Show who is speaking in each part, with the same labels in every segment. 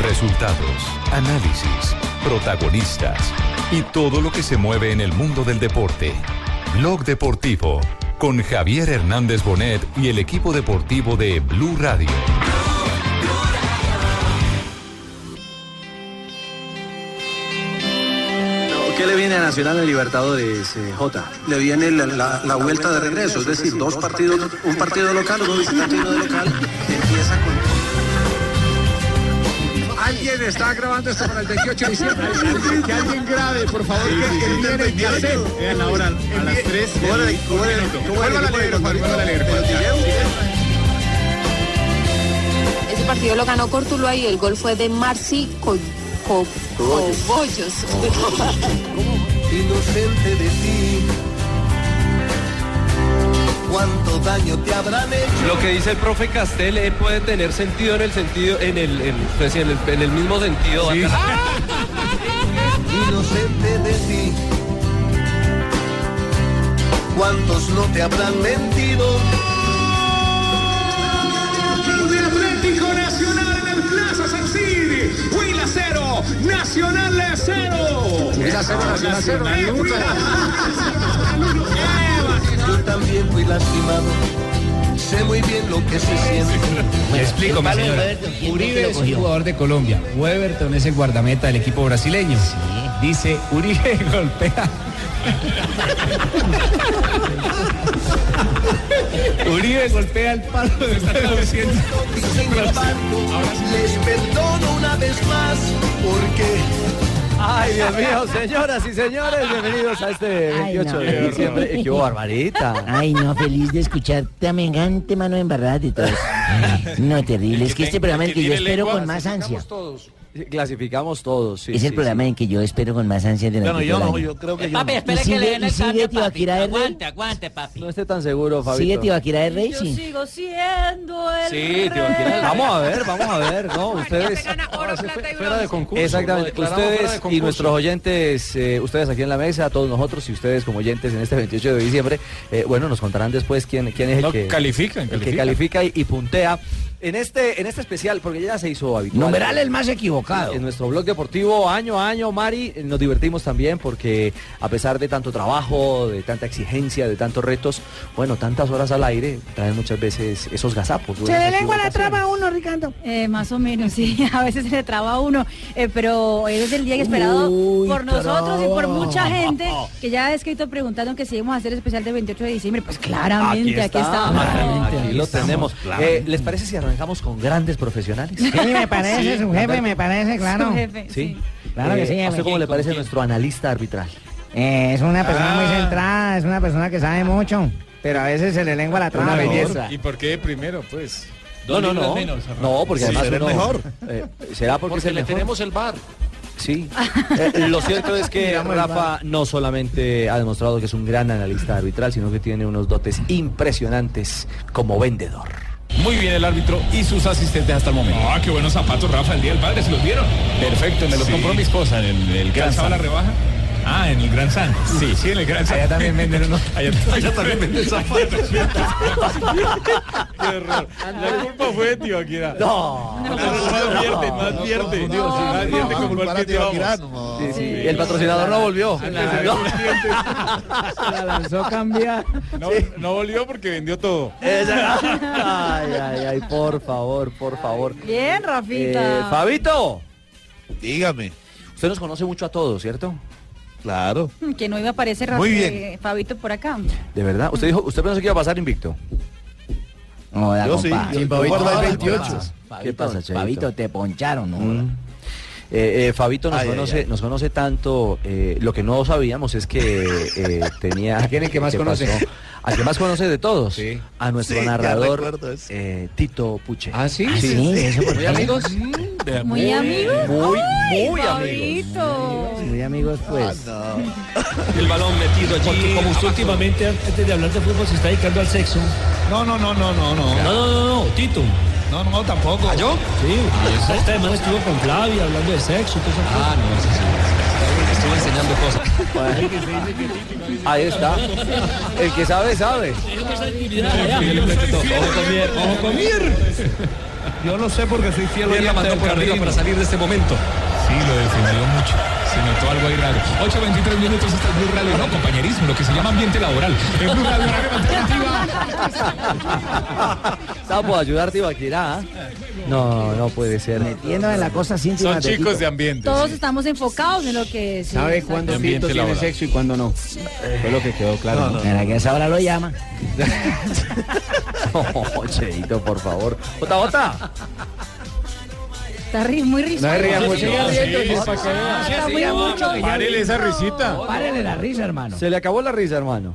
Speaker 1: Resultados, análisis, protagonistas y todo lo que se mueve en el mundo del deporte. Blog Deportivo con Javier Hernández Bonet y el equipo deportivo de Blue Radio.
Speaker 2: ¿Qué le viene a Nacional de Libertadores, eh, Jota?
Speaker 3: Le viene la, la- la vuelta de regreso, es decir, dos partidos, un partido local, uno visitante y uno de local, empieza con
Speaker 4: Alguien está grabando esto para el 28 de diciembre. Alguien- Que alguien grabe, por favor, que que viene que hacer.
Speaker 5: Vean la hora, a las 3. Vuelvan a leer, Juan, vuelvan a leer. Juan.
Speaker 6: Ese partido lo ganó Cortuloa y el gol fue de Marci Co- Co- Cobollos.
Speaker 7: inocente de ti. ¿Cuánto daño te habrán hecho?
Speaker 8: Lo que dice el profe Castel eh, puede tener sentido en el sentido, en el, en, pues, en el, en el mismo sentido.
Speaker 7: Inocente de ti. ¿Cuántos no te habrán mentido?
Speaker 4: de Atlético Nacional en el Plaza San Cid. Huila 0, Nacional 0. Huila 0, Nacional 0.
Speaker 7: Yo también fui lastimado. Sé muy bien lo que se siente.
Speaker 9: Me explico, mi señora. Uribe es un jugador de Colombia. Weberton es el guardameta del equipo brasileño. Dice, Uribe golpea. Uribe golpea el palo de
Speaker 7: Sin embargo, les perdono una vez más porque.
Speaker 10: Ay, Dios mío, señoras y señores, bienvenidos a este 28
Speaker 11: Ay, no.
Speaker 10: de diciembre. Eh, ¡Qué barbarita!
Speaker 11: Ay, no, feliz de escuchar también gante mano embarrada y todo. eso. Ay, No, terrible. Es que este programa es el que yo espero con más ansia.
Speaker 10: Sí, Clasificamos todos, sí.
Speaker 11: Es el
Speaker 10: sí,
Speaker 11: programa en que yo espero con más ansia durante todo el año.
Speaker 10: creo
Speaker 12: Eh, papi, espere
Speaker 11: ¿Y
Speaker 12: que le
Speaker 11: sigue-
Speaker 12: den
Speaker 11: y
Speaker 12: el
Speaker 11: sigue
Speaker 12: cambio, papi.
Speaker 11: Tibaquirá de Rey?
Speaker 12: Aguante, aguante, papi.
Speaker 10: No esté tan seguro, Fabito.
Speaker 11: ¿Sigue Tibaquirá de Rey? Sí.
Speaker 13: Sigo siendo el
Speaker 10: Sí, Vamos a ver, vamos a ver, ¿no? Ustedes... Ah,
Speaker 5: Fuera de concurso.
Speaker 10: Exactamente,
Speaker 5: Lo declaramos fuera
Speaker 10: ustedes
Speaker 5: de
Speaker 10: y
Speaker 5: concurso.
Speaker 10: nuestros oyentes, eh, ustedes aquí en la mesa, todos nosotros y ustedes como oyentes en este 28 de diciembre, eh, bueno, nos contarán después quién, quién es el que
Speaker 5: califican,
Speaker 10: el
Speaker 5: califican.
Speaker 10: que califica y, y puntea. En este, en este especial, porque ya se hizo habitual.
Speaker 5: Numeral el
Speaker 11: más equivocado.
Speaker 10: En nuestro blog deportivo, año a año, Mari, eh, nos divertimos también porque a pesar de tanto trabajo, de tanta exigencia, de tantos retos, bueno, tantas horas al aire, traen muchas veces esos gazapos.
Speaker 14: Se
Speaker 10: unas
Speaker 14: le lengua la
Speaker 10: equivocaciones.
Speaker 14: traba a uno, Ricardo.
Speaker 13: Eh, más o menos, sí, a veces se le traba a uno, eh, pero es el día esperado
Speaker 14: Uy,
Speaker 13: por nosotros y por
Speaker 14: traba.
Speaker 13: mucha gente que ya ha escrito preguntando que si íbamos a hacer especial del 28 de diciembre, pues claramente aquí,
Speaker 10: está,
Speaker 13: estamos.
Speaker 10: Aquí, lo
Speaker 15: estamos,
Speaker 10: tenemos.
Speaker 15: claramente.
Speaker 10: Eh, ¿Les parece si arrancamos con grandes profesionales?
Speaker 15: Sí, me parece, su jefe,
Speaker 10: Alberto.
Speaker 15: me parece, claro.
Speaker 10: Su jefe,
Speaker 15: sí. Claro que sí,
Speaker 10: Eh, ¿A
Speaker 15: jefe.
Speaker 10: usted cómo le parece nuestro analista arbitral?
Speaker 15: Eh, es una persona muy
Speaker 10: Ah.
Speaker 15: centrada, es una persona que sabe mucho, pero a veces se le lengua la traba.
Speaker 5: ¿Y por qué primero, pues?
Speaker 10: No, no, no. no, porque además
Speaker 5: es
Speaker 10: uno- eh, será porque, es el mejor.
Speaker 5: el bar.
Speaker 10: Sí. Eh, lo cierto es que
Speaker 5: Miramos el
Speaker 10: Rafa no solamente ha demostrado que es un gran analista arbitral, sino que tiene unos dotes impresionantes como vendedor.
Speaker 5: Muy bien el árbitro y sus asistentes hasta el momento. Ah, qué buenos zapatos, Rafa, el día del padre, ¿se los vieron? Perfecto, me los compró mi esposa en el, el Gran
Speaker 16: ¿Calzaba
Speaker 5: San.
Speaker 16: la rebaja?
Speaker 5: Ah, en el Gran San. Sí, sí, en el Gran San. Allá también venden unos. Allá, también venden zapatos. qué error. La culpa fue de Tibaquirá.
Speaker 10: No.
Speaker 5: No, advierte, no advierte. No advierte con cuál que te vamos.
Speaker 10: Sí, sí. Y el patrocinador no volvió. No.
Speaker 5: La lanzó cambiar. No, no volvió porque vendió todo.
Speaker 10: Esa- Ay, ay, ay, por favor, por favor.
Speaker 14: Bien, Rafita.
Speaker 10: Eh, Fabito. Dígame. Usted nos conoce mucho a todos, ¿cierto? Claro.
Speaker 13: Que no iba a aparecer Rafa-
Speaker 10: Muy bien.
Speaker 13: eh, Fabito por acá.
Speaker 10: De verdad. Usted dijo, usted pensó que iba a pasar invicto.
Speaker 11: Hola,
Speaker 10: Yo sí,
Speaker 11: compa.
Speaker 10: yo- Sí, Pabito,
Speaker 11: Hola,
Speaker 10: va al
Speaker 11: compa.
Speaker 10: 28. ¿Qué pasa,
Speaker 11: Pabito,
Speaker 10: Cheito?
Speaker 11: Pabito, te poncharon, ¿no?
Speaker 10: Mm, Eh, eh, Fabito nos,
Speaker 11: Ay, ay,
Speaker 10: conoce,
Speaker 11: ay.
Speaker 10: nos conoce tanto, eh, lo que no sabíamos es que eh, tenía... ¿A quién
Speaker 5: el que más conoce?
Speaker 10: ¿Al que más conoce de todos? A nuestro
Speaker 5: Sí, ya
Speaker 10: narrador,
Speaker 5: recuerdo
Speaker 10: eh, Tito Puche. ¿Ah, sí?
Speaker 5: Ah, sí, ¿eso por qué?
Speaker 13: Muy amigos.
Speaker 10: Muy,
Speaker 13: Ay,
Speaker 10: muy amigos.
Speaker 13: Fabito.
Speaker 15: Muy amigos, pues.
Speaker 9: Ah,
Speaker 8: El balón metido allí.
Speaker 17: Porque como usted últimamente, antes de hablar de fútbol, se está dedicando al sexo. No, no, no, no, no, no. No, no, no, Tito. No, no, tampoco. ¿Ah, yo? Sí. Esta esta semana estuvo con Flavia hablando de sexo. Ah, no, sí, sí. Estuvo enseñando cosas.
Speaker 10: Ahí está. El que sabe, sabe.
Speaker 8: Ojo, Comier. Ojo, Comier.
Speaker 18: Yo lo sé porque soy fiel
Speaker 9: este
Speaker 5: Bien la
Speaker 18: oyente
Speaker 5: mandó
Speaker 18: del
Speaker 5: por arriba
Speaker 18: Carlino.
Speaker 5: para salir de este momento. Sí, lo defendió mucho. Se notó algo ahí raro. 8.23 minutos, este es Blue Radio. No, compañerismo, lo que se llama ambiente laboral. En Blue Radio, la gran alternativa.
Speaker 10: Sapo, ayudarte Ibaquirá. ¿ah? No, no puede ser.
Speaker 11: Metiendo en la cosa sin
Speaker 10: ambiente.
Speaker 13: Todos estamos enfocados en lo que es.
Speaker 10: ¿Sabe
Speaker 11: cuándo
Speaker 10: Ambiente
Speaker 11: Fito tiene
Speaker 10: laboral.
Speaker 11: sexo y cuándo no? Fue lo que quedó claro.
Speaker 10: No, no,
Speaker 11: Para que a esa hora lo llama.
Speaker 10: No, Oh, Cheito, por favor. Jota, Jota.
Speaker 13: Está ri- muy rico.
Speaker 10: No se ría
Speaker 13: riendo
Speaker 10: mucho. Sí,
Speaker 13: Está
Speaker 10: para que vea.
Speaker 13: muy mucho.
Speaker 10: Párele esa risita.
Speaker 13: Párele la risa, hermano.
Speaker 10: Se le acabó la risa, hermano.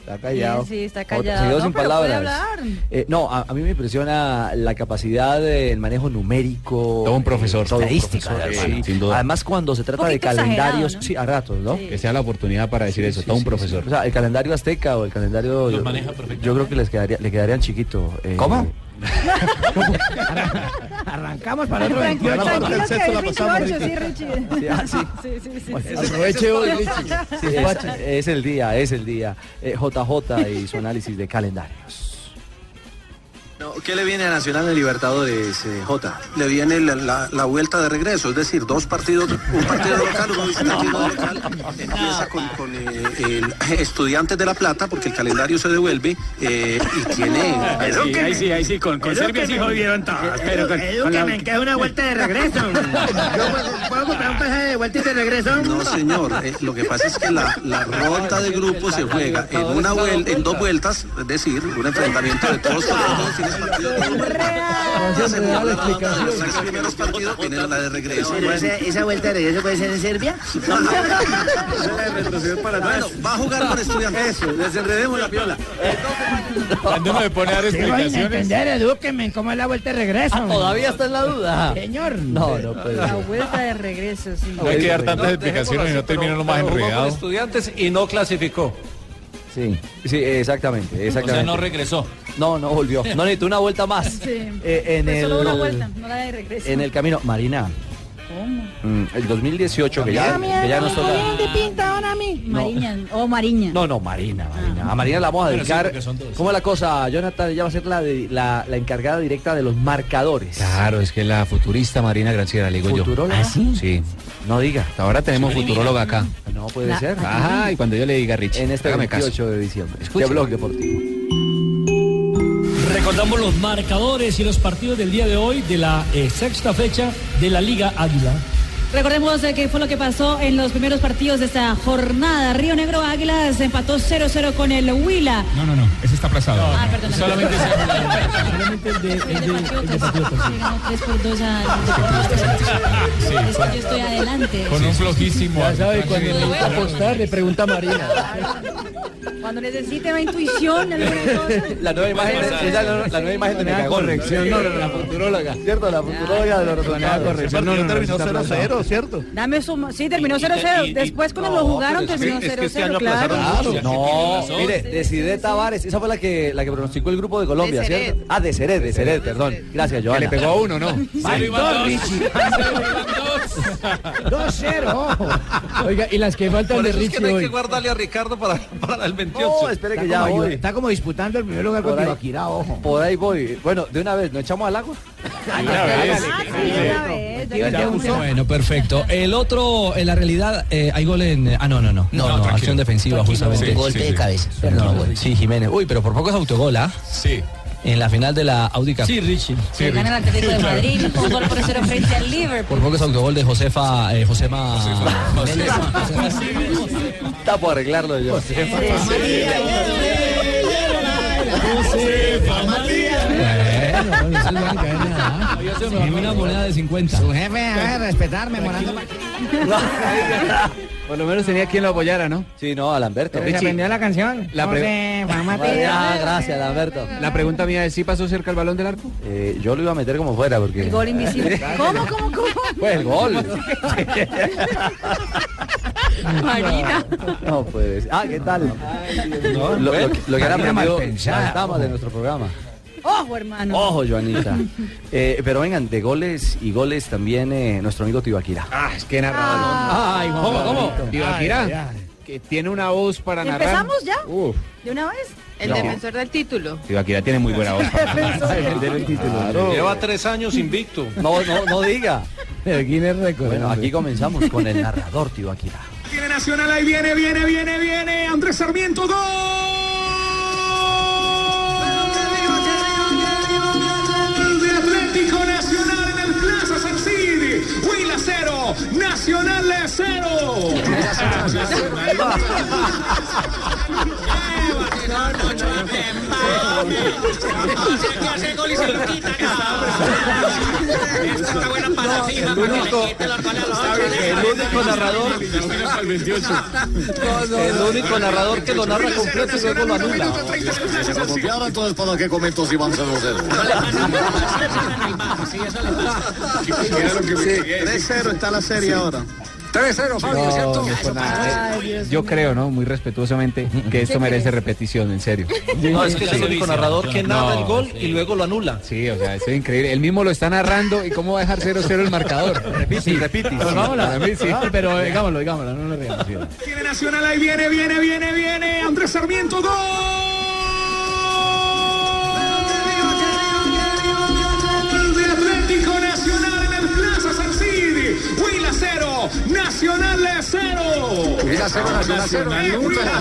Speaker 10: Está callado.
Speaker 13: Sí, sí, está
Speaker 10: Otra-
Speaker 13: callado.
Speaker 10: Se quedó
Speaker 13: No,
Speaker 10: sin
Speaker 13: pero puede
Speaker 10: palabras.
Speaker 13: hablar.
Speaker 10: Eh, no, a, a mí me impresiona la capacidad del manejo numérico. Todo un profesor. Todo un
Speaker 9: Estadística,
Speaker 10: profesor,
Speaker 9: hermano.
Speaker 10: sí. Además, cuando se trata de
Speaker 9: Poquito exagerado,
Speaker 10: calendarios,
Speaker 9: ¿no?
Speaker 10: sí, a ratos, ¿no?
Speaker 9: Que sea la oportunidad para decir eso, todo un profesor.
Speaker 10: O sea, el calendario azteca o el calendario. yo, yo creo que les quedaría, le quedarían chiquito. eh,
Speaker 9: ¿Cómo?
Speaker 11: Arrancamos para el otro
Speaker 13: Tranquilo,
Speaker 11: 28.
Speaker 13: tranquilo, que hay
Speaker 11: ahorita.
Speaker 13: 28, sí, Richie.
Speaker 10: Sí, ah, sí.
Speaker 13: Sí, sí, sí.
Speaker 10: Bueno,
Speaker 13: Aproveche hoy, Richie.
Speaker 10: Sí, es, es el día, es el día. Eh, JJ y su análisis de calendarios.
Speaker 7: No, ¿Qué le viene a Nacional de Libertadores, eh, Jota? Le viene la, la- la vuelta de regreso, es decir, dos partidos, un partido local, uno visitativo de local. Empieza con, con, eh, el Estudiantes de La Plata, porque el calendario se devuelve eh, y tiene...
Speaker 19: Ahí sí, ahí sí, ahí sí, con, con Serbia sí jodieron todas. Pero con, con la-
Speaker 20: es una vuelta de regreso. Yo puedo, puedo comprar un pasaje de vuelta y de regreso.
Speaker 7: No, señor. eh, lo que pasa es que la, la ronda de grupos se juega en una vuel- en dos vueltas, es decir, un enfrentamiento de todos por todos, tienes partido de todo. Ya se jugó la ronda de los seis primeros partidos, tienes la de regreso.
Speaker 20: Pero esa, esa vuelta de regreso puede ser en Serbia.
Speaker 7: Bueno, va a jugar con estudiantes. Eso, desenredemos la piola.
Speaker 9: Cuando uno me pone a dar
Speaker 11: Qué vaina,
Speaker 9: explicaciones.
Speaker 11: entender, edúquenme en cómo es la vuelta de regreso.
Speaker 10: Ah, todavía está en la duda.
Speaker 11: Señor.
Speaker 10: No, no
Speaker 5: pues,
Speaker 10: puede
Speaker 13: La vuelta de regreso, sí.
Speaker 9: No hay que dar tantas explicaciones y no termina uno más enredado.
Speaker 5: Estudiantes y no clasificó.
Speaker 10: Sí, sí, exactamente, exactamente.
Speaker 5: O sea, no regresó.
Speaker 10: No, no volvió. No necesito una vuelta más. Eh, en
Speaker 13: Fue Pues solo
Speaker 10: el-
Speaker 13: una vuelta, no la de regreso.
Speaker 10: En el camino, Marina,
Speaker 13: ¿Cómo?
Speaker 10: mm, el 2018, que ya, que ya no está la-
Speaker 13: de oh, pinta ahora a mí.
Speaker 10: No.
Speaker 13: Mariña, o Mariña.
Speaker 10: No, no, Marina,
Speaker 13: Ah.
Speaker 10: Marina. A Marina la vamos a
Speaker 13: Bueno, sí,
Speaker 10: dedicar.
Speaker 13: porque son dos.
Speaker 10: ¿Cómo es la cosa, Jonathan? Ella va a ser la, de- la, la encargada directa de los marcadores.
Speaker 9: Claro, es que la futurista Marina Granciera, le digo
Speaker 10: ¿Futuróloga?
Speaker 9: yo. ¿Ah, sí?
Speaker 10: No diga.
Speaker 9: Hasta ahora tenemos futuróloga acá.
Speaker 10: No puede
Speaker 9: La-
Speaker 10: ser.
Speaker 9: Ajá, y cuando yo le diga a Rich,
Speaker 10: En este
Speaker 9: hágame
Speaker 10: 28
Speaker 9: caso.
Speaker 10: de diciembre. De Blog Deportivo.
Speaker 21: Recordamos los marcadores y los partidos del día de hoy de la eh, sexta fecha de la Liga Águila.
Speaker 13: Recordemos eh, que fue lo que pasó en los primeros partidos de esta jornada. Río Negro Águilas empató 0-0 con el Huila.
Speaker 5: No, no, no. Ese está aplazado.
Speaker 13: Ah, perdón.
Speaker 5: Solamente se
Speaker 21: Solamente el de, el de- el de Patriotas.
Speaker 13: Llegamos 3 Pues por 2 a...
Speaker 5: Sí,
Speaker 13: Es que yo estoy adelante.
Speaker 5: Con un flojísimo.
Speaker 22: Ya sabe,
Speaker 5: arbitraje
Speaker 22: cuando
Speaker 5: de-
Speaker 22: necesita apostar, le pregunta a Marina.
Speaker 13: Cuando necesite una intuición, alguna cosa.
Speaker 10: La nueva imagen, de- esa es la, la nueva imagen de
Speaker 22: Una
Speaker 10: Megacol.
Speaker 22: corrección, no, no, no, la
Speaker 10: futuróloga. ¿Cierto? La futuróloga de los resultados.
Speaker 22: corrección, no, no, no,
Speaker 10: Terminó
Speaker 22: está aplazado.
Speaker 10: 0-0,
Speaker 22: ¿cierto?
Speaker 13: Dame su... Sí, terminó 0-0. Después cuando lo jugaron terminó 0-0, claro.
Speaker 10: No, mire, Decidé Tavares, esa fue la que, la que pronosticó el grupo de Colombia,
Speaker 13: De Ceret.
Speaker 10: ¿cierto? Ah, de Ceret, de Ceret, perdón. Gracias, Joana.
Speaker 9: le pegó a uno, ¿no?
Speaker 10: Van
Speaker 9: Cero y van
Speaker 10: dos,
Speaker 9: dos.
Speaker 10: Richie.
Speaker 22: 2-0. ojo. Oiga, y las que faltan
Speaker 5: Por
Speaker 22: de
Speaker 5: eso es que no
Speaker 22: Richie
Speaker 5: hay que
Speaker 22: hoy.
Speaker 5: guardarle a Ricardo para, para el 28.
Speaker 10: espere que
Speaker 22: Está
Speaker 10: ya
Speaker 22: como
Speaker 10: voy.
Speaker 22: ayu-
Speaker 10: Está como disputando el primer lugar
Speaker 22: con
Speaker 10: Tibaquirá, ojo. Por ahí voy. Bueno, de una vez, ¿nos echamos al agua?
Speaker 4: Bueno, perfecto. El otro, en la realidad, eh, hay gol en. Ah, no, no, no. No, no, acción defensiva, justamente.
Speaker 5: Sí, Golpe sí, de sí.
Speaker 4: cabeza. No, gol. Sí, Jiménez. Uy, pero por poco es autogol, ¿ah?
Speaker 5: Sí.
Speaker 4: En la final de la Audi Cup. Sí, Richie.
Speaker 13: Que gana el Atlético de Madrid, un gol por 0 frente al Liverpool.
Speaker 4: Por poco es autogol de Josefa. eh, Josema.
Speaker 10: Está por arreglarlo yo.
Speaker 4: Bueno, eso es banca, ¿eh? Ah, Una moneda de 50.
Speaker 11: Su jefe debe respetarme, morando.
Speaker 10: Por lo menos tenía quien lo apoyara, ¿no? Sí, no, a Lamberto.
Speaker 11: Pero se aprendió la canción.
Speaker 10: La
Speaker 11: No
Speaker 10: pre-
Speaker 11: sé, fue a matar.
Speaker 10: Ah, gracias, Lamberto. La pregunta mía es, ¿sí pasó cerca el balón del arco? Eh, yo lo iba a meter como fuera, porque...
Speaker 13: El gol invisible. ¿Cómo, cómo, cómo?
Speaker 10: Pues el gol.
Speaker 13: Marina.
Speaker 10: No puede ser. Ah, ¿qué tal? Lo, lo que- lo que han
Speaker 11: Marina
Speaker 10: aprendido
Speaker 11: malpensada,
Speaker 10: las damas de nuestro programa.
Speaker 13: Ojo, hermano.
Speaker 10: Ojo, Joanita. Eh, pero vengan, de goles y goles también eh, nuestro amigo Tibaquira. Ah, es que narrador.
Speaker 13: Ay,
Speaker 10: ¿Cómo, cómo?
Speaker 9: Tibaquirá.
Speaker 23: que tiene una voz para narrar.
Speaker 13: ¿Empezamos ya?
Speaker 23: Uf,
Speaker 13: ¿De una vez? El
Speaker 23: No.
Speaker 13: defensor del título.
Speaker 23: Tibaquirá tiene muy buena voz. para narrar. Claro.
Speaker 24: Lleva tres años invicto.
Speaker 10: No, no, no diga. Bueno, aquí comenzamos con el narrador, tío Akira.
Speaker 9: Tiene Nacional, ahí viene, viene, viene, viene. Andrés Sarmiento, gol. Gol de Atlético Nacional en el Plaza Sarsidi. Huila 0, Nacional 0.
Speaker 24: El único narrador.
Speaker 10: El único narrador que lo narra completo y luego lo anula.
Speaker 25: Si se copiara, entonces ¿para qué comento si van 0-0?
Speaker 26: Sí, 3-0 está la serie ahora. 3-0,
Speaker 25: Fabio, ¿cierto?
Speaker 7: no fue nada. eh. Yo creo, ¿no? Muy respetuosamente, que esto merece repetición, en serio.
Speaker 10: No, es que es el único narrador que narra el gol y luego lo anula.
Speaker 7: Sí, o sea, es increíble. Él mismo lo está narrando y cómo va a dejar 0-0 el marcador. Repite, repite.
Speaker 27: Volvámosla. Ah, pero eh, digámoslo,
Speaker 7: digámoslo, no lo reamos.
Speaker 9: Tiene Nacional, ahí viene, viene, viene, viene. Andrés Sarmiento, gol. de Atlético Nacional en el Plaza Sarsidi. Huila 0, Nacional 0.
Speaker 25: Huila cero, Nacional cero.
Speaker 9: Eh, Huila.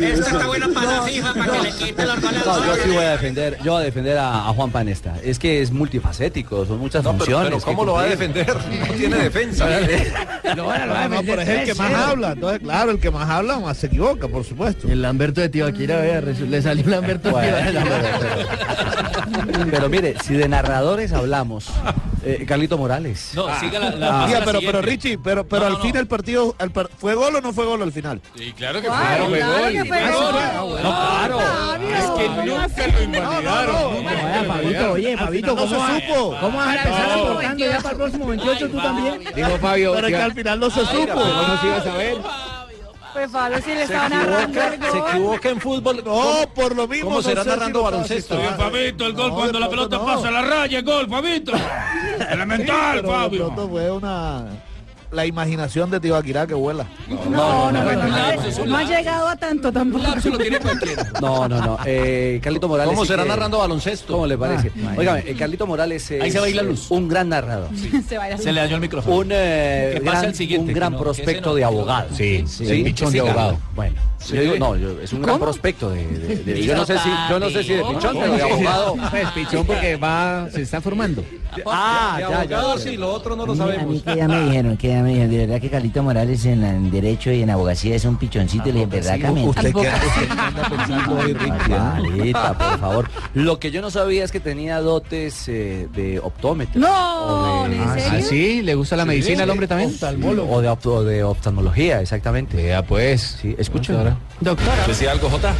Speaker 10: Esta está buena para la FIFA, para que le quite los goles. No, yo sí voy a defender, yo voy a defender a, a Juan Panesta. Es que es multifacético, son muchas
Speaker 24: No, pero-
Speaker 10: funciones.
Speaker 24: pero
Speaker 10: que
Speaker 24: ¿cómo lo va a
Speaker 10: cumplir.
Speaker 24: defender? No tiene defensa.
Speaker 10: Lo
Speaker 4: No,
Speaker 10: van a- lo van a
Speaker 4: no,
Speaker 10: defender
Speaker 4: pero es el que más
Speaker 10: 3-0.
Speaker 4: habla. Entonces, claro, el que más habla más se equivoca, por supuesto. El Lamberto de Tibaquira, vea, le salió un Lamberto
Speaker 10: Pero mire, si de narradores hablamos, eh, Carlito Morales. Ah.
Speaker 4: No,
Speaker 10: siga
Speaker 4: la,
Speaker 10: la- la
Speaker 4: pero,
Speaker 10: siguiente.
Speaker 4: pero Richie, pero, pero al fin el partido, eh. al par- ¿fue gol o no fue gol al final?
Speaker 5: Y claro que
Speaker 4: Claro,
Speaker 5: fue.
Speaker 4: claro que fue.
Speaker 5: Ah, sí fue.
Speaker 4: No, claro.
Speaker 5: Es que nunca lo invalidaron.
Speaker 27: Fabito, oye, Fabito,
Speaker 4: no
Speaker 27: ¿cómo
Speaker 4: se
Speaker 27: vas-
Speaker 4: supo.
Speaker 27: ¿Cómo vas a empezar
Speaker 4: No.
Speaker 27: aportando ya para el próximo 28 tú también?
Speaker 7: Dijo Fabio.
Speaker 4: Pero es que
Speaker 7: ya-
Speaker 4: al final no se
Speaker 7: Ay,
Speaker 4: supo.
Speaker 7: pero ¿Cómo se iba a saber?
Speaker 13: Pues Fabio sí le
Speaker 4: Se
Speaker 13: estaba narrando
Speaker 4: equivoca,
Speaker 13: el
Speaker 4: se
Speaker 13: gol.
Speaker 24: equivoca en fútbol.
Speaker 4: No, por lo mismo.
Speaker 24: ¿Cómo
Speaker 4: no
Speaker 24: será
Speaker 4: sé si
Speaker 24: narrando
Speaker 4: lo estaba
Speaker 24: baloncesto?
Speaker 4: asesorando.
Speaker 5: Fabito, el gol
Speaker 4: No,
Speaker 5: cuando
Speaker 4: de
Speaker 5: la
Speaker 4: pronto
Speaker 5: pelota
Speaker 4: no.
Speaker 5: pasa la raya, el gol, Fabito. Elemental,
Speaker 4: Sí, pero de
Speaker 5: Fabio.
Speaker 4: pronto fue una. La imaginación de Tibaquirá que vuela.
Speaker 10: No, no, no, no, no,
Speaker 13: No, ha llegado a tanto tampoco.
Speaker 10: No, no, no. Eh, Carlito Morales.
Speaker 24: ¿Cómo
Speaker 10: sí
Speaker 24: será
Speaker 10: que-
Speaker 24: narrando baloncesto? Ah,
Speaker 10: ¿Cómo le parece? Óigame, eh, Carlito Morales es
Speaker 24: Ahí se va a ir la luz.
Speaker 10: eh, un gran narrador.
Speaker 13: Se, va a ir a-
Speaker 10: Se le dañó el micrófono. Un, eh,
Speaker 24: Que pase
Speaker 10: gran,
Speaker 24: al siguiente,
Speaker 10: un gran
Speaker 24: que no, que ese
Speaker 10: prospecto
Speaker 24: no.
Speaker 10: de abogado. Sí,
Speaker 24: el pichón de abogado.
Speaker 10: Bueno,
Speaker 24: Sí.
Speaker 10: yo digo, no, yo- es un gran prospecto de, de- de- yo no sé si, yo no sé si de pichón, pero de abogado.
Speaker 7: Pues pichón porque va, se está formando.
Speaker 10: Ah,
Speaker 24: de
Speaker 10: ya, ya,
Speaker 24: abogado
Speaker 10: ya.
Speaker 24: sí, lo otro no lo
Speaker 11: A mí- A
Speaker 24: sabemos.
Speaker 11: mí que ya me dijeron, que ya me dijeron, de verdad que Carlito Morales en, la- en derecho y en abogacía es un pichoncito, y le dije, ¿verdad, Carmen?
Speaker 10: Carlita, por favor. Lo que yo no sabía es que tenía dotes eh, de optómetro.
Speaker 13: No,
Speaker 10: O de-
Speaker 7: ¿en serio? ¿Ah, sí? ¿Le gusta la medicina al hombre también? Oftalmólogo.
Speaker 10: O de, opto- de oftalmología, exactamente. Ya, pues. Sí, escucha.
Speaker 6: Doctora. ¿Decía algo, Jota?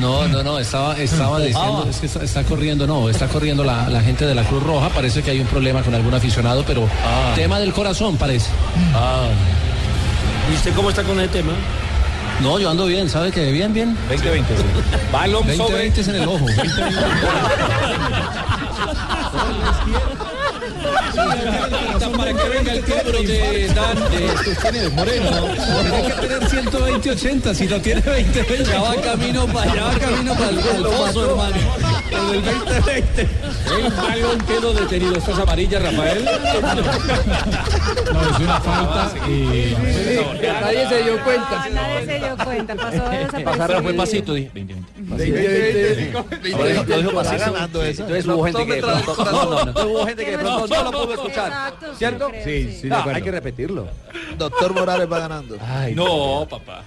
Speaker 7: No, no, no, estaba, estaba diciendo, es que está, está corriendo, no, está corriendo la, la gente de la Cruz Roja, parece que hay un problema con algún aficionado, pero
Speaker 6: Ah.
Speaker 7: tema del corazón parece.
Speaker 5: ¿Y usted cómo está con el tema?
Speaker 7: No, yo ando bien, ¿sabe que bien, bien?
Speaker 5: 20-20. Balón
Speaker 7: 20,
Speaker 5: sobre.
Speaker 7: 20 es en el ojo.
Speaker 6: Para que venga el cobro de Dan de Sostener Moreno.
Speaker 7: Tiene que tener 120 80 si no tiene 20 20
Speaker 6: Ya va camino para ya va camino para el, el pozo, hermano. Con el 2020. El balón quedó detenido. Estas amarillas, Rafael.
Speaker 7: No, es una falta. Y...
Speaker 27: Nadie se dio cuenta.
Speaker 13: Nadie se dio cuenta, pasó
Speaker 6: Pasarra fue
Speaker 13: desapercibido.
Speaker 6: pasito, dije. 20, 20.
Speaker 10: Lo dijo- lo dijo pasito. Entonces hubo gente que de pronto- no, no, no, hubo gente que de pronto no lo pudo escuchar.
Speaker 13: Exacto, sí,
Speaker 10: ¿Cierto?
Speaker 13: creo,
Speaker 10: Sí, sí. Hay que repetirlo.
Speaker 4: Doctor Morales va ganando.
Speaker 6: No, papá.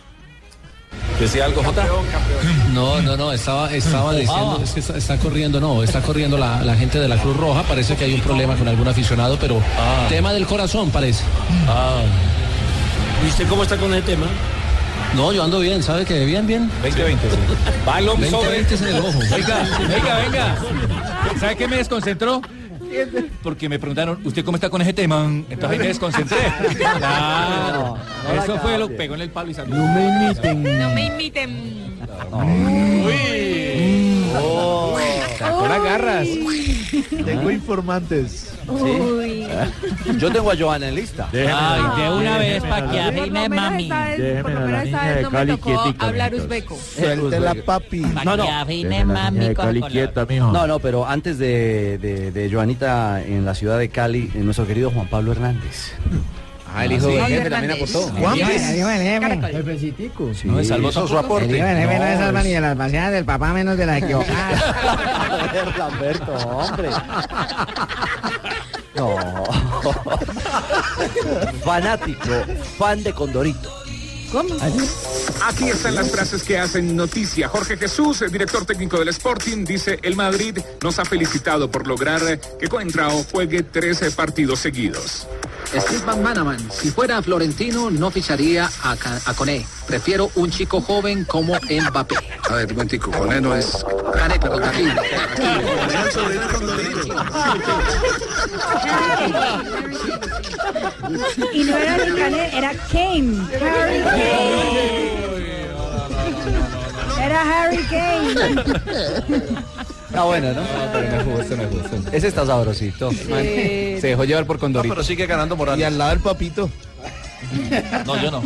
Speaker 6: ¿Decía algo, Jota?
Speaker 7: No, no, no, estaba, estaba diciendo, es que está, está corriendo, no, está corriendo la, la gente de la Cruz Roja, parece que hay un problema con algún aficionado, pero tema del corazón parece.
Speaker 5: ¿Y usted cómo está con el tema?
Speaker 7: No, yo ando bien, ¿sabe que bien, bien?
Speaker 6: 20-20. sí. Balón
Speaker 7: 20,
Speaker 6: sobre.
Speaker 7: 20 es en el ojo.
Speaker 6: Venga, venga, venga. ¿Sabe qué me desconcentró? Porque me preguntaron, ¿usted cómo está con ese tema? Entonces ahí me desconcentré. Claro.
Speaker 4: No, no
Speaker 6: Eso
Speaker 4: la
Speaker 6: fue lo
Speaker 4: cambie.
Speaker 6: pegó en el palo y salió.
Speaker 4: No me imiten.
Speaker 13: No me imiten.
Speaker 6: Uy.
Speaker 4: Sacó las garras. Tengo
Speaker 10: Ah.
Speaker 4: informantes.
Speaker 10: Uy. Yo tengo a Joana en lista.
Speaker 28: Ay, de una vez pa' que
Speaker 29: Por lo
Speaker 28: arrime
Speaker 29: menos
Speaker 28: mami.
Speaker 29: esta vez, por lo menos esta vez no me tocó hablar uzbeco.
Speaker 4: Suéltela,
Speaker 10: papi.
Speaker 28: Pa' que arrime mami con color.
Speaker 10: No, no, pero antes de, de, de Joanita en la ciudad de Cali, en nuestro querido Juan Pablo Hernández.
Speaker 9: Ah, el hijo del jefe también aportó.
Speaker 11: Juan,
Speaker 9: El
Speaker 11: pues,
Speaker 9: hijo del jefe.
Speaker 11: El pecitico.
Speaker 9: No me salvó
Speaker 10: hizo su
Speaker 9: tampoco.
Speaker 10: aporte.
Speaker 11: El hijo del jefe no
Speaker 10: No,
Speaker 11: se salva
Speaker 10: es-
Speaker 11: ni de las paseadas del papá, menos de las equivocadas.
Speaker 10: A ver, Lamberto, hombre. No. Fanático, fan de Condorito.
Speaker 13: ¿Cómo?
Speaker 5: Aquí están las frases que hacen noticia. Jorge Jesús, el director técnico del Sporting, dice, el Madrid nos ha felicitado por lograr eh, que Coentrao juegue 13 partidos seguidos.
Speaker 30: Steve McManaman, si fuera florentino, no ficharía a, Ca- a Coné. Prefiero un chico joven como Mbappé.
Speaker 31: A ver, un momentico, Coné no es.
Speaker 30: Cané, perdón, Cané.
Speaker 13: Y no era ni Canet, era Kane. Harry Kane. Era Harry Kane.
Speaker 10: Está Ah, bueno, ¿no?
Speaker 4: me gusta, me gusta.
Speaker 10: Ese está sabrosito.
Speaker 4: Se dejó llevar por Condorito. pero sigue ganando Morales. Y al lado del papito.
Speaker 10: No, yo no.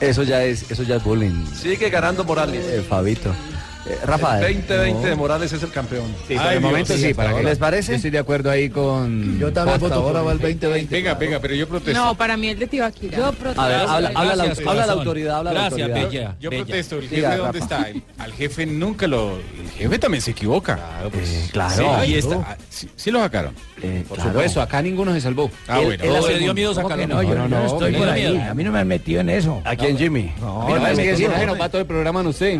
Speaker 10: Eso ya es, eso ya es bullying.
Speaker 4: Sigue ganando Morales.
Speaker 10: Eh, Fabito. Eh, Rafa.
Speaker 4: 20-20
Speaker 10: no.
Speaker 4: de Morales es el campeón.
Speaker 9: Sí, por el momento sí, para que-
Speaker 10: ¿Les parece?
Speaker 9: Yo estoy de acuerdo ahí con. Yo
Speaker 4: también voto por
Speaker 9: va el 2020. Pega, pega, pero yo
Speaker 5: Pues
Speaker 29: No, para mí el de Tibaquira. Yo protesto.
Speaker 9: A ver,
Speaker 10: habla- habla la-
Speaker 32: Gracias,
Speaker 10: habla la
Speaker 32: corazón.
Speaker 10: autoridad, habla la
Speaker 32: Gracias,
Speaker 10: autoridad.
Speaker 32: Bella.
Speaker 10: Yo
Speaker 32: Bella.
Speaker 10: protesto,
Speaker 32: ¿el
Speaker 10: jefe Diga, dónde
Speaker 32: dónde
Speaker 10: Rafa. está?
Speaker 32: está? al jefe nunca lo... El jefe también se equivoca. Claro,
Speaker 9: claro.
Speaker 32: Sí,
Speaker 9: Claro.
Speaker 32: está- ah, sí- sí lo sacaron.
Speaker 9: Por supuesto, acá ninguno se salvó.
Speaker 32: Ah, bueno.
Speaker 9: Él- él
Speaker 32: No,
Speaker 9: hace
Speaker 32: le dio
Speaker 9: el-
Speaker 32: miedo
Speaker 9: ¿Cómo
Speaker 32: sacarlo.
Speaker 9: que No, yo
Speaker 32: No,
Speaker 9: no,
Speaker 32: no, no,
Speaker 9: estoy
Speaker 32: me
Speaker 9: por
Speaker 32: da
Speaker 9: ahí.
Speaker 32: miedo.
Speaker 9: A mí no pues, me han metido en eso.
Speaker 10: ¿A quién, Jimmy?
Speaker 9: No, es que si no Ah, se nos va todo el programa en usted.
Speaker 10: Sí,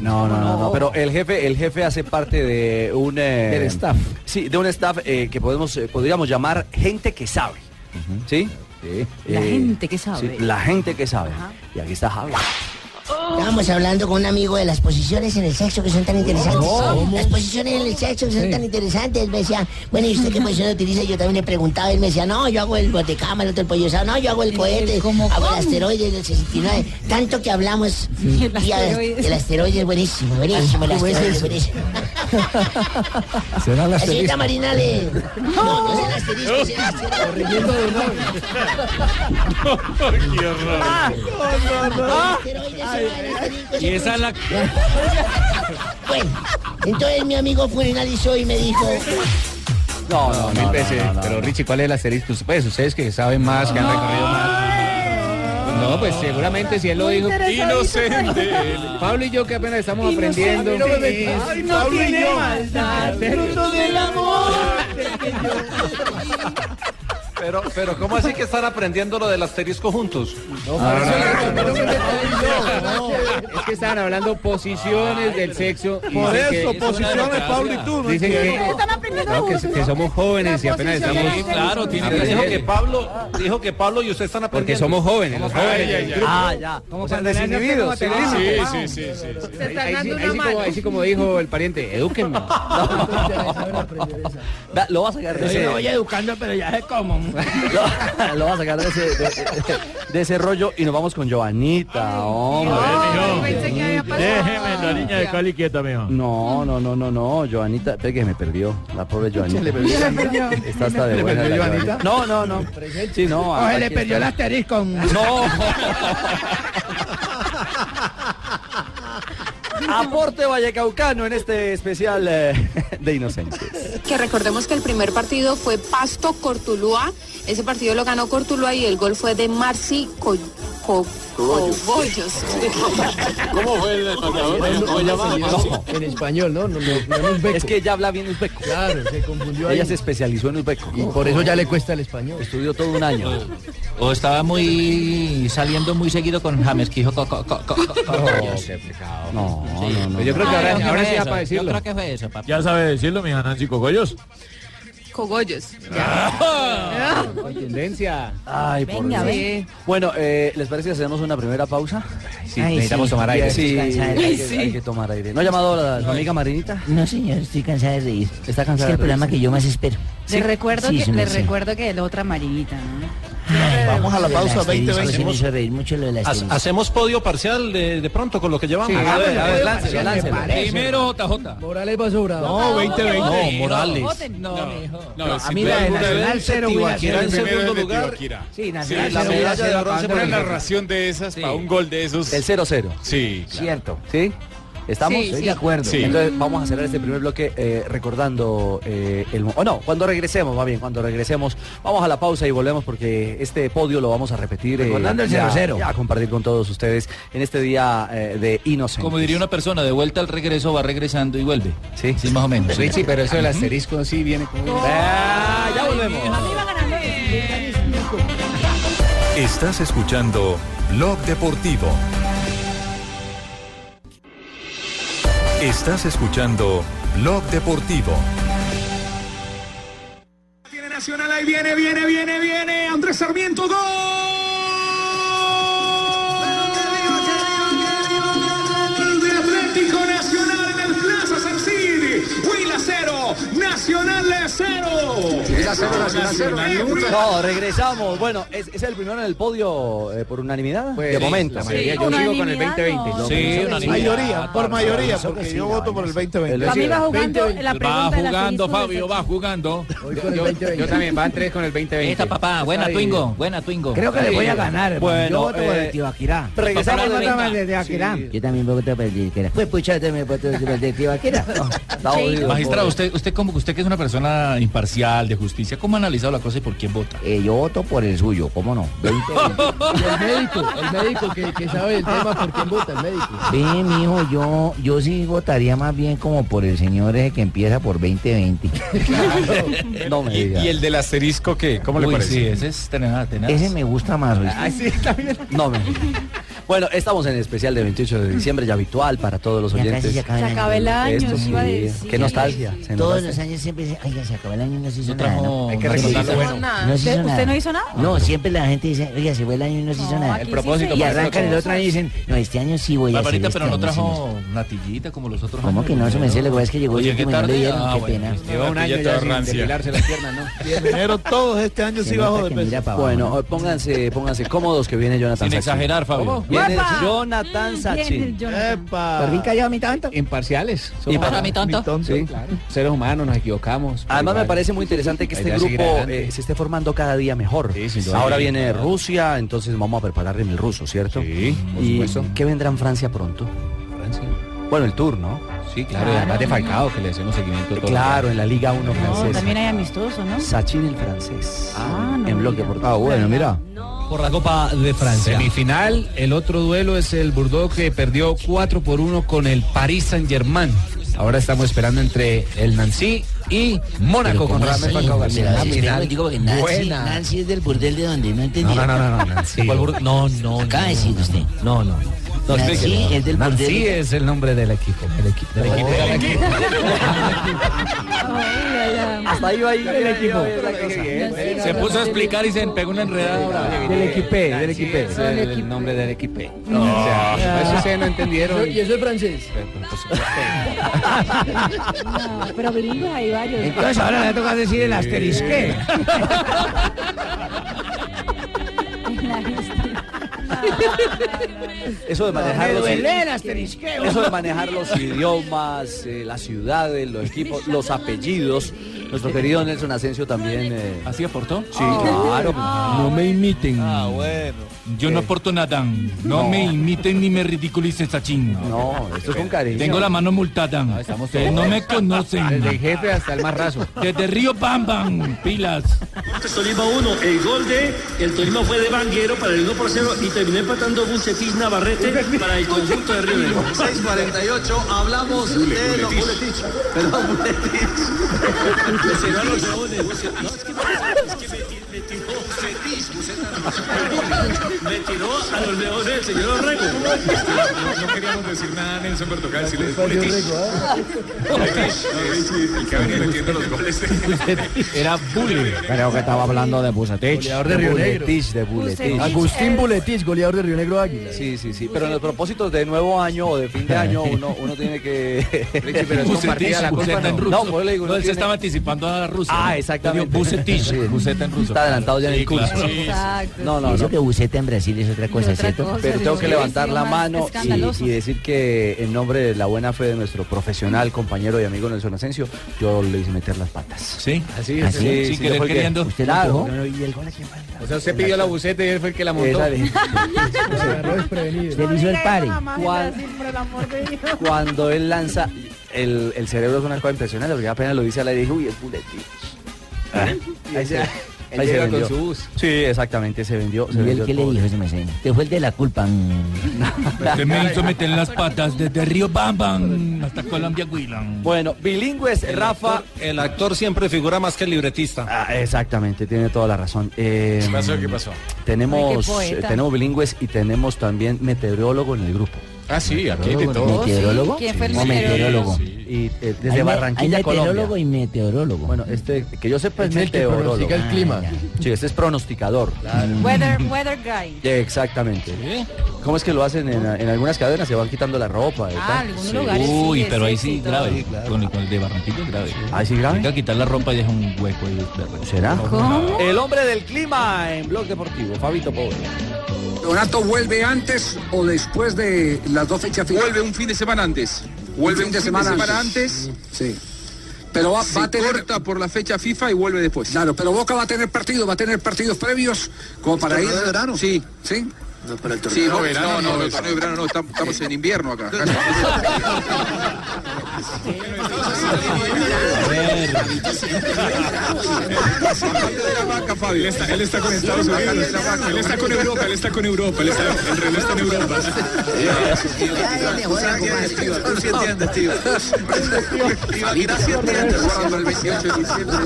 Speaker 10: no, no, no, no, pero el jefe, el jefe hace parte de un eh,
Speaker 9: Del staff.
Speaker 10: Sí, de un staff eh, que podemos, eh, podríamos llamar gente que sabe. ¿Sí? Eh,
Speaker 8: La gente que sabe.
Speaker 10: sí, la gente que sabe. Y aquí está Javi.
Speaker 8: Estábamos hablando con un amigo de las posiciones en el sexo que son tan interesantes.
Speaker 10: ¿Cómo?
Speaker 8: Las posiciones en el sexo que son tan interesantes. Él me decía, bueno, ¿y usted qué posición utiliza? Yo también le preguntaba. Él me decía, no, yo hago el botecama, el otro el pollo asado. No, yo hago el cohete, hago el asteroide del 69. Tanto que hablamos.
Speaker 30: Sí.
Speaker 8: El asteroide. El asteroide es buenísimo, buenísimo. El
Speaker 30: ¿Cómo es
Speaker 8: asteroide es
Speaker 30: eso?
Speaker 8: buenísimo.
Speaker 9: Será la
Speaker 8: Señorita Marinale. No, no es el asterisco, es el
Speaker 30: Corrigiendo de nuevo.
Speaker 32: ¡Qué horror!
Speaker 30: Y esa es la...
Speaker 8: Bueno, entonces mi amigo fue y analizó y me dijo...
Speaker 9: No, no, mil veces. Pero Richie, ¿cuál es el asterisco? Pues ustedes que saben más, que han recorrido más. No, pues seguramente si él lo
Speaker 4: Muy
Speaker 9: dijo.
Speaker 4: interesadito, Inocente.
Speaker 9: Pablo y yo que apenas estamos
Speaker 4: Inocente.
Speaker 9: aprendiendo.
Speaker 4: Ay, no me metas. Ay, no
Speaker 9: Pablo y
Speaker 4: tiene
Speaker 9: yo.
Speaker 4: maldad,
Speaker 9: ¿En serio?
Speaker 4: fruto del amor.
Speaker 7: Pero, pero ¿cómo así que están aprendiendo lo del asterisco juntos?
Speaker 9: Es que estaban hablando posiciones del sexo. y
Speaker 4: Por
Speaker 9: dicen
Speaker 4: eso,
Speaker 9: que-
Speaker 4: posiciones, Pablo y tú. No
Speaker 9: Dicen que,
Speaker 4: entiendo.
Speaker 9: no, que, que somos jóvenes y apenas
Speaker 4: posición
Speaker 9: estamos.
Speaker 4: del asterisco. Claro, tiene
Speaker 7: Pero dijo que
Speaker 9: aprendiendo.
Speaker 7: Pablo, dijo que Pablo y usted están
Speaker 9: Porque
Speaker 7: aprendiendo.
Speaker 9: somos jóvenes, los
Speaker 7: Ay,
Speaker 9: jóvenes.
Speaker 7: ay,
Speaker 9: del
Speaker 7: ay.
Speaker 9: grupo.
Speaker 7: Ah, ya. Como
Speaker 9: O sea,
Speaker 7: cuando le hacen
Speaker 9: desinhibidos,
Speaker 7: hacer como
Speaker 9: sin
Speaker 7: atrás.
Speaker 9: límites.
Speaker 7: Sí,
Speaker 32: sí, sí.
Speaker 9: Ahí- ahí sí- ahí sí como- Ahí sí como dijo el pariente, edúquenme.
Speaker 10: Va, Lo vas a sacar de ese.
Speaker 33: Lo voy educando, pero ya sé cómo.
Speaker 10: lo- Lo vas a sacar de ese, de, de- de ese rollo y nos vamos con Joanita, hombre.
Speaker 33: Déjeme la niña de Cali quieta, mijo.
Speaker 10: No, no, no, no, no, Joanita, ve que me perdió, la pobre Joanita.
Speaker 33: le perdió. Se le perdió.
Speaker 10: Está hasta de
Speaker 33: ¿Le
Speaker 10: buena
Speaker 33: perdió
Speaker 10: la
Speaker 33: Joanita?
Speaker 10: Joanita. No, no, no. Sí, no.
Speaker 33: O se
Speaker 10: aquí
Speaker 33: le perdió el
Speaker 10: está.
Speaker 33: asterisco.
Speaker 10: No. Aporte vallecaucano en este especial eh, de Inocentes.
Speaker 6: Que recordemos que el primer partido fue Pasto Cortuluá. Ese partido lo ganó Cortuluá y el gol fue de Marci Co- Co- Cobollos.
Speaker 34: ¿Cómo fue el
Speaker 10: En español, ¿no? Es que ella habla bien uzbeco. Claro, se confundió Ella se especializó en uzbeco. Y
Speaker 28: por eso ya le
Speaker 10: cuesta el español. Estudió todo un año.
Speaker 28: O estaba muy saliendo muy seguido con James Quijo. co- co- co- co- co-
Speaker 10: No,
Speaker 9: pues
Speaker 28: no, no.
Speaker 32: Yo creo que ahora- ahora sí da para decirlo.
Speaker 28: Yo creo que
Speaker 7: Eh,
Speaker 28: fue eso, papá.
Speaker 32: Ya sabe decirlo, mi Nancy Cogollos.
Speaker 6: Cogollos.
Speaker 9: Tendencia.
Speaker 10: Ay, por
Speaker 6: Venga,
Speaker 10: Dios.
Speaker 6: ve.
Speaker 10: Bueno, eh, ¿les parece que hacemos una primera pausa?
Speaker 9: Sí, Ay, necesitamos sí. tomar aire.
Speaker 10: Sí, hay,
Speaker 9: Descansar.
Speaker 10: que-
Speaker 9: Ay,
Speaker 10: hay
Speaker 9: sí.
Speaker 10: que, tomar aire. ¿No ha llamado la, su amiga Marinita?
Speaker 8: No, señor, estoy cansada de reír.
Speaker 10: Está cansada
Speaker 8: Es que
Speaker 10: de
Speaker 8: el programa
Speaker 10: reírse.
Speaker 8: que yo más espero.
Speaker 13: Les recuerdo
Speaker 35: Sí,
Speaker 13: que
Speaker 35: sí, me
Speaker 13: les
Speaker 35: sé.
Speaker 13: recuerdo que el otro amarillita. ¿no?
Speaker 7: Vamos a
Speaker 35: Lo
Speaker 7: la
Speaker 35: del
Speaker 7: pausa, 20,
Speaker 35: asterisco,
Speaker 7: 20.
Speaker 35: sí me hizo reír mucho lo del
Speaker 7: Hace-
Speaker 35: asterisco.
Speaker 7: Hacemos podio parcial de, de pronto con lo que llevamos.
Speaker 35: Sí,
Speaker 7: a ver,
Speaker 35: hagámoslo,
Speaker 7: a
Speaker 35: podio
Speaker 7: ver,
Speaker 4: pues,
Speaker 7: lance,
Speaker 35: parcial, me
Speaker 7: lance.
Speaker 35: parece.
Speaker 7: Primero, JJ.
Speaker 9: Morales basura.
Speaker 7: No, 20-20. No, Morales.
Speaker 9: No,
Speaker 7: No,
Speaker 9: No,
Speaker 7: sin
Speaker 9: a mí la de
Speaker 7: duda alguna,
Speaker 9: Nacional
Speaker 7: el
Speaker 9: cero hubiera
Speaker 7: Tibaquirá
Speaker 9: sido
Speaker 7: en
Speaker 9: el primero
Speaker 7: segundo
Speaker 9: del de
Speaker 7: lugar.
Speaker 9: Tibaquirá.
Speaker 7: Sí,
Speaker 9: Nacional
Speaker 7: la
Speaker 9: cero
Speaker 7: medalla
Speaker 9: hubiera
Speaker 7: de
Speaker 9: sido
Speaker 7: bronce
Speaker 9: cuando
Speaker 7: por
Speaker 9: era
Speaker 7: el
Speaker 9: la
Speaker 7: resto.
Speaker 9: narración
Speaker 36: de esas
Speaker 10: Sí.
Speaker 36: para un gol de esos.
Speaker 10: El 0-0.
Speaker 36: Sí. claro.
Speaker 10: Cierto. ¿Sí? ¿Estamos?
Speaker 9: Sí, Estoy sí. de acuerdo. Sí.
Speaker 10: Entonces vamos a cerrar este primer bloque eh, recordando eh, el... O no, cuando regresemos, va bien, cuando regresemos, vamos a la pausa y volvemos porque este podio lo vamos a repetir. eh,
Speaker 5: Recordando el
Speaker 10: ya-
Speaker 5: 0-0.
Speaker 10: ya a compartir con todos ustedes en este día eh, de Inocentes.
Speaker 5: Como diría una persona, de vuelta al regreso va regresando y vuelve. Sí, sí más o menos.
Speaker 10: Richie, pero eso del
Speaker 5: Ujú.
Speaker 10: asterisco sí viene con...
Speaker 9: Ah,
Speaker 5: ya volvemos.
Speaker 1: Estás escuchando Blog Deportivo. Estás escuchando Blog Deportivo.
Speaker 37: Tiene Nacional, ahí viene, viene, viene, viene. Andrés Sarmiento, gol. De Atlético Nacional en el Plaza Sarcid. Huila cero, Nacional cero.
Speaker 10: Huila cero,
Speaker 37: Nacional cero.
Speaker 10: No, regresamos. Bueno, ¿es, es el primero en el podio eh, por unanimidad? de
Speaker 9: Pues, sí,
Speaker 10: momento.
Speaker 9: la mayoría. Yo sigo con el Unanimidad
Speaker 10: 2020.
Speaker 9: no. Sí, unanimidad. Mayoría, por mayoría, porque yo voto por el 2020.
Speaker 10: También va jugando
Speaker 9: la
Speaker 36: Va
Speaker 9: pregunta de la
Speaker 36: jugando,
Speaker 9: que hizo
Speaker 36: Fabio, va jugando.
Speaker 9: con el
Speaker 36: Yo-
Speaker 9: 20-20.
Speaker 36: Yo también, van tres con el 2020.
Speaker 5: Esta papá, buena
Speaker 9: Está
Speaker 5: Twingo,
Speaker 9: bien.
Speaker 5: buena Twingo.
Speaker 9: Creo que le voy a ganar, hermano. Bueno,
Speaker 35: Yo voto por
Speaker 9: eh,
Speaker 35: el Tibaquirá.
Speaker 9: regresamos
Speaker 35: Yo
Speaker 9: de
Speaker 35: voto
Speaker 9: la-
Speaker 35: por el Tibaquirá. Yo también voto por el Tibaquirá. Pues pucha, yo también voto por el Tibaquirá.
Speaker 5: Magistrado, usted, usted como usted que es una persona imparcial, de justicia, ¿cómo ha analizado la cosa y por quién vota?
Speaker 9: Eh,
Speaker 11: yo voto por el suyo, ¿cómo no?
Speaker 9: Y el médico, el médico que, que sabe el tema por quién vota, el médico.
Speaker 11: Sí, mijo, yo, yo sí votaría más bien como por el señor ese que empieza por 2020.
Speaker 36: No me y, y el del asterisco, ¿qué? ¿Cómo le
Speaker 11: Uy,
Speaker 36: parece?
Speaker 11: sí,
Speaker 5: ese es tenaz,
Speaker 11: Ese me gusta más. ¿oíste?
Speaker 10: No me. Bueno, estamos en el especial del 28 de diciembre, ya habitual para todos los
Speaker 11: Ya casi
Speaker 10: oyentes.
Speaker 11: se acaba el Se acaba el año. año,
Speaker 10: sí.
Speaker 11: iba a decir.
Speaker 10: Qué nostalgia. se nos
Speaker 11: Todos
Speaker 10: hace.
Speaker 11: los años siempre dice, oiga, se acabó el año y no se hizo
Speaker 10: trajo-
Speaker 11: nada. ¿no?
Speaker 10: Hay que
Speaker 11: No se
Speaker 10: recordar
Speaker 11: hizo
Speaker 10: lo bueno.
Speaker 11: nada.
Speaker 10: No
Speaker 11: No
Speaker 10: se
Speaker 11: se
Speaker 10: hizo nada.
Speaker 11: No, siempre la gente dice, oiga, se fue el año y no se hizo nada. aquí El sí propósito, se Y hizo. arrancan el otro año y dicen, no, este año sí voy a hacer
Speaker 5: Barbarita,
Speaker 11: este
Speaker 5: pero no
Speaker 11: año sí me hizo.
Speaker 5: trajo natillita como los otros.
Speaker 11: ¿Cómo que no? Su merced, lo que pasa es pues, que llegó
Speaker 5: Oye,
Speaker 11: el
Speaker 5: qué
Speaker 11: último y no le
Speaker 5: tarde.
Speaker 11: dieron,
Speaker 5: Ah,
Speaker 11: qué
Speaker 5: bueno,
Speaker 11: pena.
Speaker 10: Lleva un año ya sin depilarse las piernas, ¿no?
Speaker 9: Primero todos este año sí bajo de peso.
Speaker 10: Bueno, eh, pónganse, pónganse cómodos que viene Jonathan.
Speaker 5: Sin
Speaker 10: Sachin.
Speaker 5: exagerar, Fabio.
Speaker 10: ¿Cómo? Viene
Speaker 5: ¡Guapa!
Speaker 10: Jonathan Sachin.
Speaker 9: Por
Speaker 10: fin
Speaker 9: callado mi tanto. Imparciales.
Speaker 10: ¿Y para mi tonto?
Speaker 9: Sí, Seres humanos, nos equivocamos.
Speaker 10: Además me
Speaker 9: Igual.
Speaker 10: parece muy interesante que
Speaker 9: La
Speaker 10: este
Speaker 9: idea es seguir
Speaker 10: grupo
Speaker 9: adelante.
Speaker 10: eh, se esté formando cada día mejor.
Speaker 9: duda.
Speaker 10: Ahora
Speaker 9: Sí,
Speaker 10: viene
Speaker 9: claro.
Speaker 10: Rusia, entonces vamos a preparar en el ruso, ¿cierto? Sí,
Speaker 9: por
Speaker 10: ¿Y
Speaker 9: supuesto.
Speaker 10: qué vendrá en Francia pronto? Bueno, el tour, ¿no?
Speaker 9: Sí,
Speaker 10: claro, y además de
Speaker 9: Falcao, que le hacemos seguimiento todo.
Speaker 10: Claro, en la Liga 1
Speaker 13: No,
Speaker 10: francesa.
Speaker 13: también hay amistoso, ¿no?
Speaker 10: Sachin el francés.
Speaker 13: Ah, no.
Speaker 10: en bloque por Ah, bueno, mira.
Speaker 5: Por la Copa de Francia.
Speaker 9: Semifinal, el otro duelo es el Bordeaux que perdió 4 por 1 con el Paris Saint-Germain. Ahora estamos esperando entre el Nancy y Mónaco
Speaker 11: Pero ¿cómo
Speaker 9: con Ramel
Speaker 11: así?
Speaker 9: Falcao García.
Speaker 11: Pero
Speaker 9: Una
Speaker 11: así, espera un
Speaker 9: final
Speaker 11: momentico, porque Nancy-
Speaker 9: buena.
Speaker 11: Nancy es del burdel de donde, no entendí.
Speaker 9: No, no, no, no, no, Nancy. ¿Cuál bur-
Speaker 11: no, no. Acaba de decir usted.
Speaker 9: No, no.
Speaker 11: No, Nancy es del
Speaker 9: Nancy
Speaker 11: burdel.
Speaker 9: es el nombre del equipo. El equipo. del equipo.
Speaker 10: Hasta ahí va ahí el equipo.
Speaker 36: Se puso a explicar y se pegó una enredada.
Speaker 9: Del equipé, del equipé.
Speaker 36: es
Speaker 9: El,
Speaker 36: el
Speaker 9: nombre del equipé.
Speaker 36: No.
Speaker 9: O sea, eso se no entendieron. Eh,
Speaker 36: Y
Speaker 9: eso es francés.
Speaker 4: No, pero gringos hay varios.
Speaker 9: Entonces ahora le toca decir el asterisque.
Speaker 10: Eso de manejar
Speaker 38: Me
Speaker 10: los
Speaker 38: duele el asterisqueo.
Speaker 10: Eso de manejar los idiomas, eh, las ciudades, los equipos, los apellidos. Nuestro querido Nelson Asensio también. eh,
Speaker 5: ¿Así aportó?
Speaker 10: Sí, claro.
Speaker 5: No me imiten. Ah, bueno. Yo no aporto nada. No,
Speaker 10: No.
Speaker 5: me imiten ni me ridiculicen, Sachin.
Speaker 10: No, esto es con cariño.
Speaker 5: Tengo la mano multada. Ustedes no me conocen.
Speaker 39: Desde
Speaker 5: el jefe hasta el más raso. Desde Río Bam Bam, pilas.
Speaker 40: Este Tolima 1, el gol de el Tolima fue de Banguero para el 1 por 0 y terminó empatando Bucetis Navarrete para el conjunto de Río Negro.
Speaker 41: 648, hablamos de los boletines. Perdón, boletines.
Speaker 40: Los señores de One, Bucetich. No, es que me- es que me- me
Speaker 14: me tiró,
Speaker 11: ¿eh?
Speaker 14: me tiró a los leones del señor Orrego.
Speaker 5: No, no queríamos decir nada, Nelson Bertocal, si le Letiz. Letiz, es el que ha venido metiendo los goles.
Speaker 9: Era bullying.
Speaker 15: Creo que estaba hablando de Bucetich.
Speaker 10: de Río Buletich, de Buletich.
Speaker 11: Agustín Buletich, goleador de Río Negro Águila.
Speaker 10: Sí, sí, sí. Pero en los propósitos de nuevo año o de fin de año uno, uno tiene que.
Speaker 1: Richie, pero es compartida la culpa,
Speaker 10: no.
Speaker 1: no.
Speaker 10: No, por eso le digo,
Speaker 1: No,
Speaker 10: uno
Speaker 1: él se
Speaker 10: tiene-
Speaker 1: estaba anticipando a Rusia.
Speaker 10: Ah, exactamente.
Speaker 1: Bucetich. Buceta en ruso.
Speaker 10: Está adelantado ya en
Speaker 1: Sí,
Speaker 10: el curso.
Speaker 1: claro. Sí, sí.
Speaker 8: Exacto.
Speaker 10: No, no,
Speaker 8: Eso
Speaker 10: no.
Speaker 8: que buceta en Brasil es otra cosa, ¿cierto?
Speaker 10: Pero tengo que levantar la mano y-
Speaker 8: escandaloso.
Speaker 10: y, decir que en nombre de la buena fe de nuestro profesional, compañero y amigo Nelson Asensio, yo le hice meter las patas.
Speaker 1: Sí,
Speaker 10: así
Speaker 1: es. Sin querer,
Speaker 10: yo fui el que-
Speaker 1: queriendo.
Speaker 10: Usted la
Speaker 9: Claro.
Speaker 10: empujó.
Speaker 9: O sea, usted pidió la buceta y él fue el que la montó.
Speaker 10: Esa de-
Speaker 9: Usted hizo el pari.
Speaker 10: Cuan- Cuando él lanza, el, el cerebro es una cosa impresionante, porque apenas lo dice al aire y dije, uy, es buletín. Ahí se,
Speaker 8: Él
Speaker 10: ahí se
Speaker 8: llega con
Speaker 10: vendió.
Speaker 8: su bus.
Speaker 10: Sí, exactamente, se vendió. se
Speaker 8: ¿Y
Speaker 10: vendió
Speaker 8: él qué
Speaker 10: el
Speaker 8: le
Speaker 10: pobre.
Speaker 8: dijo ese mesén? Te fue el de la culpa. mm.
Speaker 1: Usted me hizo meter las patas desde Río Bambam hasta Colombia, Huilan.
Speaker 10: Bueno, bilingües, Rafa.
Speaker 16: El actor siempre figura más que el libretista.
Speaker 10: Ah, exactamente, tiene toda la razón. Eh,
Speaker 16: ¿Qué pasó? ¿Qué pasó?
Speaker 10: Tenemos,
Speaker 16: Ay, qué poeta.
Speaker 10: eh, tenemos bilingües y tenemos también meteorólogo en el grupo.
Speaker 16: Ah, sí, aquí de todo.
Speaker 8: ¿Meteorólogo? ¿Quién fue el
Speaker 10: Un
Speaker 8: meteorólogo?
Speaker 10: Y eh, desde
Speaker 8: Hay me-
Speaker 10: Barranquilla,
Speaker 8: hay
Speaker 10: Colombia.
Speaker 8: meteorólogo y meteorólogo.
Speaker 10: Bueno, este, que yo sepa es,
Speaker 8: Es el que
Speaker 10: meteorólogo. Ah,
Speaker 8: pronostica el clima.
Speaker 10: Sí, este es pronosticador. Mm. Eh,
Speaker 12: Weather, weather guy.
Speaker 10: Exactamente. ¿Cómo es que lo hacen en, en algunas cadenas? Se van quitando la ropa. y
Speaker 12: Ah,
Speaker 10: tal.
Speaker 12: algunos lugares
Speaker 1: Uy,
Speaker 12: sí,
Speaker 1: pero ahí
Speaker 12: es
Speaker 1: sí,
Speaker 12: éxito.
Speaker 1: grave.
Speaker 12: Sí,
Speaker 1: Con, el, con el de Barranquilla, grave.
Speaker 10: ¿Ahí sí grave?
Speaker 1: Tengo que quitar la ropa y deja un hueco ahí.
Speaker 10: ¿Será?
Speaker 1: ¿Cómo?
Speaker 10: El hombre del clima en Blog Deportivo, Fabito Pobre.
Speaker 42: ¿Donato vuelve antes o después de las dos fechas finales?
Speaker 5: Vuelve un fin de semana antes. Vuelve un fin de semana, antes.
Speaker 42: Sí. Pero va, va a tener... corta
Speaker 5: por la fecha FIFA y vuelve después.
Speaker 42: Claro, pero Boca va a tener partido, va a tener partidos previos como para ir...
Speaker 6: ¿Torneo de verano?
Speaker 42: Sí, sí.
Speaker 6: No, pero el
Speaker 42: torneo-
Speaker 5: Sí, no,
Speaker 42: No,
Speaker 5: verano,
Speaker 42: verano,
Speaker 5: no,
Speaker 42: no,
Speaker 5: no, torneo de verano, no, estamos- estamos en invierno acá. Él está, él está con Estados Unidos, él está con Europa, él está con Europa, él está, el reloj está en Europa.
Speaker 6: Tú sí entiendes, tío. Ibaguirá sí entiende, Eduardo, el 28 de diciembre.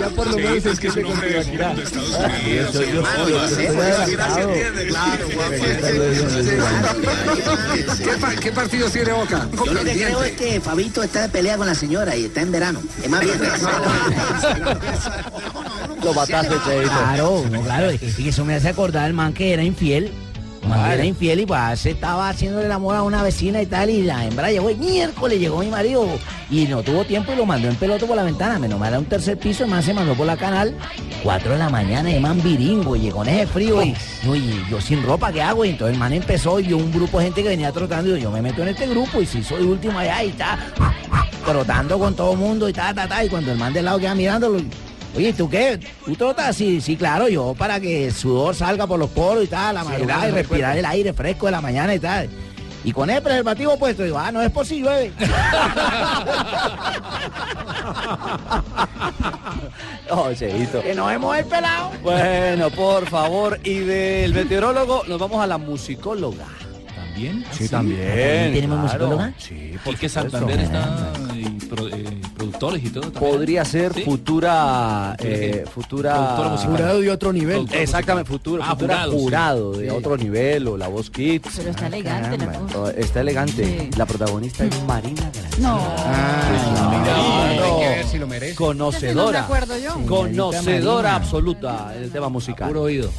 Speaker 11: Ya por lo menos es que se convertirá.
Speaker 6: Hermano, lo hacemos,
Speaker 4: pues,
Speaker 6: Ibaguirá sí entiende, claro,
Speaker 42: ¿Qué, pa- qué partidos tiene Boca?
Speaker 8: Yo lo que creo es que Fabito está de pelea con la señora y está en verano. Es más bien.
Speaker 10: Lo mataste, Cheito.
Speaker 11: Claro, no, claro, es que eso me hace acordar el man que era infiel. El man que Era infiel y pues se estaba haciéndole el amor a una vecina y tal, y la hembra llegó el miércoles, llegó mi marido y no tuvo tiempo y lo mandó en peloto por la ventana, menos mal a un tercer piso, el man se mandó por la canal, 4 de la mañana, el man viringo, y llegó en ese frío y, no, y yo sin ropa, ¿qué hago? Y entonces el man empezó y vio un grupo de gente que venía trotando y yo, yo me meto en este grupo y si soy último allá y está trotando con todo el mundo y ta, ta, ta, y cuando el man del lado queda mirándolo, Oye, ¿tú qué? ¿Tú trotas? Sí, sí, claro, yo para que el sudor salga por los poros y tal, a la madrugada y respirar el aire fresco de la mañana y tal. Y con el preservativo puesto, digo, ah, no es por si llueve.
Speaker 10: Oh, Cheito.
Speaker 11: que nos hemos pelado.
Speaker 10: Bueno, por favor, y del meteorólogo nos vamos a la musicóloga. Ah,
Speaker 1: ¿También?
Speaker 10: Sí, también.
Speaker 1: ¿Tenemos
Speaker 10: musicóloga?
Speaker 1: Sí, porque Santander está y pro- eh, productores y todo. también.
Speaker 10: Podría ser
Speaker 1: Sí.
Speaker 10: futura
Speaker 1: ¿Qué?
Speaker 10: eh,
Speaker 1: Productora
Speaker 10: futura
Speaker 1: musical. Jurado
Speaker 11: de otro nivel.
Speaker 10: Exactamente, futura,
Speaker 1: Ah,
Speaker 10: futura
Speaker 1: jurado, sí.
Speaker 10: jurado de
Speaker 1: Sí.
Speaker 10: otro nivel o la voz kids. Pero
Speaker 12: está elegante la
Speaker 10: Está elegante. La protagonista es Marina Gracia. No.
Speaker 35: Ah.
Speaker 9: hay que ver si lo merece.
Speaker 12: Sí, no me
Speaker 10: Conocedora.
Speaker 12: acuerdo Ah, yo. Señorita
Speaker 10: Conocedora
Speaker 12: Marina.
Speaker 10: absoluta en el tema musical. Puro oído.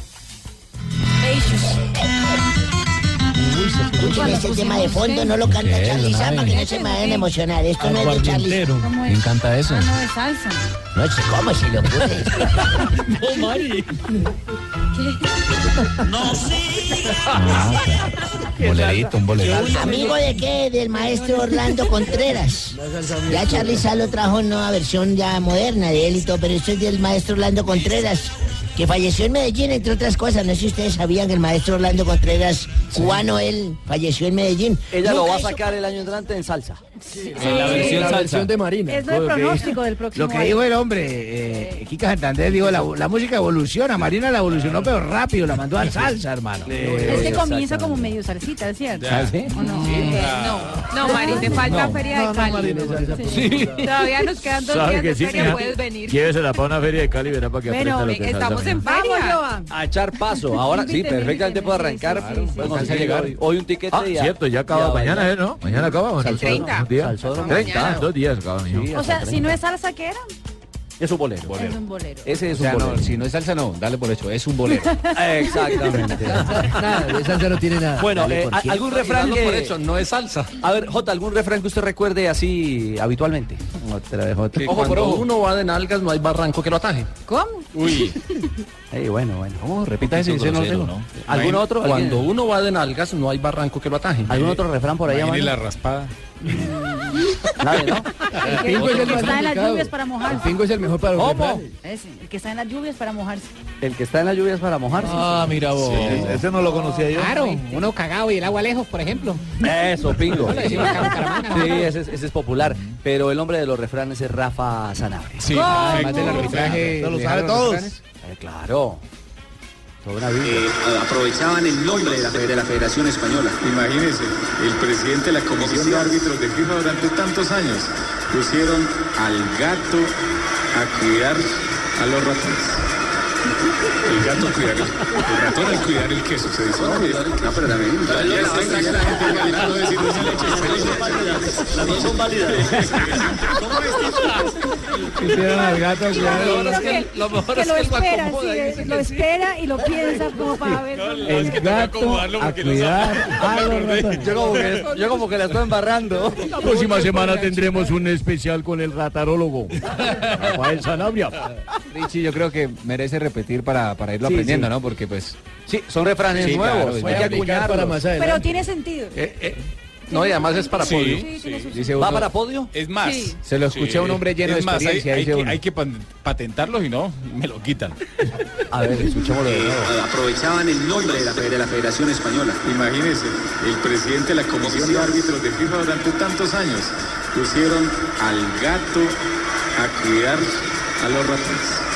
Speaker 8: Escuchen este tema de fondo, no lo canta
Speaker 10: ¿Qué es,
Speaker 8: Charlie
Speaker 10: don
Speaker 8: Samba,
Speaker 10: Ave?
Speaker 8: que no se me vayan a emocionar. Esto no es de Charlie.
Speaker 12: Me
Speaker 8: encanta eso.
Speaker 12: Ah, no, es salsa.
Speaker 8: No sé cómo si lo pude.
Speaker 12: No, Mari.
Speaker 8: No
Speaker 1: Bolerito, un bolerazo.
Speaker 8: Amigo de qué? Del maestro Orlando Contreras. Ya Charlie Salo trajo nueva versión ya moderna de él y todo, pero esto es del maestro Orlando Contreras, que falleció en Medellín, entre otras cosas. No sé si ustedes sabían que el maestro Orlando Contreras, cubano él, falleció en Medellín.
Speaker 10: Ella lo
Speaker 8: Nunca
Speaker 10: va a
Speaker 8: hizo-
Speaker 10: sacar el año entrante en salsa.
Speaker 8: En la versión
Speaker 11: la
Speaker 8: salsa.
Speaker 11: versión de Marina.
Speaker 12: Es el
Speaker 11: Lo que-
Speaker 12: pronóstico del próximo
Speaker 11: Lo que
Speaker 12: año.
Speaker 11: dijo el hombre, eh, Kika Santander, dijo, la, la música evoluciona, Marina la evolucionó, pero rápido, la mandó al salsa, hermano.
Speaker 12: Es que comienza como medio salsita, ¿cierto?
Speaker 11: ¿Ah, sí?
Speaker 12: ¿O no?
Speaker 11: Sí.
Speaker 12: Eh, no.
Speaker 43: No, Mari, te falta
Speaker 44: No.
Speaker 43: Feria de
Speaker 44: No, no,
Speaker 43: Cali.
Speaker 44: Mari, no, esa-
Speaker 43: Sí. Todavía nos quedan dos
Speaker 44: ¿Sabe
Speaker 43: días
Speaker 44: que
Speaker 43: de
Speaker 44: sí?
Speaker 43: feria,
Speaker 44: mija?
Speaker 43: puedes venir.
Speaker 44: Llévesela para una feria de Cali, verá para que
Speaker 43: Bueno,
Speaker 44: aprenda lo
Speaker 43: ven,
Speaker 44: que
Speaker 43: estamos en
Speaker 45: feria.
Speaker 10: Ah, A echar paso. Ahora sí, perfectamente puedo arrancar. Bueno,
Speaker 44: alcanza a
Speaker 10: sí,
Speaker 44: llegar.
Speaker 10: hoy- Hoy un tiquete
Speaker 44: Ah,
Speaker 10: y a-
Speaker 44: cierto, ya
Speaker 10: y a
Speaker 44: acaba mañana,
Speaker 10: bailar.
Speaker 44: ¿eh? ¿No? Mañana acaba. bueno,
Speaker 10: Salsódromo.
Speaker 44: un día.
Speaker 10: Treinta.
Speaker 44: Salsódromo.
Speaker 10: Mañana.
Speaker 44: 30, dos días acaba, mijo.
Speaker 10: Sí,
Speaker 45: O sea, si no es salsa, ¿qué era?
Speaker 10: Es un bolero.
Speaker 45: Es un bolero.
Speaker 10: Ese es
Speaker 9: O sea,
Speaker 10: un
Speaker 9: no,
Speaker 10: bolero. si no es salsa, no, dale por hecho, es un bolero. Exactamente.
Speaker 9: Nada, esa ya no tiene nada.
Speaker 10: Bueno,
Speaker 9: Dale
Speaker 10: eh,
Speaker 9: por
Speaker 10: a-
Speaker 9: sí.
Speaker 10: algún refrán que...
Speaker 46: por hecho,
Speaker 10: no es salsa. A ver, Jota, algún refrán que usted recuerde así habitualmente. Otra vez, Jota.
Speaker 46: Ojo por ojo. uno va de nalgas, no hay barranco que lo ataje.
Speaker 43: ¿Cómo?
Speaker 46: Uy.
Speaker 10: Ey, bueno, bueno. Oh, repita
Speaker 46: ese,
Speaker 10: ese,
Speaker 46: ese no
Speaker 10: no
Speaker 46: lo
Speaker 10: tengo.
Speaker 46: tengo.
Speaker 10: ¿Algún otro?
Speaker 46: Cuando
Speaker 10: ¿Alguien?
Speaker 46: uno va de nalgas, no hay barranco que lo ataje.
Speaker 10: ¿Algún otro refrán por allá,
Speaker 47: Imagine
Speaker 10: mano?
Speaker 47: la raspada.
Speaker 10: Nadie, ¿no?
Speaker 13: El que,
Speaker 10: El
Speaker 9: pues,
Speaker 10: pingo es
Speaker 13: el
Speaker 10: el
Speaker 13: que
Speaker 10: más
Speaker 13: está en las
Speaker 10: indicado.
Speaker 13: lluvias para mojarse.
Speaker 9: es el mejor para
Speaker 10: los
Speaker 13: Ese, el que está en las lluvias para mojarse.
Speaker 10: El que está en las lluvias para mojarse.
Speaker 1: Ah, mira vos.
Speaker 10: ese no lo conocía yo.
Speaker 48: Claro, uno cagado y el agua lejos, por ejemplo.
Speaker 10: Eso, pingo.
Speaker 48: Lo
Speaker 10: sí,
Speaker 48: decimos acá en Bucaramanga, ¿no?
Speaker 10: ese es, ese es popular. Pero el hombre de los refranes es Rafa Sanabria.
Speaker 47: Sí,
Speaker 10: además
Speaker 47: correcto.
Speaker 10: del arbitraje.
Speaker 47: ¿Se lo
Speaker 10: de
Speaker 47: sabe
Speaker 10: Harold
Speaker 47: todos?
Speaker 10: Refranes. Eh, claro. Toda una vida.
Speaker 6: Eh, aprovechaban el nombre de la, de la Federación Española.
Speaker 5: Imagínese, el presidente de la Comisión de Árbitros de FIFA durante tantos años pusieron al gato a cuidar a los ratones. El gato a cuidar el, el ratón al cuidar el queso, se dice. No, pero también.
Speaker 6: también está
Speaker 5: Las dos son válidas.
Speaker 9: Pusieron al gato a cuidar
Speaker 45: Lo mejor es
Speaker 9: el-
Speaker 45: que- que lo espera, sí, eh, lo espera y lo piensa como para ver.
Speaker 9: El gato
Speaker 10: Ah,
Speaker 9: a cuidar a los ratones.
Speaker 10: Yo como que, yo como que la estoy embarrando.
Speaker 44: La próxima semana tendremos un especial con el ratarólogo. Rafael Sanabria.
Speaker 9: Richie, yo creo que merece repetir para, para irlo
Speaker 10: Sí,
Speaker 9: aprendiendo,
Speaker 10: sí.
Speaker 9: ¿no? Porque pues...
Speaker 10: Sí, son refranes
Speaker 9: Sí, claro,
Speaker 10: nuevos.
Speaker 9: hay
Speaker 10: hay
Speaker 9: que
Speaker 10: que
Speaker 9: aplicar
Speaker 10: acuñarlos.
Speaker 9: para más
Speaker 45: Pero tiene sentido.
Speaker 9: Eh,
Speaker 10: No, y además es para
Speaker 47: Sí,
Speaker 10: podio.
Speaker 47: sí, tiene su
Speaker 9: Dice
Speaker 47: sentido.
Speaker 10: ¿Va para podio?
Speaker 47: Es más,
Speaker 45: Sí.
Speaker 9: Se lo escuché a un hombre lleno
Speaker 47: es
Speaker 9: de
Speaker 47: más, hay-
Speaker 9: experiencia,
Speaker 47: Hay,
Speaker 9: dice
Speaker 47: que,
Speaker 9: uno.
Speaker 47: hay que pan- patentarlos y no, me lo quitan.
Speaker 10: A ver, escuchémoslo
Speaker 6: Eh, aprovechaban el nombre de la, de la Federación Española.
Speaker 5: Imagínese, el presidente de la Comisión de Árbitros de FIFA durante tantos años pusieron al gato a cuidar a los ratones.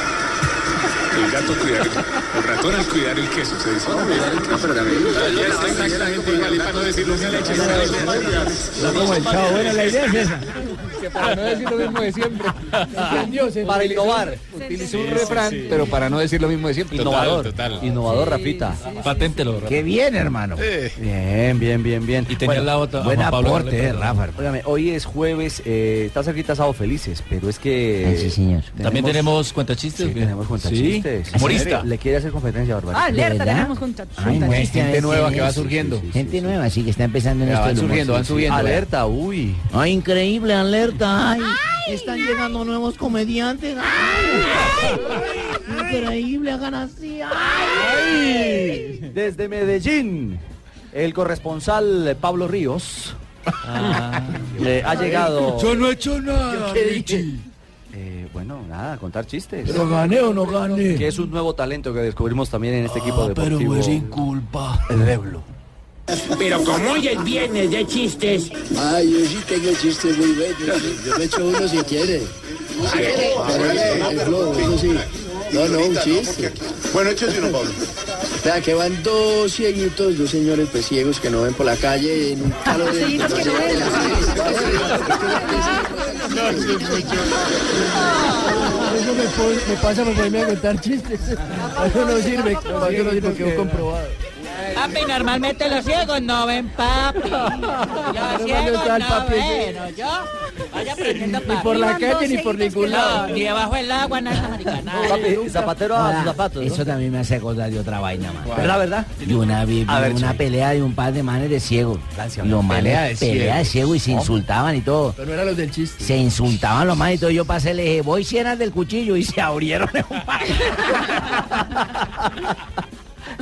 Speaker 5: El gato a cuidar, el- el ratón al cuidar el queso, se dice. No, pero también. Ya está exactamente igual, y para no decir lo que le echen, se dice.
Speaker 9: Bueno, la idea es esa.
Speaker 4: Ah,
Speaker 9: Para no decir lo mismo de siempre.
Speaker 10: Para innovar.
Speaker 9: Utilizó un refrán, pero para no decir lo mismo de siempre.
Speaker 10: Innovador. Innovador, Rafita. Paténtelo,
Speaker 11: Qué bien, hermano.
Speaker 10: Bien, bien, bien, bien. Y
Speaker 11: tenía la otra, a
Speaker 10: Buen
Speaker 11: Juan Pablo no le
Speaker 10: aporte, eh,
Speaker 11: perdonó.
Speaker 10: Rafa. Óigame, hoy es jueves, eh, está cerquita Sábado Felices, pero es que...
Speaker 11: Ay, sí, señor.
Speaker 1: También tenemos cuentachistes.
Speaker 10: Sí, tenemos cuentachistes.
Speaker 1: Sí. Humorista.
Speaker 10: Le, le quiere hacer competencia, Barbarita.
Speaker 13: Ah, alerta,
Speaker 11: verdad?
Speaker 13: tenemos con
Speaker 11: Ay, no,
Speaker 9: Gente
Speaker 11: esta vez
Speaker 9: nueva
Speaker 11: sí,
Speaker 9: que va
Speaker 11: sí,
Speaker 9: surgiendo.
Speaker 11: sí, sí, Gente nueva, sí, que está empezando en
Speaker 9: Ya,
Speaker 11: esto
Speaker 9: van
Speaker 11: del humor,
Speaker 9: surgiendo,
Speaker 11: sí,
Speaker 9: van
Speaker 11: sí,
Speaker 9: subiendo.
Speaker 11: sí.
Speaker 10: Alerta, uy.
Speaker 11: Ay, increíble, alerta. Ay, están llegando nuevos comediantes. Ay, increíble, hagan así. Ay.
Speaker 10: Desde Medellín, el corresponsal Pablo Ríos eh, ha llegado...
Speaker 9: Ah. no he hecho nada.
Speaker 10: Eh, bueno, nada, contar chistes.
Speaker 9: ¿Pero gané o no gané? Ah,
Speaker 10: Que es un nuevo talento que descubrimos también en este equipo
Speaker 9: pero
Speaker 10: deportivo.
Speaker 9: fue sin
Speaker 10: culpa. El Deblo.
Speaker 49: Pero como hoy es viernes de chistes.
Speaker 4: Ay, yo sí tengo chistes muy buenos. sí. Yo me echo uno si quiere. Pero el- el flojo, eso Ah, sí. No, no, un chiste. Bueno, échate uno, Pablo. Vea, que van dos cieguitos, dos señores pues ciegos que no ven por la calle en un calor de...
Speaker 9: Eso me, pon- me pasa por ponerme a contar chistes. Eso no sirve. Eso no sirve que comprobado.
Speaker 48: Papi, normalmente los ciegos no ven papi. Los
Speaker 9: Pero ¿dónde
Speaker 48: ciegos
Speaker 9: está el
Speaker 48: no
Speaker 9: papi ese?
Speaker 48: ven, ¿o yo vaya aprendiendo
Speaker 9: Ni
Speaker 48: papi.
Speaker 9: por la calle ni por ningún lado.
Speaker 48: No, ni debajo del agua, nada, maricana.
Speaker 11: Ah,
Speaker 10: Papi, zapatero a sus zapatos.
Speaker 11: Eso también me hace acordar de otra vaina, man.
Speaker 10: ¿Verdad, verdad?
Speaker 11: Y una vez
Speaker 10: A
Speaker 11: vi
Speaker 10: ver,
Speaker 11: una
Speaker 10: Chuy.
Speaker 11: pelea de un par de manes de ciego. Los manes
Speaker 9: Pelea
Speaker 11: pelea
Speaker 9: de
Speaker 11: de
Speaker 9: ciegos.
Speaker 11: ciego y se insultaban y todo.
Speaker 9: Pero no eran los del chiste.
Speaker 11: Se insultaban los manes y todo. Yo pasé, le dije, voy cienas del cuchillo y se abrieron.
Speaker 10: No,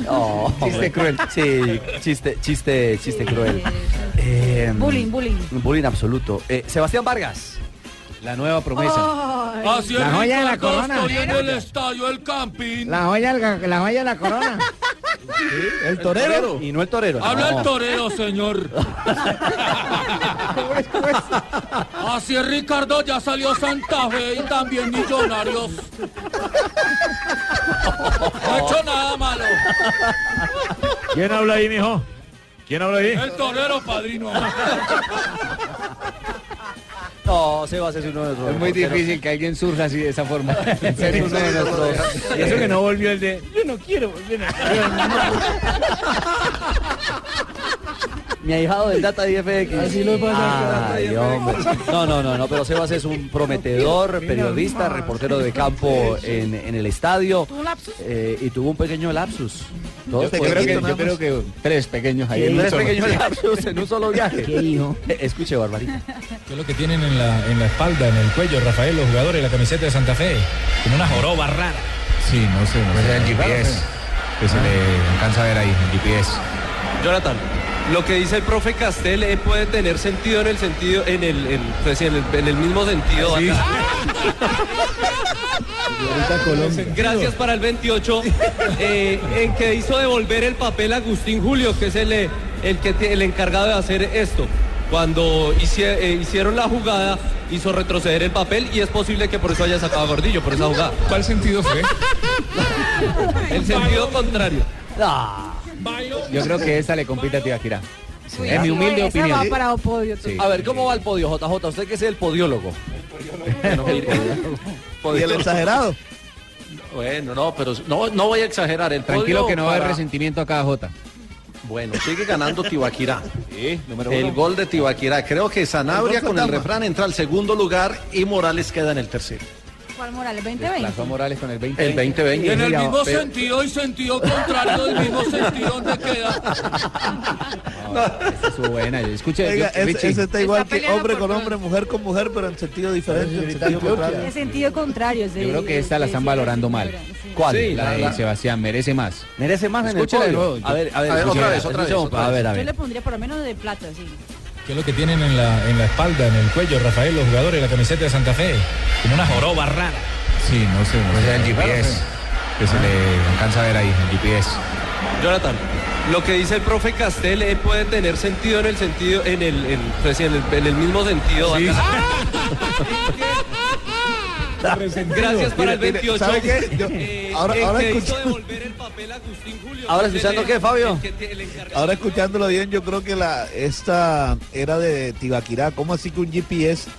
Speaker 10: Oh, hombre.
Speaker 9: Chiste cruel.
Speaker 10: Sí, chiste, chiste, chiste cruel. Eh,
Speaker 13: Bullying, bullying.
Speaker 10: Bullying absoluto. Eh, Sebastián Vargas, la nueva
Speaker 11: Oh.
Speaker 10: promesa.
Speaker 13: Ay.
Speaker 9: el La joya de la Ricardo corona.
Speaker 16: en el estadio El Camping.
Speaker 9: La joya, la, la joya de la corona.
Speaker 10: El torero. Y no el torero.
Speaker 16: Habla
Speaker 10: no.
Speaker 16: el torero, señor. Así es, Ricardo, ya salió Santa Fe y también Millonarios. No he hecho nada malo.
Speaker 44: ¿Quién habla ahí, mijo? ¿Quién habla ahí?
Speaker 16: El torero, padrino.
Speaker 10: Sebas es uno de nuestros.
Speaker 9: Es muy
Speaker 10: reporteros.
Speaker 9: difícil que alguien surja así de esa forma. En serio,
Speaker 10: Es uno de nuestros-
Speaker 9: Y eso que no volvió el de.
Speaker 50: Yo no quiero volver a
Speaker 10: Mi ahijado del Data 10FX.
Speaker 50: Así lo pasa con
Speaker 10: Ay, hombre. No, no, no, no, pero Sebas es un prometedor, periodista, reportero de campo en, en el estadio. eh, y tuvo un pequeño lapsus. Todos
Speaker 9: Yo creo
Speaker 10: podemos-
Speaker 9: que- yo creo que tres pequeños ahí. en un
Speaker 10: Tres
Speaker 9: solo.
Speaker 10: pequeños lapsus en un solo viaje.
Speaker 9: ¿Qué dijo?
Speaker 10: Escuche, Barbarita.
Speaker 51: ¿Qué es lo que tienen en la, en la espalda, en el cuello, Rafael, los jugadores, la camiseta de Santa Fe? Como una joroba rara.
Speaker 52: Sí, no sé,
Speaker 10: Pues
Speaker 52: no sé. El GPS.
Speaker 9: Ah.
Speaker 52: Que
Speaker 10: Ah.
Speaker 52: se le alcanza a ver ahí, el GPS.
Speaker 7: Jonathan, lo que dice el profe Castel eh, puede tener sentido en el sentido, en el, en, pues, en el, en el mismo sentido. Gracias para el 28, eh, en que hizo devolver el papel a Agustín Julio, que es el, eh, el, que, te- el encargado de hacer esto. Cuando hicie- eh, hicieron la jugada, hizo retroceder el papel y es posible que por eso haya sacado a Gordillo, por esa jugada.
Speaker 52: ¿Cuál sentido fue?
Speaker 7: El sentido contrario.
Speaker 9: Yo creo que esa le compite a Tibaquirá. Es mi
Speaker 53: Sí,
Speaker 9: humilde
Speaker 53: esa
Speaker 9: opinión.
Speaker 53: va para podio. tú.
Speaker 10: A ver, ¿cómo va el podio, JJ? Usted que es el podiólogo.
Speaker 1: ¿Y el exagerado?
Speaker 54: Bueno, no, pero no, no voy a exagerar. El
Speaker 9: Tranquilo
Speaker 54: podio
Speaker 9: que no va a haber
Speaker 54: para-
Speaker 9: resentimiento acá, Jota.
Speaker 54: Bueno, sigue ganando Tibaquirá.
Speaker 9: número
Speaker 54: el
Speaker 9: uno.
Speaker 54: gol de Tibaquirá. Creo que Sanabria
Speaker 9: El gol
Speaker 54: con el
Speaker 9: fantasma.
Speaker 54: refrán entra al segundo lugar y Morales queda en el tercero.
Speaker 13: ¿Cuál Morales? 2020.
Speaker 9: Morales con el 20.
Speaker 54: El 2020.
Speaker 9: En el mismo
Speaker 54: Pero-
Speaker 4: sentido y sentido contrario del mismo sentido donde queda.
Speaker 9: Esa estuvo buena. Yo escuché.
Speaker 1: Oiga,
Speaker 9: yo-
Speaker 1: es-
Speaker 9: Richie.
Speaker 1: eso está igual que
Speaker 13: peleando
Speaker 1: hombre
Speaker 13: por
Speaker 1: con hombre, mujer con mujer, pero en sentido diferente. en sentido contrario.
Speaker 13: De sentido contrario. es de-
Speaker 9: Yo creo que esta la están valorando mal.
Speaker 10: ¿Cuál?
Speaker 9: Sí, la
Speaker 10: La-
Speaker 9: de
Speaker 10: la-
Speaker 9: Sebastián, merece más.
Speaker 10: Merece más en el
Speaker 9: Escúchala de
Speaker 10: podio.
Speaker 9: nuevo.
Speaker 10: A ver, a ver,
Speaker 9: A ver,
Speaker 10: escuche,
Speaker 9: otra vez, otra
Speaker 10: escuche,
Speaker 9: vez, otra
Speaker 10: A ver, a
Speaker 13: Yo
Speaker 10: ver.
Speaker 13: le pondría por lo menos de plata, sí.
Speaker 51: ¿Qué es lo que tienen en la, en la espalda, en el cuello, Rafael, los jugadores, la camiseta de Santa Fe? Como una joroba rara.
Speaker 55: Sí, no sé,
Speaker 11: Pues
Speaker 55: no sé. El GPS. Que
Speaker 11: Ah.
Speaker 55: se le alcanza a ver ahí, el GPS.
Speaker 7: Jonathan, lo que dice el profe Castel eh, puede tener sentido en el sentido, en el, en, pues, en el, en el mismo sentido. Gracias para el
Speaker 1: Mire, mire,
Speaker 7: 28.
Speaker 1: ¿sabe qué? Yo-
Speaker 51: Eh,
Speaker 1: ahora-
Speaker 7: el
Speaker 1: ahora
Speaker 7: que
Speaker 1: escucho-
Speaker 7: hizo devolver el papel a Agustín Julio.
Speaker 1: ¿Ahora escuchando qué, Fabio?
Speaker 7: El que te- el encargado-
Speaker 1: Ahora escuchándolo bien, yo creo que la esta era de Tibaquirá. ¿Cómo así que un GPS?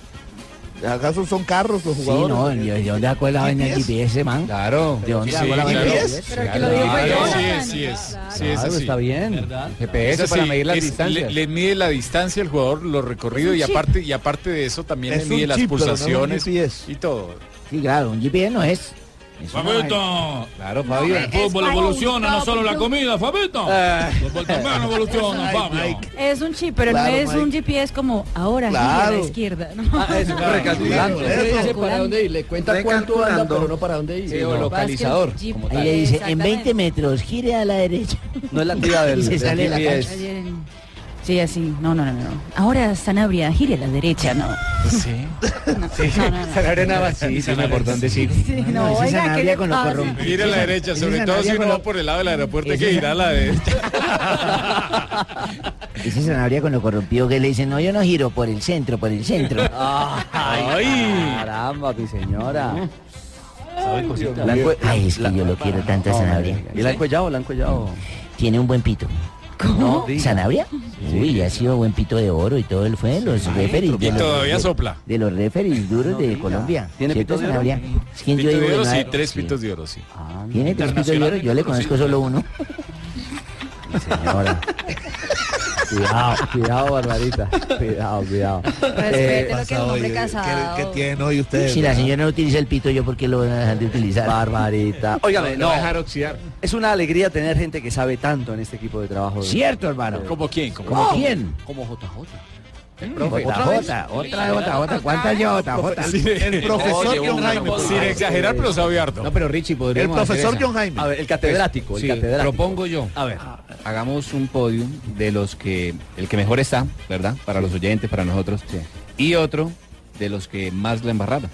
Speaker 1: ¿Acaso son carros los
Speaker 11: Sí,
Speaker 1: jugadores?
Speaker 11: no, ¿de de dónde sacó la vaina el GPS, man?
Speaker 9: Claro.
Speaker 11: ¿De dónde
Speaker 1: Sí,
Speaker 11: sacó la vaina el
Speaker 1: claro.
Speaker 11: GPS?
Speaker 1: Pero que lo dijo
Speaker 11: Claro.
Speaker 1: Jonathan.
Speaker 11: Sí,
Speaker 1: es,
Speaker 11: sí es.
Speaker 9: Sí, esa
Speaker 11: Claro,
Speaker 9: sí.
Speaker 11: está bien.
Speaker 9: GPS
Speaker 5: Eso
Speaker 9: para
Speaker 5: sí,
Speaker 9: medir las
Speaker 5: es-
Speaker 9: distancias.
Speaker 5: Le, le mide la distancia el jugador, los recorridos
Speaker 11: Es un
Speaker 5: y
Speaker 11: chip.
Speaker 5: aparte y aparte de eso también
Speaker 11: Es
Speaker 5: le mide
Speaker 11: un
Speaker 5: las
Speaker 11: chip, pero no es un
Speaker 5: pulsaciones y todo.
Speaker 11: Sí, claro, un GPS no es. Es una
Speaker 4: Fabito.
Speaker 9: Claro,
Speaker 4: Fabio. El fútbol evoluciona, no solo la comida, Fabito. El fútbol también evoluciona,
Speaker 13: Ay,
Speaker 4: Fabio.
Speaker 13: Es un chip, pero no
Speaker 4: Claro,
Speaker 13: es un
Speaker 4: Mike.
Speaker 13: GPS como ahora sí, a la
Speaker 4: Claro.
Speaker 13: izquierda. ¿no?
Speaker 56: Usted dice para
Speaker 13: Calculando.
Speaker 56: dónde ir, le cuenta cuánto anda, pero no para dónde ir.
Speaker 10: Geolocalizador,
Speaker 56: Lo que pasa es que el
Speaker 10: como
Speaker 56: Jeep-
Speaker 10: tal.
Speaker 11: Ahí le dice, en 20 metros, gire a la derecha.
Speaker 10: No es la actividad del,
Speaker 11: Y se
Speaker 10: del
Speaker 11: sale de la
Speaker 10: GPS.
Speaker 11: cancha.
Speaker 13: Ayer en- Sí, así. No, no, no, no. Ahora Sanabria, gire a la derecha, ¿no?
Speaker 9: Sí. Sí,
Speaker 13: No, no, no.
Speaker 9: Sanabria nada más, sí, tiene por dónde sí.
Speaker 13: Sí, no,
Speaker 9: ese
Speaker 13: oiga,
Speaker 9: Sanabria
Speaker 13: ¿qué le
Speaker 9: con lo
Speaker 13: pasa?
Speaker 9: corrompido.
Speaker 5: Gira a la derecha,
Speaker 9: Ese
Speaker 5: sobre todo si
Speaker 9: Sanabria
Speaker 5: uno
Speaker 9: con
Speaker 5: va
Speaker 9: lo-
Speaker 5: por el lado del aeropuerto hay
Speaker 9: Ese
Speaker 5: que girar a la derecha.
Speaker 11: Ese Sanabria con lo corrompido que le dicen, no, yo no giro por el centro, por el centro.
Speaker 56: Ah,
Speaker 10: Ay, caramba, mi señora.
Speaker 11: Ay,
Speaker 10: cosita.
Speaker 11: es que yo lo quiero tanto
Speaker 56: Ah,
Speaker 11: a Sanabria.
Speaker 10: ¿Y la han collado? ¿La han collado?
Speaker 11: Tiene un buen pito.
Speaker 10: ¿Cómo?
Speaker 11: ¿Sanabria? Uy, ha sido buen pito de oro y todo el fue de los referees. de
Speaker 5: Y
Speaker 11: los-
Speaker 5: todavía
Speaker 11: de-
Speaker 5: sopla.
Speaker 11: De los referees duros de Colombia.
Speaker 5: ¿Tiene
Speaker 11: ¿Cierto,
Speaker 5: pito de oro?
Speaker 11: Sanabria? Es que yo
Speaker 5: Pito
Speaker 11: digo
Speaker 5: de
Speaker 11: que
Speaker 5: oro,
Speaker 11: no
Speaker 5: sí,
Speaker 11: ha-
Speaker 5: tres pitos de oro, sí.
Speaker 11: Tiene tres pitos de oro, yo le conozco solo uno.
Speaker 10: Señora. cuidado, cuidado, Barbarita. Cuidado, cuidado. Eh,
Speaker 13: Respete lo que es un hombre casado.
Speaker 1: tiene hoy
Speaker 11: Si la señora no utiliza el pito, yo por qué lo voy a dejar de utilizar.
Speaker 10: Barbarita. Óigame, no.
Speaker 5: oxidar.
Speaker 10: Es una alegría tener gente que sabe tanto en este equipo de trabajo.
Speaker 11: Cierto, hermano.
Speaker 5: ¿Como quién? ¿Como
Speaker 10: ¿Cómo?
Speaker 11: quién?
Speaker 10: Como JJ.
Speaker 11: Mm,
Speaker 10: profe.
Speaker 11: otra
Speaker 10: ¿Otra vez?
Speaker 11: jota, otra jota, otra. ¿Cuántas yo, otra jota?
Speaker 5: El profesor Oye, John una Jaime, cosa. sin exagerar, pero sabe harto.
Speaker 9: No, pero Richie, podríamos hacer esa.
Speaker 10: A ver, el catedrático, el
Speaker 9: Sí,
Speaker 10: catedrático.
Speaker 9: Propongo yo.
Speaker 10: A ver.
Speaker 9: Hagamos un podium de los que el que mejor está, ¿verdad? Para los oyentes, para nosotros. Y otro de los que más la embarrada.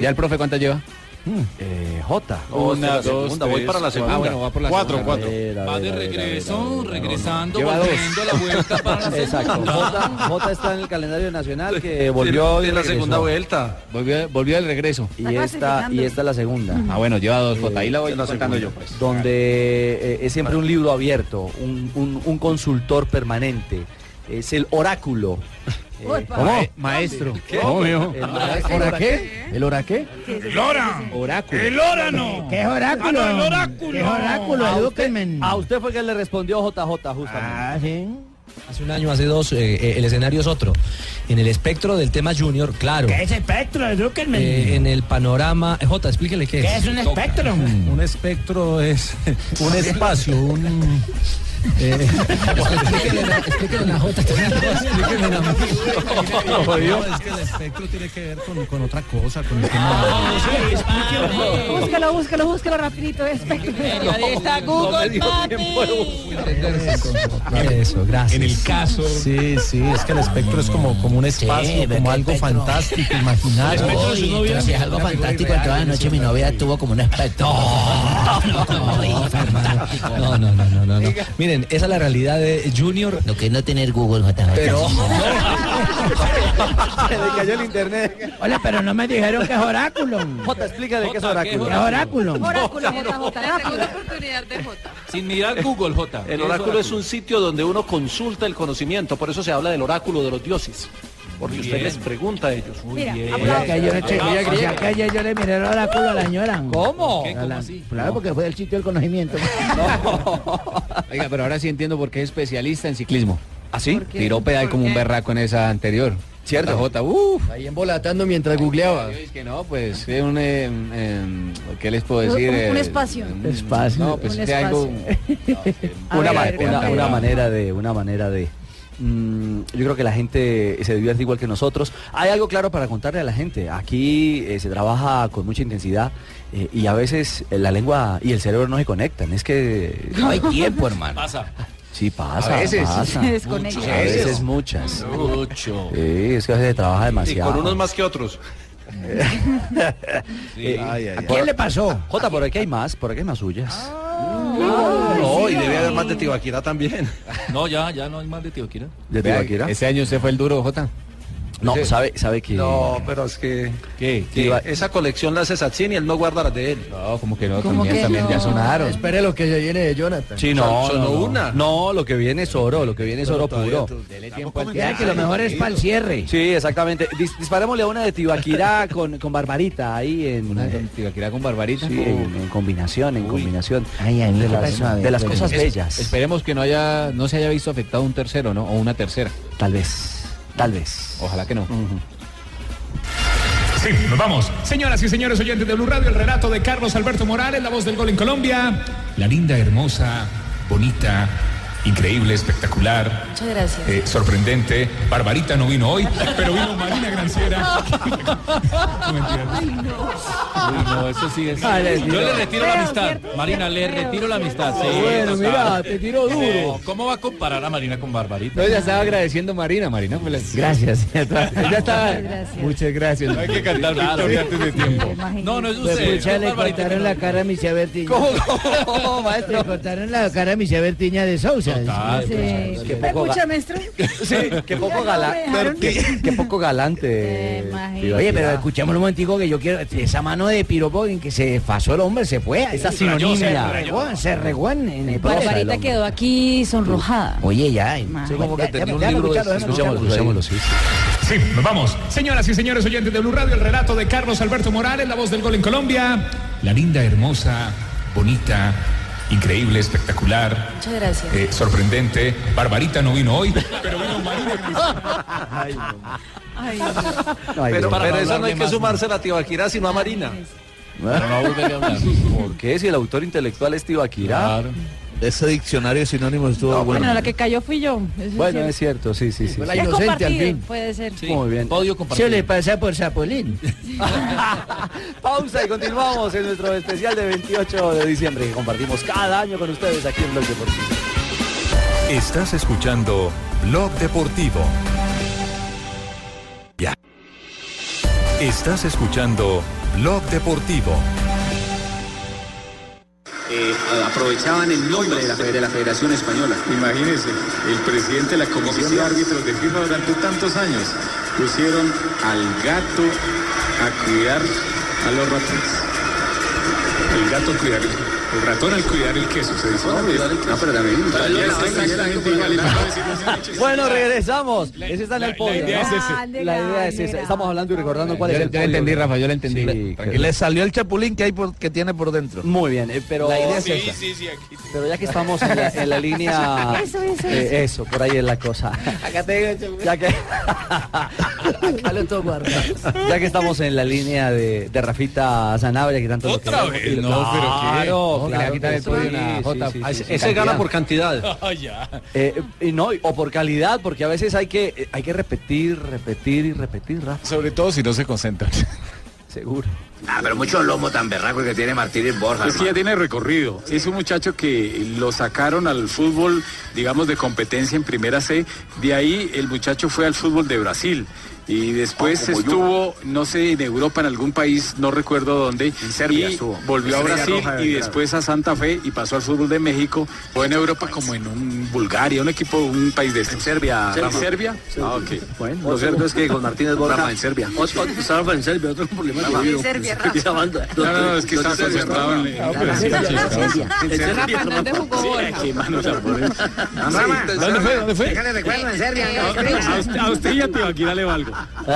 Speaker 9: ¿Ya el profe cuánta lleva?
Speaker 10: Hmm. J.
Speaker 9: Una, dos, tres, cuatro. Ah, bueno, va por la
Speaker 5: cuatro,
Speaker 9: segunda.
Speaker 5: cuatro.
Speaker 9: A ver, a
Speaker 5: Va de
Speaker 4: Regreso, regresando,
Speaker 10: Lleva dos.
Speaker 4: volviendo la vuelta para la
Speaker 10: Exacto.
Speaker 4: segunda.
Speaker 10: J, J está en el calendario nacional que Eh, volvió
Speaker 9: de
Speaker 10: y
Speaker 9: la segunda
Speaker 10: vuelta.
Speaker 9: Volvió, volvió el regreso.
Speaker 10: Y esta, y esta es la segunda.
Speaker 9: Ah, bueno, lleva dos J. Ahí la voy
Speaker 10: Eh, la
Speaker 9: contando yo,
Speaker 10: segunda.
Speaker 9: pues.
Speaker 10: Donde eh, es siempre un libro abierto, un, un- un consultor permanente. Es el oráculo
Speaker 11: Eh, ¿Cómo?
Speaker 14: Maestro.
Speaker 11: ¿Qué? ¿Cómo, mijo?
Speaker 14: El
Speaker 11: ¿Hora qué? ¿El hora qué?
Speaker 14: El hora.
Speaker 11: Oráculo.
Speaker 14: El órano.
Speaker 11: ¿Qué es oráculo?
Speaker 14: Ah, no, el oráculo.
Speaker 11: ¿Qué es oráculo?
Speaker 10: A
Speaker 11: Edúquenme.
Speaker 10: A usted fue que le respondió JJ, justamente. Ah,
Speaker 11: sí.
Speaker 6: Hace un año, hace dos, eh, eh, el escenario es otro. En el espectro del tema junior, claro.
Speaker 11: ¿Qué es espectro? Edúquenme.
Speaker 6: Eh, en el panorama. eh, Jota, explíquele qué es.
Speaker 11: ¿Qué es un espectro?
Speaker 57: Un espectro es un espacio, un... eh,
Speaker 6: Explíquele la- explíquele la Jota. Explíquele la
Speaker 57: No, Dios.
Speaker 6: es que el espectro tiene que ver con, con otra cosa, con el tema.
Speaker 45: Búscalo, búscalo, búscalo rapidito. Periodista
Speaker 6: Google, Eso, gracias.
Speaker 57: En el caso.
Speaker 6: Sí, sí, es que el espectro es como, como un
Speaker 11: eh,
Speaker 6: espacio, como algo fantástico, imaginario.
Speaker 11: Entonces, algo fantástico. Toda la noche mi novia tuvo como un espectro.
Speaker 6: No, no, no, no, no, no. Miren, esa es la realidad de Junior. Lo que es no tener Google, Pero
Speaker 10: Se le cayó el internet.
Speaker 11: Hola, pero no me dijeron que es oráculo.
Speaker 10: Jota, explícale qué es oráculo.
Speaker 11: ¿Qué es oráculo?
Speaker 8: oportunidad de Jota.
Speaker 7: Sin mirar Google, J. El oráculo es un sitio donde uno consulta el conocimiento, por eso se habla del oráculo de los dioses. Porque usted les pregunta a ellos. Muy
Speaker 8: Mira,
Speaker 7: bien.
Speaker 11: Mira que yo le eché-
Speaker 7: Ah,
Speaker 11: mira que ayer yo le miré el oráculo a la señora.
Speaker 10: ¿Cómo?
Speaker 11: A la- Claro, porque fue el sitio del conocimiento.
Speaker 9: Oiga, pero ahora sí entiendo por qué es especialista en ciclismo.
Speaker 10: ¿Ah, sí?
Speaker 9: Tiró pedal como un berraco en esa anterior. Cierto. Jota, uff.
Speaker 58: Ahí embolatando mientras googleaba.
Speaker 9: que no, pues, eh, un, eh, em, ¿qué les puedo decir?
Speaker 13: Un- un- un
Speaker 9: Eh,
Speaker 13: espacio.
Speaker 11: Espacio.
Speaker 9: No, pues,
Speaker 13: Un
Speaker 10: Este
Speaker 9: de algo...
Speaker 10: una,
Speaker 9: A
Speaker 10: ma-
Speaker 9: ver,
Speaker 10: una-
Speaker 9: cuéntame.
Speaker 10: una manera de, una manera de. Mm, yo creo que la gente se divierte igual que nosotros. Hay algo claro para contarle a la gente. Aquí eh, se trabaja con mucha intensidad eh, y a veces eh, la lengua y el cerebro no se conectan. Es que no hay tiempo, hermano.
Speaker 1: Pasa.
Speaker 10: Sí, pasa.
Speaker 9: A veces.
Speaker 10: pasa.
Speaker 13: Se desconecta.
Speaker 10: A veces muchas.
Speaker 7: Mucho.
Speaker 10: Sí, es que a veces se trabaja
Speaker 7: Y con
Speaker 10: demasiado.
Speaker 7: unos más que otros.
Speaker 10: Eh,
Speaker 11: ¿A quién le
Speaker 10: pasó? Jota, por aquí hay más, por aquí hay más suyas.
Speaker 7: No, y debe haber más de Tibaquirá Ah, también.
Speaker 1: No, ya, ya no hay más de Tioquira.
Speaker 10: ¿De
Speaker 9: Vea,
Speaker 10: Tibaquirá?
Speaker 9: Ese año usted fue el duro, Jota.
Speaker 10: No, sabe, sabe que.
Speaker 7: No, pero es que.
Speaker 9: ¿Qué?
Speaker 7: que Esa colección la hace Satsin y él no guarda las de él.
Speaker 9: No, como que no,
Speaker 58: ¿Cómo
Speaker 9: también,
Speaker 58: que
Speaker 9: también
Speaker 58: no?
Speaker 9: ya sonaron.
Speaker 58: Espere lo que se viene de Jonathan.
Speaker 10: Sí, no,
Speaker 7: Son-
Speaker 10: no,
Speaker 7: sonó
Speaker 10: no.
Speaker 7: una.
Speaker 10: No, lo que viene es oro, lo que viene es oro puro.
Speaker 11: Ya que lo mejor es para el cierre.
Speaker 10: Sí, exactamente. Dis- disparémosle a una de Tibaquirá con, con Barbarita ahí en. eh,
Speaker 9: Tibaquirá con Barbarita.
Speaker 10: Sí, en, en combinación, en combinación.
Speaker 11: ay,
Speaker 10: de
Speaker 11: ¿qué
Speaker 10: las,
Speaker 11: pasó? A ver,
Speaker 10: de las
Speaker 11: cuéntame.
Speaker 10: cosas
Speaker 9: pues, Es-
Speaker 10: bellas.
Speaker 9: Esperemos que no haya, no se haya visto afectado un tercero, ¿no? O una tercera.
Speaker 10: Tal vez, tal vez.
Speaker 9: Ojalá que no.
Speaker 57: Sí, nos vamos. Señoras y señores oyentes de Blue Radio, el relato de Carlos Alberto Morales, la voz del gol en Colombia. La linda, hermosa, bonita, increíble, espectacular,
Speaker 13: Muchas gracias.
Speaker 57: eh, sorprendente. Barbarita no vino hoy, pero vino Marina Granciera.
Speaker 13: Ay, no.
Speaker 1: no, eso sí es.
Speaker 57: Ah, le
Speaker 1: Yo le
Speaker 57: tiró.
Speaker 1: retiro la
Speaker 57: Creo,
Speaker 1: amistad.
Speaker 57: ¿cierto?
Speaker 1: Marina, le
Speaker 57: Creo,
Speaker 1: retiro la
Speaker 57: ¿cierto?
Speaker 1: amistad. Sí,
Speaker 57: Bueno,
Speaker 1: total.
Speaker 57: mira, te tiró duro.
Speaker 1: No, ¿Cómo va a comparar a Marina con Barbarita?
Speaker 9: No, ya estaba agradeciendo a Marina, Marina. pues, la- Gracias. Ya estaba- ya estaba- Muchas gracias.
Speaker 1: Hay que cantar victoria antes de tiempo. No, no es usted.
Speaker 11: Escucha,
Speaker 1: es
Speaker 11: le
Speaker 1: Barbarita.
Speaker 11: cortaron la cara a mi Bertiña. ¿Cómo, maestro? Le cortaron la cara a mi Bertiña de Sousa.
Speaker 6: pues,
Speaker 10: Qué
Speaker 13: ¿Me
Speaker 10: poco,
Speaker 13: escucha,
Speaker 10: ga-
Speaker 11: este
Speaker 13: maestro?
Speaker 10: sí, qué poco
Speaker 13: me dejaron
Speaker 10: galante. Qué, qué poco galante. Tibaquirá.
Speaker 11: Oye, pero escuchemos un momentico que yo quiero esa mano de piropo en que se desfasó el hombre se fue. Esa
Speaker 10: Se rayó,
Speaker 11: sinonimia.
Speaker 10: se rayó.
Speaker 11: Se regó, se regó en en el pozo del
Speaker 13: Barbarita
Speaker 11: hombre.
Speaker 13: quedó aquí sonrojada.
Speaker 11: Oye, ya. eh.
Speaker 10: Ah,
Speaker 13: Ma-
Speaker 57: como que
Speaker 11: Ya,
Speaker 57: tenía
Speaker 11: ya,
Speaker 57: un
Speaker 11: ya,
Speaker 57: libro de-
Speaker 11: escuchalo, déjame
Speaker 57: escuchémoslo,
Speaker 11: escucharlo.
Speaker 57: Sí, nos vamos. Señoras y señores oyentes de Blue Radio, el relato de Carlos Alberto Morales, la voz del gol en Colombia. La linda, hermosa, bonita, increíble, espectacular,
Speaker 13: Muchas gracias.
Speaker 57: eh, sorprendente. Barbarita no vino hoy, pero vino Marina
Speaker 13: Ay,
Speaker 7: pero
Speaker 10: Dios. Para no
Speaker 7: para eso no hay
Speaker 10: hablarle
Speaker 7: que
Speaker 10: más,
Speaker 7: sumarse a Tibaquirá, sino a Marina.
Speaker 10: ¿Por qué? Si el autor intelectual es Tibaquirá.
Speaker 59: Ese diccionario de sinónimos estuvo bueno.
Speaker 13: Bueno, la que cayó fui yo. eso es
Speaker 10: Bueno,
Speaker 13: cierto.
Speaker 10: es cierto, sí, sí, sí.
Speaker 13: Es
Speaker 10: sí.
Speaker 13: compartido, Puede ser.
Speaker 10: Muy bien.
Speaker 11: Se le pasa por Zapolín.
Speaker 10: Pausa y continuamos en nuestro especial de 28 de diciembre que compartimos cada año con ustedes aquí en Blog Deportivo.
Speaker 12: Estás escuchando Blog Deportivo. Ya. Estás escuchando Blog Deportivo.
Speaker 5: Eh, aprovechaban el nombre de la, fe- de la Federación Española. Imagínense, el presidente de la Comisión de Árbitros de FIFA durante tantos años pusieron al gato a cuidar a los ratones. El gato cuidar. El ratón al cuidar el queso se dice. No, pero también. también es exactamente igual, y no puedo decir nada.
Speaker 10: Bueno, regresamos. Ese está en el podio.
Speaker 5: idea es
Speaker 10: ¿no? La idea es esa. Estamos hablando y recordando cuál
Speaker 9: Yo
Speaker 10: es
Speaker 9: le-
Speaker 10: el
Speaker 9: yo
Speaker 10: podio.
Speaker 9: le entendí, Rafa, yo le entendí.
Speaker 10: que
Speaker 9: Tranquilo.
Speaker 10: le
Speaker 59: salió el chapulín que hay por- que tiene por dentro.
Speaker 10: Muy bien, eh, pero
Speaker 59: La idea es
Speaker 10: Sí,
Speaker 59: esa.
Speaker 10: sí, sí, aquí. Pero ya que estamos en la, en la línea
Speaker 59: Eso, eso,
Speaker 10: eh,
Speaker 59: eso.
Speaker 10: eso, por ahí es la cosa. Acá ya que Acá lo toco Ya que estamos en la línea de, de Rafita Zanabria que tanto
Speaker 7: ¿Otra
Speaker 10: lo
Speaker 7: vez?
Speaker 10: queremos.
Speaker 7: No,
Speaker 10: claro,
Speaker 7: pero ¿qué?
Speaker 10: claro,
Speaker 7: No, que le va a quitar el
Speaker 10: que
Speaker 7: podio
Speaker 10: sí,
Speaker 7: una
Speaker 10: sí,
Speaker 7: Jota.
Speaker 10: sí,
Speaker 7: Ah,
Speaker 10: sí,
Speaker 7: ese-
Speaker 10: sí,
Speaker 7: ese
Speaker 10: cantidad.
Speaker 7: gana por cantidad.
Speaker 4: Oh,
Speaker 10: Eh, y no, y- o por calidad, porque a veces hay que eh, hay que repetir, repetir y repetir, Rafa.
Speaker 47: Sobre todo si no se concentran.
Speaker 10: Seguro.
Speaker 8: Ah, pero mucho lomo tan berraco que tiene Martínez Borja.
Speaker 5: Es que ya tiene recorrido. Es un muchacho que lo sacaron al fútbol, digamos, de competencia en Primera C. De ahí el muchacho fue al fútbol de Brasil. Y después
Speaker 8: Ah, como
Speaker 5: estuvo, no sé, en Europa, en algún país, no recuerdo dónde.
Speaker 8: Serbia
Speaker 5: y
Speaker 8: estuvo.
Speaker 5: volvió a
Speaker 8: Estrella
Speaker 5: Brasil
Speaker 8: Roja de
Speaker 5: y
Speaker 8: Belgrado.
Speaker 5: después a Santa Fe y pasó al fútbol de México. O en Europa como en un Bulgaria, un equipo, un país de estos.
Speaker 8: Serbia,
Speaker 5: ¿En
Speaker 8: Rafa.
Speaker 5: Serbia? Ah, ok. Bueno,
Speaker 8: Lo cierto es que con Martínez Borja.
Speaker 5: Rafa, en Serbia.
Speaker 8: Otro, Rafa en Serbia, otro problema.
Speaker 5: Rafa.
Speaker 8: que
Speaker 5: En Serbia,
Speaker 8: Esa banda.
Speaker 5: No, no, no, es que
Speaker 8: Los de
Speaker 5: está
Speaker 8: Serbia,
Speaker 5: concentrado en-
Speaker 8: Rafa.
Speaker 5: Ah, pero sí, sí, sí.
Speaker 8: En
Speaker 5: En
Speaker 8: Serbia,
Speaker 5: Serbia,
Speaker 8: Rafa.
Speaker 5: Sí, qué manos tan bonitas.
Speaker 8: Rafa,
Speaker 5: Sí, ¿Dónde fue? ¿Dónde fue?
Speaker 8: Déjale recuerdo en Serbia.
Speaker 5: A usted, a usted y a Tibaquirá le valgo.
Speaker 49: tengo,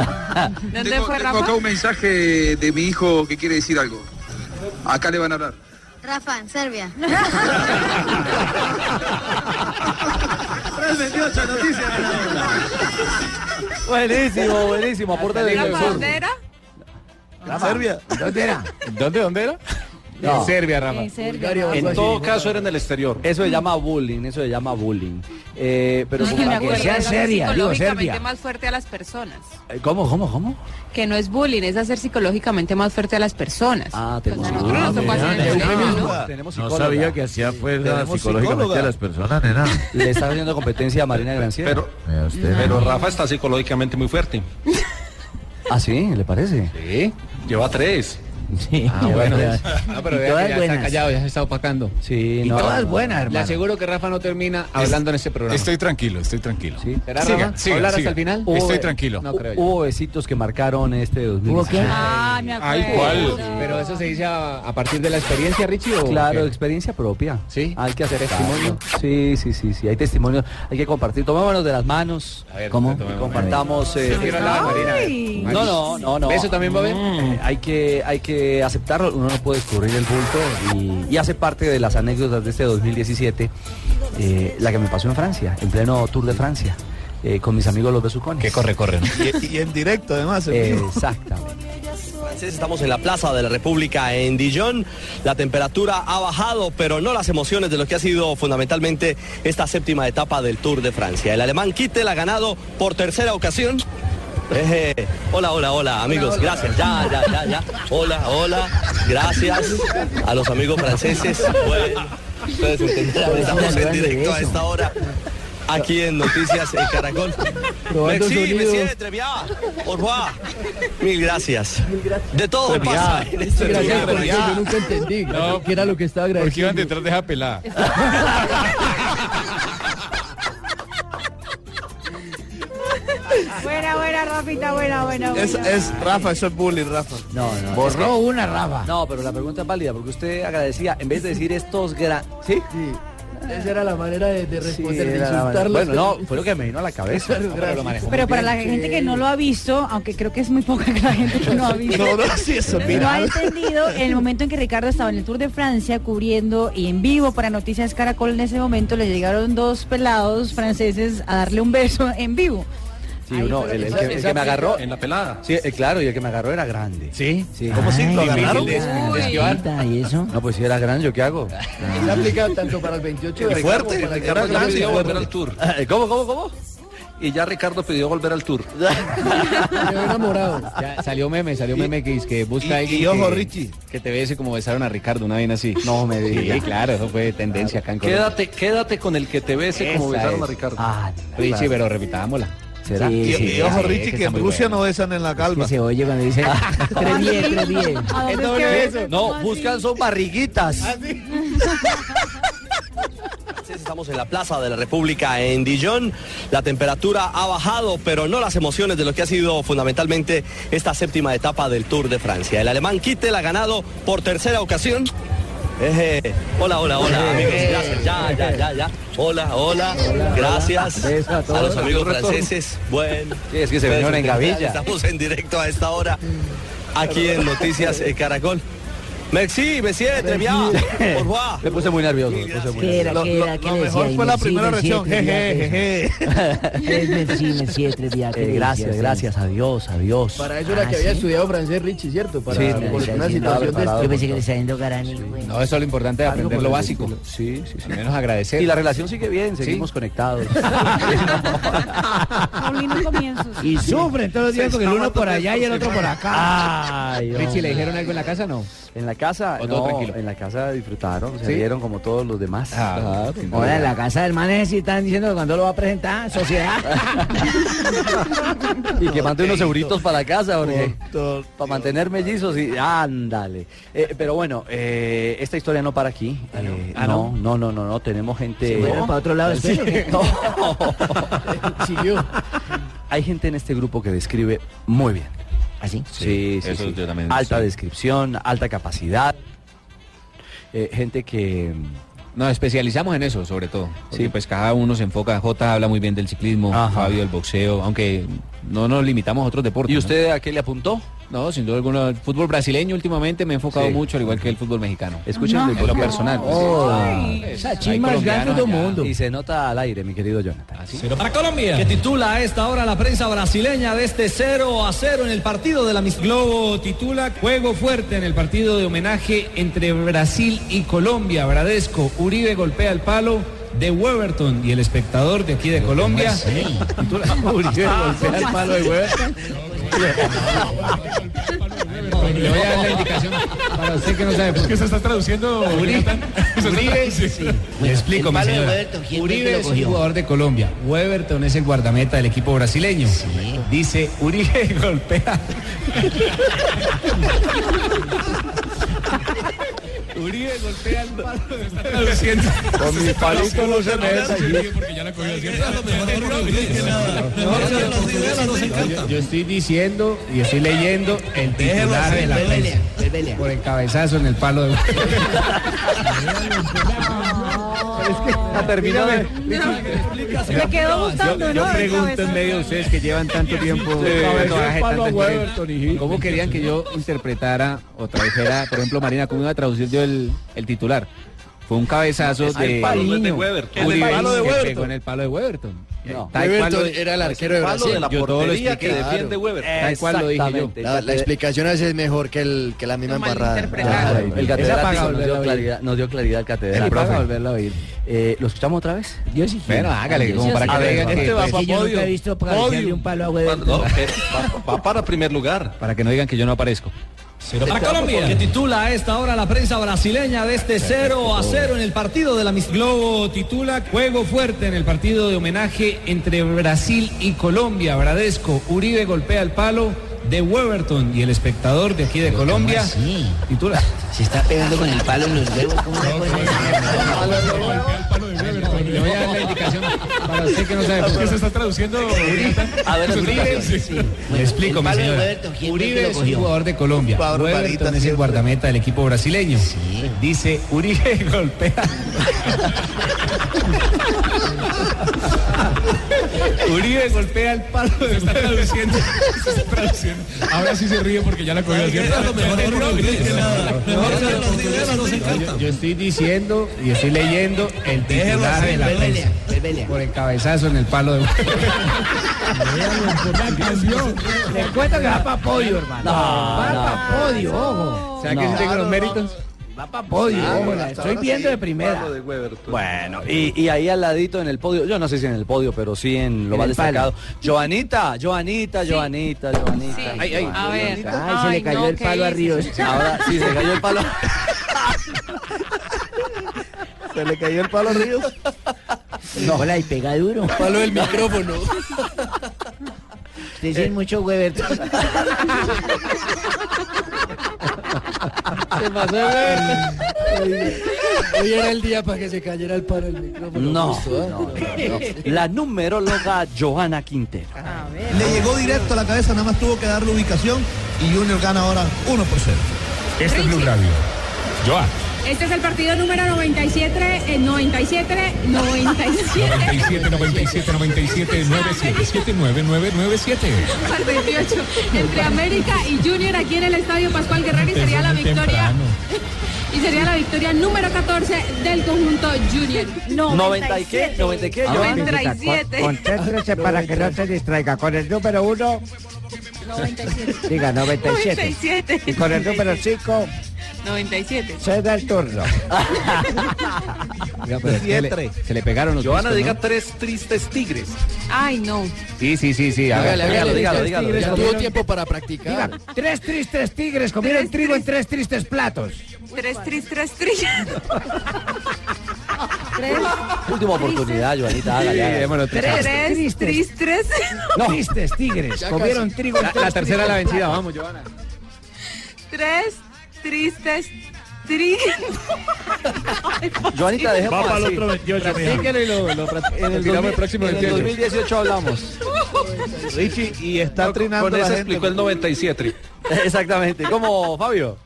Speaker 58: fue,
Speaker 49: tengo
Speaker 58: Rafa?
Speaker 49: acá un mensaje de mi hijo que quiere decir algo. Acá le van a hablar.
Speaker 58: Rafa, en Serbia.
Speaker 8: 328 noticias.
Speaker 10: Buenísimo, buenísimo, aporte de
Speaker 58: ¿Rafa,
Speaker 10: defensor.
Speaker 58: dónde era?
Speaker 49: Serbia?
Speaker 10: ¿Dónde era?
Speaker 9: ¿Dónde, dónde era?
Speaker 10: No.
Speaker 9: En Serbia, Rafa.
Speaker 10: En todo caso
Speaker 9: era en el exterior.
Speaker 10: Eso se llama bullying, eso se llama bullying. Eh, pero
Speaker 58: No, yo me acuerdo
Speaker 10: que sea
Speaker 58: de hacer
Speaker 10: seria, digo
Speaker 58: psicológicamente
Speaker 10: seria.
Speaker 58: más fuerte a las personas.
Speaker 10: Eh, ¿Cómo, cómo, cómo?
Speaker 58: Que no es bullying, es hacer psicológicamente más fuerte a las personas.
Speaker 10: Ah, tenemos
Speaker 58: nosotros nos tocó hacer el entrenamiento.
Speaker 10: No sabía que
Speaker 15: hacía fuerza
Speaker 10: Tenemos psicológicamente psicóloga. a las
Speaker 15: personas, nena.
Speaker 10: Le está haciendo competencia a Marina Granciera. Pero,
Speaker 7: Pero Rafa está psicológicamente muy fuerte.
Speaker 10: ah, sí, ¿le parece?
Speaker 7: Sí. Lleva tres.
Speaker 10: Sí.
Speaker 9: Ah, bueno. Ah, pero
Speaker 10: Y
Speaker 9: vea
Speaker 10: todas
Speaker 9: que ya está
Speaker 10: buenas.
Speaker 9: callado, ya se está opacando.
Speaker 10: Sí,
Speaker 9: no.
Speaker 10: buenas,
Speaker 9: Le
Speaker 10: hermano.
Speaker 9: aseguro que Rafa no termina hablando en este programa.
Speaker 47: Estoy tranquilo, estoy tranquilo.
Speaker 9: ¿Será,
Speaker 47: Siga,
Speaker 9: Rafa?
Speaker 47: siga,
Speaker 9: ¿Hablar
Speaker 47: siga.
Speaker 9: hasta el final?
Speaker 47: Estoy
Speaker 10: Hubo-
Speaker 47: tranquilo.
Speaker 9: No creo yo.
Speaker 10: Hubo besitos que marcaron este 2000.
Speaker 13: Ah, me acuerdo.
Speaker 9: Pero eso se dice a, a partir de la experiencia, Richie. ¿o
Speaker 10: Claro,
Speaker 9: qué?
Speaker 10: experiencia propia.
Speaker 9: Sí.
Speaker 10: Hay que hacer
Speaker 9: Testimonio.
Speaker 10: testimonio. Sí, sí, sí, sí. Hay testimonio. Hay que compartir. Tomémonos de las manos.
Speaker 9: ver,
Speaker 10: ¿Cómo?
Speaker 9: tomemos.
Speaker 10: Compartamos. eh,
Speaker 9: Se quiere hablar, Marina, a ver.
Speaker 10: Ay.
Speaker 9: Marina.
Speaker 10: No, no, no, no.
Speaker 9: ¿Beso también va a haber?
Speaker 10: Eh, Hay que, hay que aceptarlo. Uno no puede descubrir el bulto y, y hace parte de las anécdotas de este 2017. eh, la que me pasó en Francia, en pleno Tour de Francia, eh, con mis amigos los besucones. Que corre, corre.
Speaker 59: Y, y en directo, además.
Speaker 9: Eh,
Speaker 59: en vivo.
Speaker 10: Exactamente.
Speaker 4: franceses. Estamos en la Plaza de la República en Dijon. La temperatura ha bajado, pero no las emociones de lo que ha sido fundamentalmente esta séptima etapa del Tour de Francia. El alemán Kittel ha ganado por tercera ocasión. Eh, eh, hola, hola, hola, amigos, gracias. Ya, ya, ya, ya. Hola, hola, gracias a los amigos franceses. Pueden- ustedes entenderán, estamos en directo a esta hora aquí en Noticias en Caracol.
Speaker 58: Probando
Speaker 4: Merci,
Speaker 58: sonidos.
Speaker 4: merci, très bien. Au revoir. Mil gracias. De todo Pero pasa ya, en este pero lugar. ya, pero
Speaker 58: Yo nunca entendí qué era lo que estaba agradeciendo.
Speaker 47: Porque iban detrás de esa pelada.
Speaker 45: Buena, buena, Rafita, buena, buena. buena.
Speaker 59: Es, es Rafa, eso es bullying, Rafa.
Speaker 10: No, no.
Speaker 59: Borró
Speaker 10: una raba. No, pero la pregunta es válida, porque usted agradecía, en vez de decir estos gran... ¿Sí?
Speaker 58: Esa era la manera de, de responder, de
Speaker 10: era la-
Speaker 58: insultarlos.
Speaker 10: Bueno, no, fue lo que me vino a la cabeza.
Speaker 58: Claro,
Speaker 10: Pero lo manejó
Speaker 13: Pero
Speaker 10: muy
Speaker 13: para la
Speaker 10: bien.
Speaker 13: gente que no lo ha visto, aunque creo que es muy poca la gente que no ha visto,
Speaker 10: No, no, sí, eso,
Speaker 13: no
Speaker 10: mira.
Speaker 13: ha entendido en el momento en que Ricardo estaba en el Tour de Francia cubriendo y en vivo para Noticias Caracol en ese momento le llegaron dos pelados franceses a darle un beso en vivo.
Speaker 10: Sí, uno, el, el que, el que me agarró... En la pelada. Sí, eh, claro, y el que me agarró era grande. ¿Sí? sí.
Speaker 4: ¿Cómo sí? ¿Lo agarraron? Uy.
Speaker 10: ¿Y eso? No, pues si era grande, ¿yo qué hago?
Speaker 58: Se ha aplicado tanto para el 28
Speaker 4: Y
Speaker 58: de Ricardo
Speaker 4: fuerte,
Speaker 58: como para el
Speaker 4: Ricardo
Speaker 58: 14 de
Speaker 4: Grande,
Speaker 58: Ricardo.
Speaker 4: volver al tour.
Speaker 7: Ah, eh,
Speaker 10: ¿Cómo, cómo, cómo?
Speaker 4: Y ya Ricardo pidió volver al tour.
Speaker 9: enamorado. Ya, salió meme, salió meme que, que busca
Speaker 4: y-
Speaker 9: alguien
Speaker 4: y ojo,
Speaker 9: que,
Speaker 4: Richie.
Speaker 9: que te bese como besaron a Ricardo, una vaina así. No me Sí,
Speaker 4: digas.
Speaker 9: claro, eso fue tendencia acá en Colombia.
Speaker 4: Quédate, quédate con el que te bese como
Speaker 9: Esa
Speaker 4: besaron a
Speaker 9: es.
Speaker 4: Ricardo.
Speaker 9: Richie, pero repitámosla.
Speaker 4: ¿Será?
Speaker 59: Y,
Speaker 9: Sí,
Speaker 59: y ojo,
Speaker 9: sí,
Speaker 59: Richie,
Speaker 9: que
Speaker 59: que,
Speaker 9: está
Speaker 59: en
Speaker 9: muy
Speaker 59: Rusia no besan en la calva. se oye cuando dice...
Speaker 10: Ah. Tres diez, tres
Speaker 59: dónde
Speaker 10: diez. Es
Speaker 59: es
Speaker 10: doble
Speaker 59: que
Speaker 10: beso.
Speaker 59: besan?
Speaker 10: No,
Speaker 4: ¿Cómo
Speaker 10: buscan son barriguitas.
Speaker 4: Estamos en la Plaza de la República en Dijon. La temperatura ha bajado, pero no las emociones de lo que ha sido fundamentalmente esta séptima etapa del Tour de Francia. El alemán Kittel ha ganado por tercera ocasión.
Speaker 60: Eje. Hola, hola, hola, amigos. Gracias. Ya, ya, ya, ya. Hola, hola. Gracias a, los amigos franceses. Bueno.
Speaker 10: Sí, es que se vinieron en gavilla.
Speaker 60: Estamos en directo a esta hora aquí en Noticias eh, Caracol. Merci, monsieur, très bien. Au revoir.
Speaker 10: Me puse muy nervioso. Me puse muy
Speaker 11: ¿Qué era,
Speaker 10: nervioso.
Speaker 11: qué era, qué le decía? Y Messi, Messi,
Speaker 10: Jeje,
Speaker 11: tres veces, sí, Messi, tres días,
Speaker 10: Eh,
Speaker 11: ¿qué le
Speaker 10: gracias,
Speaker 11: decía?
Speaker 10: gracias, adiós, adiós.
Speaker 4: Para eso era
Speaker 11: Ah,
Speaker 4: que había
Speaker 11: ¿sí?
Speaker 4: estudiado francés Richie, ¿cierto? Para
Speaker 10: Sí,
Speaker 4: por
Speaker 10: sí,
Speaker 4: una
Speaker 10: sí,
Speaker 4: situación de
Speaker 10: preparado.
Speaker 11: Yo pensé que le está yendo Garani, güey.
Speaker 7: No, eso es lo importante de aprender lo básico.
Speaker 10: Sí, sí, sí.
Speaker 7: Al menos agradecer.
Speaker 10: Y la relación sigue bien, seguimos conectados.
Speaker 11: Y
Speaker 10: sufren todos los días con el uno por allá y el otro por acá.
Speaker 61: Richie, ¿le dijeron algo en la casa no?
Speaker 10: En la casa,
Speaker 61: ¿O todo
Speaker 10: no,
Speaker 61: tranquilo?
Speaker 10: en la casa disfrutaron, se
Speaker 61: ¿Sí?
Speaker 10: vieron como todos los demás. Claro.
Speaker 11: Ahora en la casa del manes sí están diciendo que cuando lo va a presentar, sociedad.
Speaker 10: Y que mande unos euritos para casa, porque para mantener mellizos y ándale. Eh, pero bueno, eh, esta historia no para aquí. Eh, no, no, no, no, no, tenemos gente.
Speaker 11: ¿Se fueron para otro lado del
Speaker 10: Sí.
Speaker 11: pelo?
Speaker 10: No. Hay gente en este grupo que describe muy bien.
Speaker 11: ¿Así?
Speaker 10: Sí, sí,
Speaker 62: eso
Speaker 10: sí.
Speaker 62: yo también
Speaker 10: Alta
Speaker 62: sé.
Speaker 10: descripción, alta capacidad. Eh, gente que
Speaker 7: Nos especializamos en eso, sobre todo. Porque pues cada uno se enfoca. J habla muy bien del ciclismo, Fabio del boxeo, aunque no nos limitamos a otros deportes. ¿Y usted
Speaker 10: a qué le apuntó?
Speaker 7: No, sin duda alguna. El fútbol brasileño últimamente me he enfocado mucho, al igual que el fútbol mexicano.
Speaker 10: Escuchen
Speaker 7: en lo personal.
Speaker 10: Y se nota al aire, mi querido Jonathan.
Speaker 63: Para Colombia, que titula a esta hora la prensa brasileña de este 0 a 0 en el partido de la Miss
Speaker 9: Globo titula Juego fuerte en el partido de homenaje entre Brasil y Colombia. Bradesco, Uribe golpea el palo de Weberton y el espectador de aquí de Colombia. titula- Uribe golpea el palo de Weberton. Le voy a dar la indicación para usted que no sabe. ¿Por qué se está traduciendo? Uribe. Uribe. Le explico,
Speaker 63: El
Speaker 9: mi
Speaker 63: palo de
Speaker 9: señora.
Speaker 63: Weberton, ¿quién fue que
Speaker 9: Uribe
Speaker 63: lo
Speaker 9: es un
Speaker 63: cogió?
Speaker 9: jugador de Colombia. Weberton es el guardameta del equipo brasileño. Dice Uribe golpea. Uribe golpea el palo
Speaker 64: Con mi palito no se meta.
Speaker 9: Yo, yo estoy diciendo y estoy leyendo el titular de la prensa por el cabezazo en el palo de
Speaker 61: La terminó de...
Speaker 65: Me quedó gustando,
Speaker 61: Yo,
Speaker 65: ¿no?
Speaker 61: yo
Speaker 65: El
Speaker 61: pregunto en
Speaker 65: cabezazo.
Speaker 61: medio de ustedes que llevan tanto tiempo...
Speaker 7: Sí,
Speaker 61: no,
Speaker 9: este
Speaker 7: no,
Speaker 61: tanto
Speaker 7: tantas
Speaker 61: esfuerzo.
Speaker 7: veces. ¿Cómo querían que yo interpretara o tradujera, por ejemplo, Marina, cómo iba a traducir yo el, el titular? Fue un cabezazo
Speaker 66: Es el
Speaker 7: de
Speaker 66: palo, no es de
Speaker 7: Uribe,
Speaker 66: Weberton.
Speaker 7: Uribe,
Speaker 66: Es el palo de
Speaker 7: que
Speaker 66: Weberton.
Speaker 7: pegó en el palo de Weberton.
Speaker 4: Eh,
Speaker 66: No.
Speaker 7: Tal cual
Speaker 66: Weberton
Speaker 7: lo-
Speaker 66: era el arquero de
Speaker 7: palo
Speaker 66: Brasil.
Speaker 7: la
Speaker 66: Yo todo lo
Speaker 7: portería
Speaker 66: expliqué.
Speaker 7: que defiende Weberton. Tal cual lo dije yo.
Speaker 10: La- la
Speaker 4: explicación a veces es mejor que, el, que la misma embarrada.
Speaker 10: Claro, el catedrático nos
Speaker 4: volverlo a
Speaker 10: dio,
Speaker 4: oír.
Speaker 10: claridad, nos dio claridad el catedrático.
Speaker 4: El profe.
Speaker 10: volverlo a oír. Eh, ¿Lo escuchamos otra vez? Dios sí
Speaker 7: Bueno, hágale, como para que le digan que-
Speaker 10: pues
Speaker 11: Es que yo nunca he visto pagarle un palo a Weberton.
Speaker 7: eh, va para primer lugar. Para que no digan que yo no aparezco.
Speaker 9: Ah,
Speaker 63: Para Colombia, que titula a esta hora la prensa brasileña de este 0 a 0 en el partido de la Miss
Speaker 9: Globo titula Juego fuerte en el partido de homenaje entre Brasil y Colombia. Bradesco, Uribe golpea el palo de Weberton y el espectador de aquí de Colombia titula.
Speaker 11: Se está pegando con el palo en los huevos. ¿Cómo se pone?
Speaker 9: Le voy a dar la indicación para usted que no sabe. ¿Por qué se está traduciendo? A ver, Uribe. Le explico,
Speaker 11: El
Speaker 9: mi
Speaker 11: palo de
Speaker 9: señora.
Speaker 11: Roberto, ¿quién fue que
Speaker 9: Uribe
Speaker 11: lo
Speaker 9: es un
Speaker 11: cogió?
Speaker 9: jugador de Colombia.
Speaker 11: Pablo
Speaker 9: Roberto es el guardameta del equipo brasileño. Dice, Uribe golpea. Uribe golpea el palo de Se está traduciendo. Se está traduciendo. Ahora sí se ríe porque ya la cogió. ¿cierto? Yo- Yo estoy diciendo y estoy leyendo el titular de la prensa por el cabezazo en el palo de
Speaker 11: Le cuento que va para podio, hermano.
Speaker 9: No,
Speaker 11: va
Speaker 9: no.
Speaker 11: para podio, ojo.
Speaker 9: ¿Será que sí tengo los méritos?
Speaker 11: Va para podio,
Speaker 10: Ah,
Speaker 11: ojo.
Speaker 10: bueno,
Speaker 11: La
Speaker 10: hasta
Speaker 11: estoy
Speaker 10: ahora
Speaker 11: viendo
Speaker 10: sí,
Speaker 11: de primera.
Speaker 10: Bueno, y, y ahí al ladito en el podio, yo no sé si en el podio, pero sí en lo
Speaker 11: En
Speaker 10: más
Speaker 11: el palo.
Speaker 10: destacado. Joanita, Joanita, Joanita, Joanita.
Speaker 11: Sí.
Speaker 10: Ay, ay,
Speaker 11: A ver.
Speaker 10: Joanita.
Speaker 11: Ay, se le cayó el palo a Ríos.
Speaker 10: Ahora sí se cayó el palo.
Speaker 64: Se le cayó el palo a Ríos.
Speaker 11: Hola, y pega duro.
Speaker 4: Palo del micrófono.
Speaker 11: Decir mucho Weberton.
Speaker 4: Se pasó de ver. Hoy- Hoy era el día para que se cayera el palo del micrófono.
Speaker 10: No,
Speaker 4: justo,
Speaker 10: no,
Speaker 4: ¿eh?
Speaker 10: no, no. La numeróloga Joana Quintero.
Speaker 67: Le llegó directo a la cabeza, nada más tuvo que darle ubicación y Junior gana ahora 1 por 0.
Speaker 9: Este es Blue Radio. Joa,
Speaker 6: Este es el partido número 97, eh, 97, 97.
Speaker 68: 97, 97, 97, 97, 9997.
Speaker 6: al 28 entre América y Junior aquí en el Estadio Pascual Guerrero y sería la victoria y sería la victoria número 14 del conjunto Junior.
Speaker 69: ¿Noventa y qué? ¿Noventa y qué? Yo-
Speaker 6: 97.
Speaker 11: Ah, Concéntrese para que no se distraiga. Con el número uno,
Speaker 6: 97.
Speaker 11: diga 97. Y con el número 5,
Speaker 70: 97.
Speaker 11: se da el turno.
Speaker 9: se, le, se le pegaron los
Speaker 7: Joana
Speaker 9: discos,
Speaker 7: diga
Speaker 9: ¿no?
Speaker 7: tres tristes tigres.
Speaker 70: Ay, no.
Speaker 9: Sí, sí, sí, sí. hágale, hágale.
Speaker 11: Tuvieron-
Speaker 71: para practicar.
Speaker 11: Diga, tres tristes tigres comieron trigo en tres tristes platos.
Speaker 70: Tres, tres, tres, tres.
Speaker 72: Última oportunidad, Joanita. hágale, hágale.
Speaker 70: Tres,
Speaker 11: Tres,
Speaker 70: tres, tres.
Speaker 11: No. Tristes tigres
Speaker 70: Ya
Speaker 11: comieron
Speaker 70: casi.
Speaker 11: trigo en
Speaker 70: La-
Speaker 11: tres
Speaker 70: la tercera
Speaker 11: tristes
Speaker 70: la vencida,
Speaker 11: platos.
Speaker 70: vamos, Giovanna. Tres, tristes, tri.
Speaker 72: Joanita, dejemos
Speaker 7: Va para el
Speaker 72: así.
Speaker 7: otro 28, mira.
Speaker 72: Practíquelo y lo- lo pract- en el,
Speaker 7: Tiramos el
Speaker 72: 2000 en
Speaker 7: próximo
Speaker 72: el
Speaker 7: 28.
Speaker 72: 2018 hablamos.
Speaker 73: Richie, y está trinando
Speaker 7: Con
Speaker 73: la
Speaker 7: eso
Speaker 73: gente.
Speaker 7: explicó el 97.
Speaker 72: Exactamente. ¿Cómo, Fabio?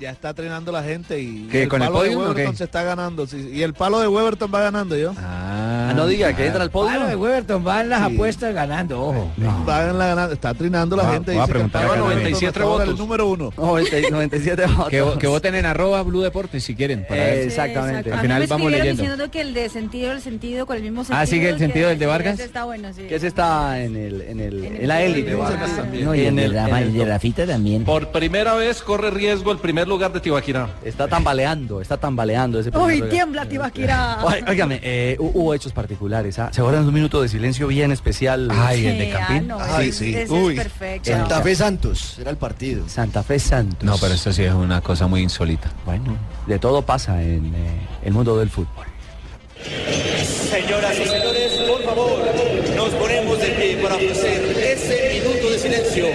Speaker 73: Ya está entrenando la gente y
Speaker 72: ¿Qué,
Speaker 73: el
Speaker 72: con el
Speaker 73: palo de
Speaker 72: podium o
Speaker 73: Weberton
Speaker 72: qué?
Speaker 73: se está ganando. sí, y el palo de Weberton va ganando yo.
Speaker 9: Ah,
Speaker 72: no diga que entra al podio.
Speaker 73: Palo de
Speaker 11: Weberton va en
Speaker 73: las
Speaker 11: apuestas ganando, ojo.
Speaker 73: Va en la ganando, está trinando la gente. dice que
Speaker 9: Ah, voy a
Speaker 73: el
Speaker 9: preguntar
Speaker 73: palo
Speaker 9: acá
Speaker 73: de
Speaker 9: también.
Speaker 73: Weberton hasta ahora es El
Speaker 9: 97
Speaker 73: número uno.
Speaker 72: 97 votos.
Speaker 9: Que, vo- que voten en arroba Blue Deportes si quieren. para ver.
Speaker 13: Exacto. A
Speaker 9: Al
Speaker 13: mí
Speaker 9: final
Speaker 13: me
Speaker 9: vamos
Speaker 13: escribieron
Speaker 9: leyendo.
Speaker 13: diciendo que el de sentido, el sentido con el mismo sentido.
Speaker 9: Ah, ¿sigue el
Speaker 13: que
Speaker 9: sentido del de
Speaker 13: ese
Speaker 9: Vargas?
Speaker 13: Está bueno, sí.
Speaker 10: Que ese está en el, en el, en la
Speaker 7: el-
Speaker 10: élite.
Speaker 7: en el-
Speaker 10: Vargas.
Speaker 7: también.
Speaker 10: No, y en
Speaker 7: En
Speaker 10: el
Speaker 7: el-
Speaker 10: Rama-
Speaker 7: en el
Speaker 10: y en la
Speaker 11: fita también.
Speaker 7: Por primera vez corre riesgo el primer lugar de Tibaquirá.
Speaker 10: Está tambaleando, está tambaleando ese primer
Speaker 13: Uy,
Speaker 10: lugar.
Speaker 13: tiembla, Tibaquirá.
Speaker 10: Oí- Óigame, eh, hu- hubo hechos particulares. ¿ah? ¿Se acuerdan de un minuto de silencio bien especial?
Speaker 13: Ay, el de Sí, Campín. ah, no,
Speaker 10: Ay,
Speaker 13: ese-
Speaker 10: sí.
Speaker 13: ese es perfecto.
Speaker 10: Santa Fe
Speaker 4: Santos, era el partido.
Speaker 10: Santa Fe Santos.
Speaker 9: No, pero esto sí es una cosa muy insólita.
Speaker 10: Bueno, de todo pasa en eh, el mundo del fútbol.
Speaker 69: Señoras y señores, por favor, nos ponemos de pie para ofrecer ese minuto de silencio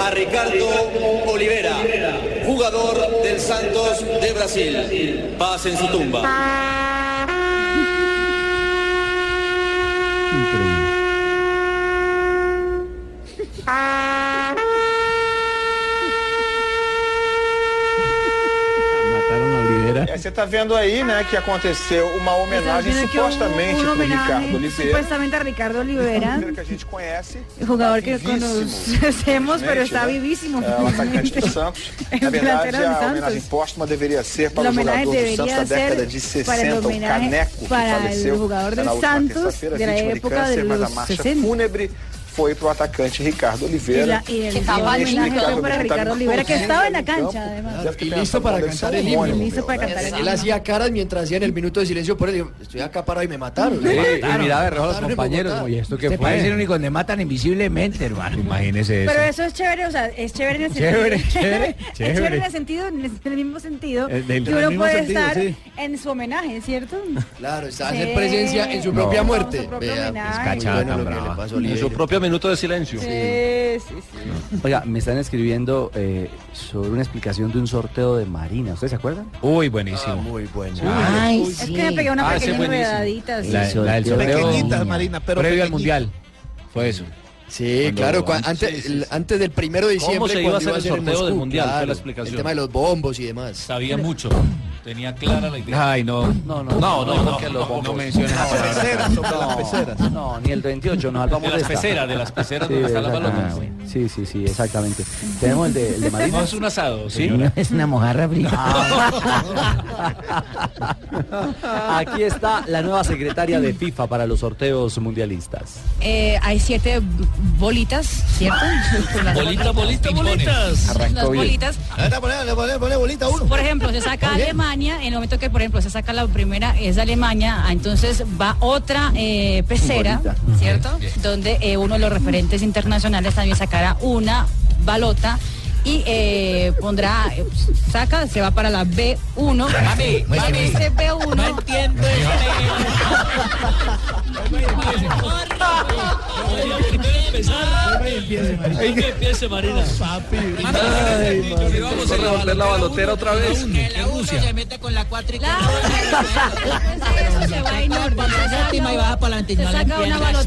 Speaker 69: a Ricardo Olivera, jugador del Santos de Brasil. Paz en su tumba.
Speaker 5: É, Você está vendo aí, né, que aconteceu uma
Speaker 13: Entonces,
Speaker 5: homenagem
Speaker 13: viene aquí un-
Speaker 5: supostamente
Speaker 13: un
Speaker 5: pro
Speaker 13: um, homenaje
Speaker 5: Ricardo Oliveira.
Speaker 13: supuestamente a Ricardo Olivera,
Speaker 5: que a gente conhece.
Speaker 13: el jugador que
Speaker 5: vivíssimo,
Speaker 13: conocemos, pero
Speaker 5: realmente,
Speaker 13: está
Speaker 5: né?
Speaker 13: vivísimo.
Speaker 5: É, o
Speaker 13: finalmente.
Speaker 5: atacante do este Santos.
Speaker 13: É
Speaker 5: Na
Speaker 13: o
Speaker 5: verdade,
Speaker 13: lateral do
Speaker 5: a
Speaker 13: Santos.
Speaker 5: homenagem póstuma deveria ser para
Speaker 13: La
Speaker 5: o
Speaker 13: homenaje
Speaker 5: jogador do Santos
Speaker 13: debería
Speaker 5: da década de
Speaker 13: ser para el
Speaker 5: 60, o
Speaker 13: homenaje
Speaker 5: Caneco, que
Speaker 13: para el
Speaker 5: faleceu
Speaker 13: jugador
Speaker 5: na
Speaker 13: del
Speaker 5: última
Speaker 13: Santos
Speaker 5: terça-feira,
Speaker 13: de la
Speaker 5: vítima de
Speaker 13: época de
Speaker 5: cáncer, mas a
Speaker 13: los
Speaker 5: marcha
Speaker 13: 60.
Speaker 5: fúnebre foi para o atacante Ricardo
Speaker 13: Y,
Speaker 5: Oliveira.
Speaker 13: la, y el y el homenaje fue para Ricardo Olivera, que estaba en la cancha, además.
Speaker 4: Y listo para cantar el himno.
Speaker 13: Y listo para cantar el
Speaker 4: Él
Speaker 13: himno.
Speaker 4: hacía caras mientras hacían el minuto de silencio por él. pues, dijo, Estoy acá parado y me mataron.
Speaker 10: Sí,
Speaker 4: Me
Speaker 10: y
Speaker 4: mataron,
Speaker 10: miraba de
Speaker 4: me
Speaker 10: reojo a los
Speaker 4: mataron, me
Speaker 10: compañeros.
Speaker 4: mataron.
Speaker 10: como, ¿y esto qué
Speaker 4: Este
Speaker 10: fue?
Speaker 4: país
Speaker 74: Ni con le matan invisiblemente, hermano.
Speaker 9: Imagínese
Speaker 13: Pero eso es chévere, o sea, es chévere en el sentido.
Speaker 74: Chévere,
Speaker 9: chévere,
Speaker 13: es
Speaker 9: chévere.
Speaker 13: chévere en el sentido, en el, en el mismo sentido.
Speaker 9: Eh, del-
Speaker 13: que
Speaker 9: del
Speaker 13: uno
Speaker 9: mismo
Speaker 13: puede
Speaker 9: sentido,
Speaker 13: estar
Speaker 9: sí.
Speaker 13: en su homenaje, ¿cierto?
Speaker 4: Claro, está
Speaker 13: Sí.
Speaker 4: hacer presencia en su
Speaker 13: No.
Speaker 4: propia
Speaker 13: No,
Speaker 4: muerte.
Speaker 13: su propio
Speaker 4: Vea,
Speaker 13: homenaje.
Speaker 4: pues,
Speaker 10: Cachada
Speaker 4: bueno
Speaker 10: tan
Speaker 4: lo que
Speaker 10: brava.
Speaker 4: le pasó a
Speaker 7: En su
Speaker 4: Oliveira.
Speaker 7: propio minuto de silencio.
Speaker 13: Sí, sí, sí.
Speaker 10: Oiga, me están escribiendo eh, sobre una explicación de un sorteo de Marina. ¿Ustedes se acuerdan?
Speaker 9: Uy, buenísimo.
Speaker 10: Ah, muy bueno.
Speaker 13: Ay, es que me pegué una
Speaker 10: Ah, ese
Speaker 13: pequeña
Speaker 10: buenísimo.
Speaker 13: enredadita. sí.
Speaker 9: La, la del sorteo
Speaker 4: Pequeñita, Marina, pero
Speaker 9: previo al
Speaker 4: pequeñita.
Speaker 9: mundial. Fue eso.
Speaker 4: Sí, claro, cua- antes, el- antes del primero de
Speaker 7: ¿Cómo
Speaker 4: diciembre.
Speaker 7: se iba a
Speaker 4: cuando
Speaker 7: hacer el
Speaker 4: en
Speaker 7: sorteo del
Speaker 4: Moscú,
Speaker 7: Mundial? Fue la
Speaker 4: claro,
Speaker 7: explicación.
Speaker 4: El tema de los bombos y demás.
Speaker 75: Sabía mucho. Tenía clara la idea.
Speaker 9: Ay, no.
Speaker 75: no,
Speaker 10: No,
Speaker 75: no, no, no, no, no menciones
Speaker 10: No,
Speaker 75: esa palabra.
Speaker 10: no, no, ni el 28, nos salvamos
Speaker 75: De las
Speaker 10: esta.
Speaker 75: peceras, de las peceras
Speaker 10: Sí,
Speaker 75: donde están las
Speaker 10: exactamente.
Speaker 75: balotas.
Speaker 10: Sí, sí, sí, exactamente. Tenemos el de, el de Marina.
Speaker 75: No es un asado,
Speaker 10: Sí.
Speaker 75: señora.
Speaker 74: Es una mojarra
Speaker 10: Aquí está la nueva secretaria de FIFA para los sorteos mundialistas.
Speaker 76: Eh, hay siete bolitas, ¿cierto?
Speaker 75: Bolitas, bolitas, bolitas.
Speaker 76: Las bolitas.
Speaker 4: Ahora ponle, le ponle- ponle bolita uno.
Speaker 76: Por ejemplo, se saca Alemania, en el momento que, por ejemplo, se saca la primera, es Alemania, ah, entonces va otra eh, pecera, ¿cierto? Donde eh, uno de los referentes internacionales también sacará una balota y eh, pondrá, eh, saca, se va para la Este B1.
Speaker 69: Mami, mami.
Speaker 76: Dice B1. No entiendo.
Speaker 5: Que empiece, Marina. Papi. vamos a romper la balotera otra vez.
Speaker 12: Que la Rusia se mete con la 4 y con la
Speaker 42: se va en orden.
Speaker 12: Con la séptima y baja para la
Speaker 42: Se
Speaker 12: antigua.
Speaker 42: saca una balota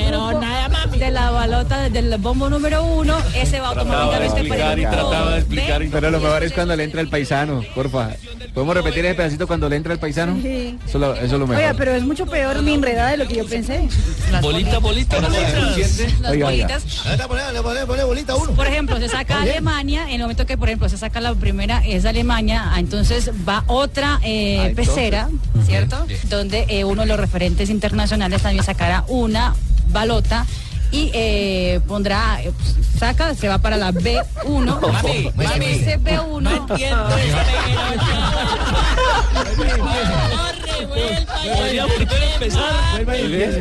Speaker 12: Pero nada más.
Speaker 42: de la balota del bombo número uno, ese va automáticamente para el todo. Ve,
Speaker 9: Pero lo mejor es cuando le entra el paisano, porfa. ¿Podemos repetir ese pedacito cuando le entra el paisano?
Speaker 13: Sí.
Speaker 9: Eso, lo- eso es lo
Speaker 13: Oiga,
Speaker 9: mejor.
Speaker 13: pero es mucho peor mi enredada de lo que yo pensé.
Speaker 5: Bolita, bolita, bolitas.
Speaker 9: Oiga, oiga.
Speaker 42: Por ejemplo, se saca Alemania, en el momento que, por ejemplo, se saca la primera es Alemania, ah, entonces va otra eh,
Speaker 58: Ah, entonces.
Speaker 42: pecera, ¿cierto? Donde eh, uno de los referentes internacionales también sacará una balota y eh, pondrá, eh, pues, saca, se va para la B1.
Speaker 12: Mami, mami.
Speaker 42: Ese B1.
Speaker 5: Podría volver a empezar.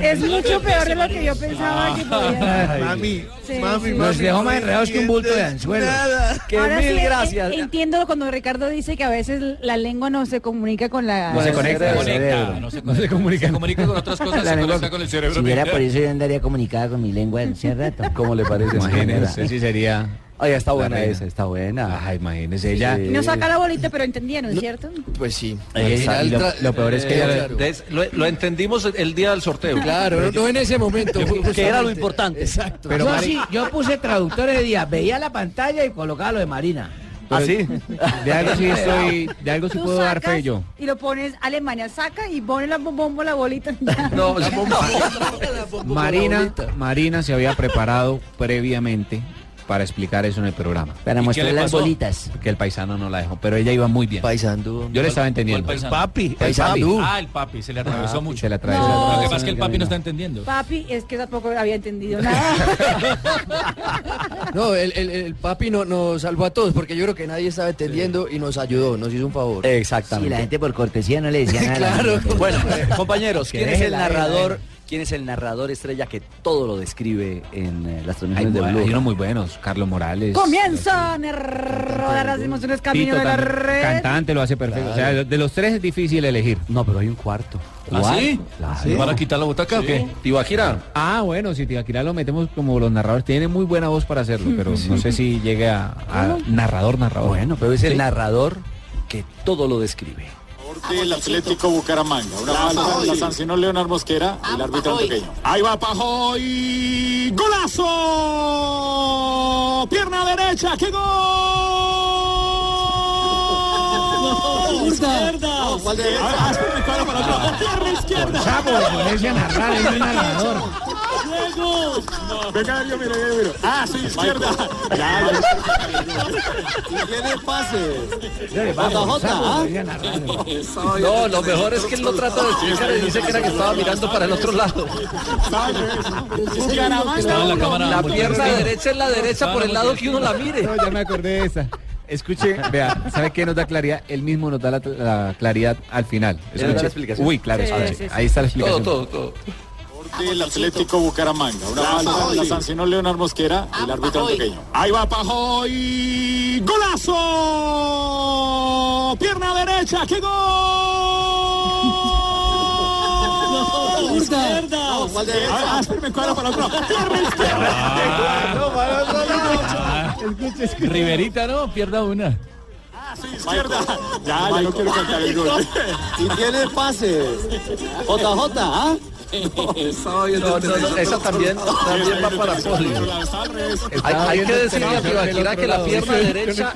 Speaker 13: Es mucho peor de lo que yo pensaba
Speaker 4: Ah.
Speaker 13: que podía.
Speaker 59: Mami,
Speaker 13: Sí,
Speaker 59: mami, mami.
Speaker 13: sí. Nos
Speaker 11: dejó más enredados que un bulto de
Speaker 59: entiendes
Speaker 11: anzuelo.
Speaker 59: Nada.
Speaker 11: Que
Speaker 13: Ahora
Speaker 11: mil
Speaker 13: sí, en-
Speaker 11: gracias.
Speaker 13: Entiendo cuando Ricardo dice que a veces la lengua no se comunica con la...
Speaker 11: No se conecta.
Speaker 13: con
Speaker 11: el cerebro.
Speaker 1: No se conecta, se comunica con otras cosas,
Speaker 11: La
Speaker 1: se
Speaker 11: lengua-
Speaker 1: conecta con el cerebro.
Speaker 11: Si fuera
Speaker 1: Mira.
Speaker 11: por eso yo andaría comunicada con mi lengua hace rato.
Speaker 10: ¿Cómo le parece?
Speaker 9: Imagínese, sí sería.
Speaker 10: Ay, está
Speaker 9: La
Speaker 10: buena
Speaker 9: reina.
Speaker 10: esa, está buena.
Speaker 9: Ay, Ah, imagínese ella.
Speaker 13: No saca la bolita, pero entendieron, ¿cierto?
Speaker 16: Pues sí.
Speaker 10: Esa- y lo- lo peor
Speaker 7: eh,
Speaker 10: es que ella-
Speaker 7: Entonces, lo, lo entendimos el día del sorteo.
Speaker 48: Claro, no en ese momento.
Speaker 11: que era lo
Speaker 48: importante. Exacto.
Speaker 11: Pero yo, sí, yo puse traductor ese día, veía la pantalla y colocaba lo de Marina.
Speaker 1: ¿Ah,
Speaker 9: Pero De algo sí estoy, de algo sí
Speaker 13: Tú
Speaker 9: puedo dar
Speaker 13: sacas
Speaker 9: fe yo.
Speaker 13: Y lo pones, Alemania saca y pone la bombo, la bolita.
Speaker 7: No, la bomba.
Speaker 9: Marina, Marina se había preparado previamente para explicar eso en el programa.
Speaker 11: Para
Speaker 9: ¿Y
Speaker 11: mostrar
Speaker 9: qué le
Speaker 11: las
Speaker 9: pasó?
Speaker 11: bolitas.
Speaker 9: Que el paisano no la dejó, pero ella iba muy bien.
Speaker 16: Paisandú.
Speaker 9: Yo le estaba entendiendo.
Speaker 1: ¿Cuál paisano?
Speaker 9: papi,
Speaker 1: Ah, el papi, se le atravesó
Speaker 9: Papi,
Speaker 1: mucho.
Speaker 9: se le atravesó.
Speaker 1: No, lo que
Speaker 9: No,
Speaker 1: pasa es que el
Speaker 9: no,
Speaker 1: papi no
Speaker 9: no.
Speaker 1: está entendiendo.
Speaker 13: Papi, es que tampoco había entendido nada.
Speaker 16: No, el, el- el papi no, nos salvó a todos porque yo creo que nadie estaba entendiendo y nos ayudó, nos hizo un favor.
Speaker 11: Y la
Speaker 10: Exactamente.
Speaker 11: gente por cortesía no le decía nada. claro.
Speaker 10: Eh, Bueno, eh, compañeros, ¿quién
Speaker 11: Que
Speaker 10: es
Speaker 11: deje
Speaker 10: el
Speaker 11: la-
Speaker 10: narrador? ¿Quién es el narrador estrella que todo lo describe en eh, las
Speaker 9: Hay,
Speaker 10: transmisiones de
Speaker 9: bu- hay
Speaker 10: Blue?
Speaker 9: unos muy buenos, Carlos Morales.
Speaker 13: Comienzan a rodar las emociones camino
Speaker 9: Tito
Speaker 13: de la
Speaker 9: también,
Speaker 13: red.
Speaker 9: Cantante lo hace perfecto. O sea, de los tres es difícil elegir.
Speaker 10: No, pero hay un cuarto.
Speaker 1: ¿Ah, sí?
Speaker 10: Claro.
Speaker 1: ¿Para quitar la botaca o qué?
Speaker 7: Tibaquira.
Speaker 9: Ah, bueno, si Tibaquirá lo metemos como los narradores, tiene muy buena voz para hacerlo, pero no sé si llegue a, a narrador, narrador.
Speaker 10: Bueno, pero es el narrador que todo lo describe.
Speaker 4: El Atlético Bucaramanga. Una falta, la sancionó Leonardo Mosquera, el árbitro pequeño. Ahí va Pajoy. ¡Golazo! Pierna derecha, ¡qué gol! Izquierda. Ah, espérame, cuadra para atrás. Pierna izquierda.
Speaker 46: Sapo, ponerse a narrar, es un narrador.
Speaker 4: Diego. Venga, Diego, mira, mira, mira. Ah, sí, izquierda. Ya, ya.
Speaker 16: ¿Tiene pase?
Speaker 5: No, lo mejor es que él lo trata de explicar y dice que era que estaba mirando para el otro lado.
Speaker 4: Bucaramanga.
Speaker 1: la cámara.
Speaker 5: La
Speaker 1: muy
Speaker 5: pierna
Speaker 1: bien.
Speaker 5: derecha es la derecha por el lado que uno la mire.
Speaker 9: No, ya me acordé de esa. Escuche, vea, ¿sabe qué nos da claridad? Él mismo nos da la, la claridad al final.
Speaker 10: Él nos da la explicación.
Speaker 9: Uy, claro,
Speaker 13: Sí,
Speaker 9: escuche.
Speaker 13: sí, sí.
Speaker 9: ahí está la
Speaker 5: Todo,
Speaker 9: explicación.
Speaker 5: todo, todo.
Speaker 4: El Atlético Bucaramanga. Una falta, la sancionó Leonardo Mosquera, el árbitro pequeño. Ahí va Pajoy. ¡Golazo! Pierna derecha, ¡qué gol! Izquierda. Ah, espérame, cuadra para otro. lado. Pierna
Speaker 5: Ah.
Speaker 4: izquierda.
Speaker 1: Riverita, ¿no? Pierda una.
Speaker 4: Ah, sí, izquierda. Ya, ya no quiero contar el gol.
Speaker 16: ¿Y tiene pase? JJ, ¿ah?
Speaker 5: No, no, no, esa también, también va para podio. Hay, hay que decirle a Tibaquirá que la pierna derecha,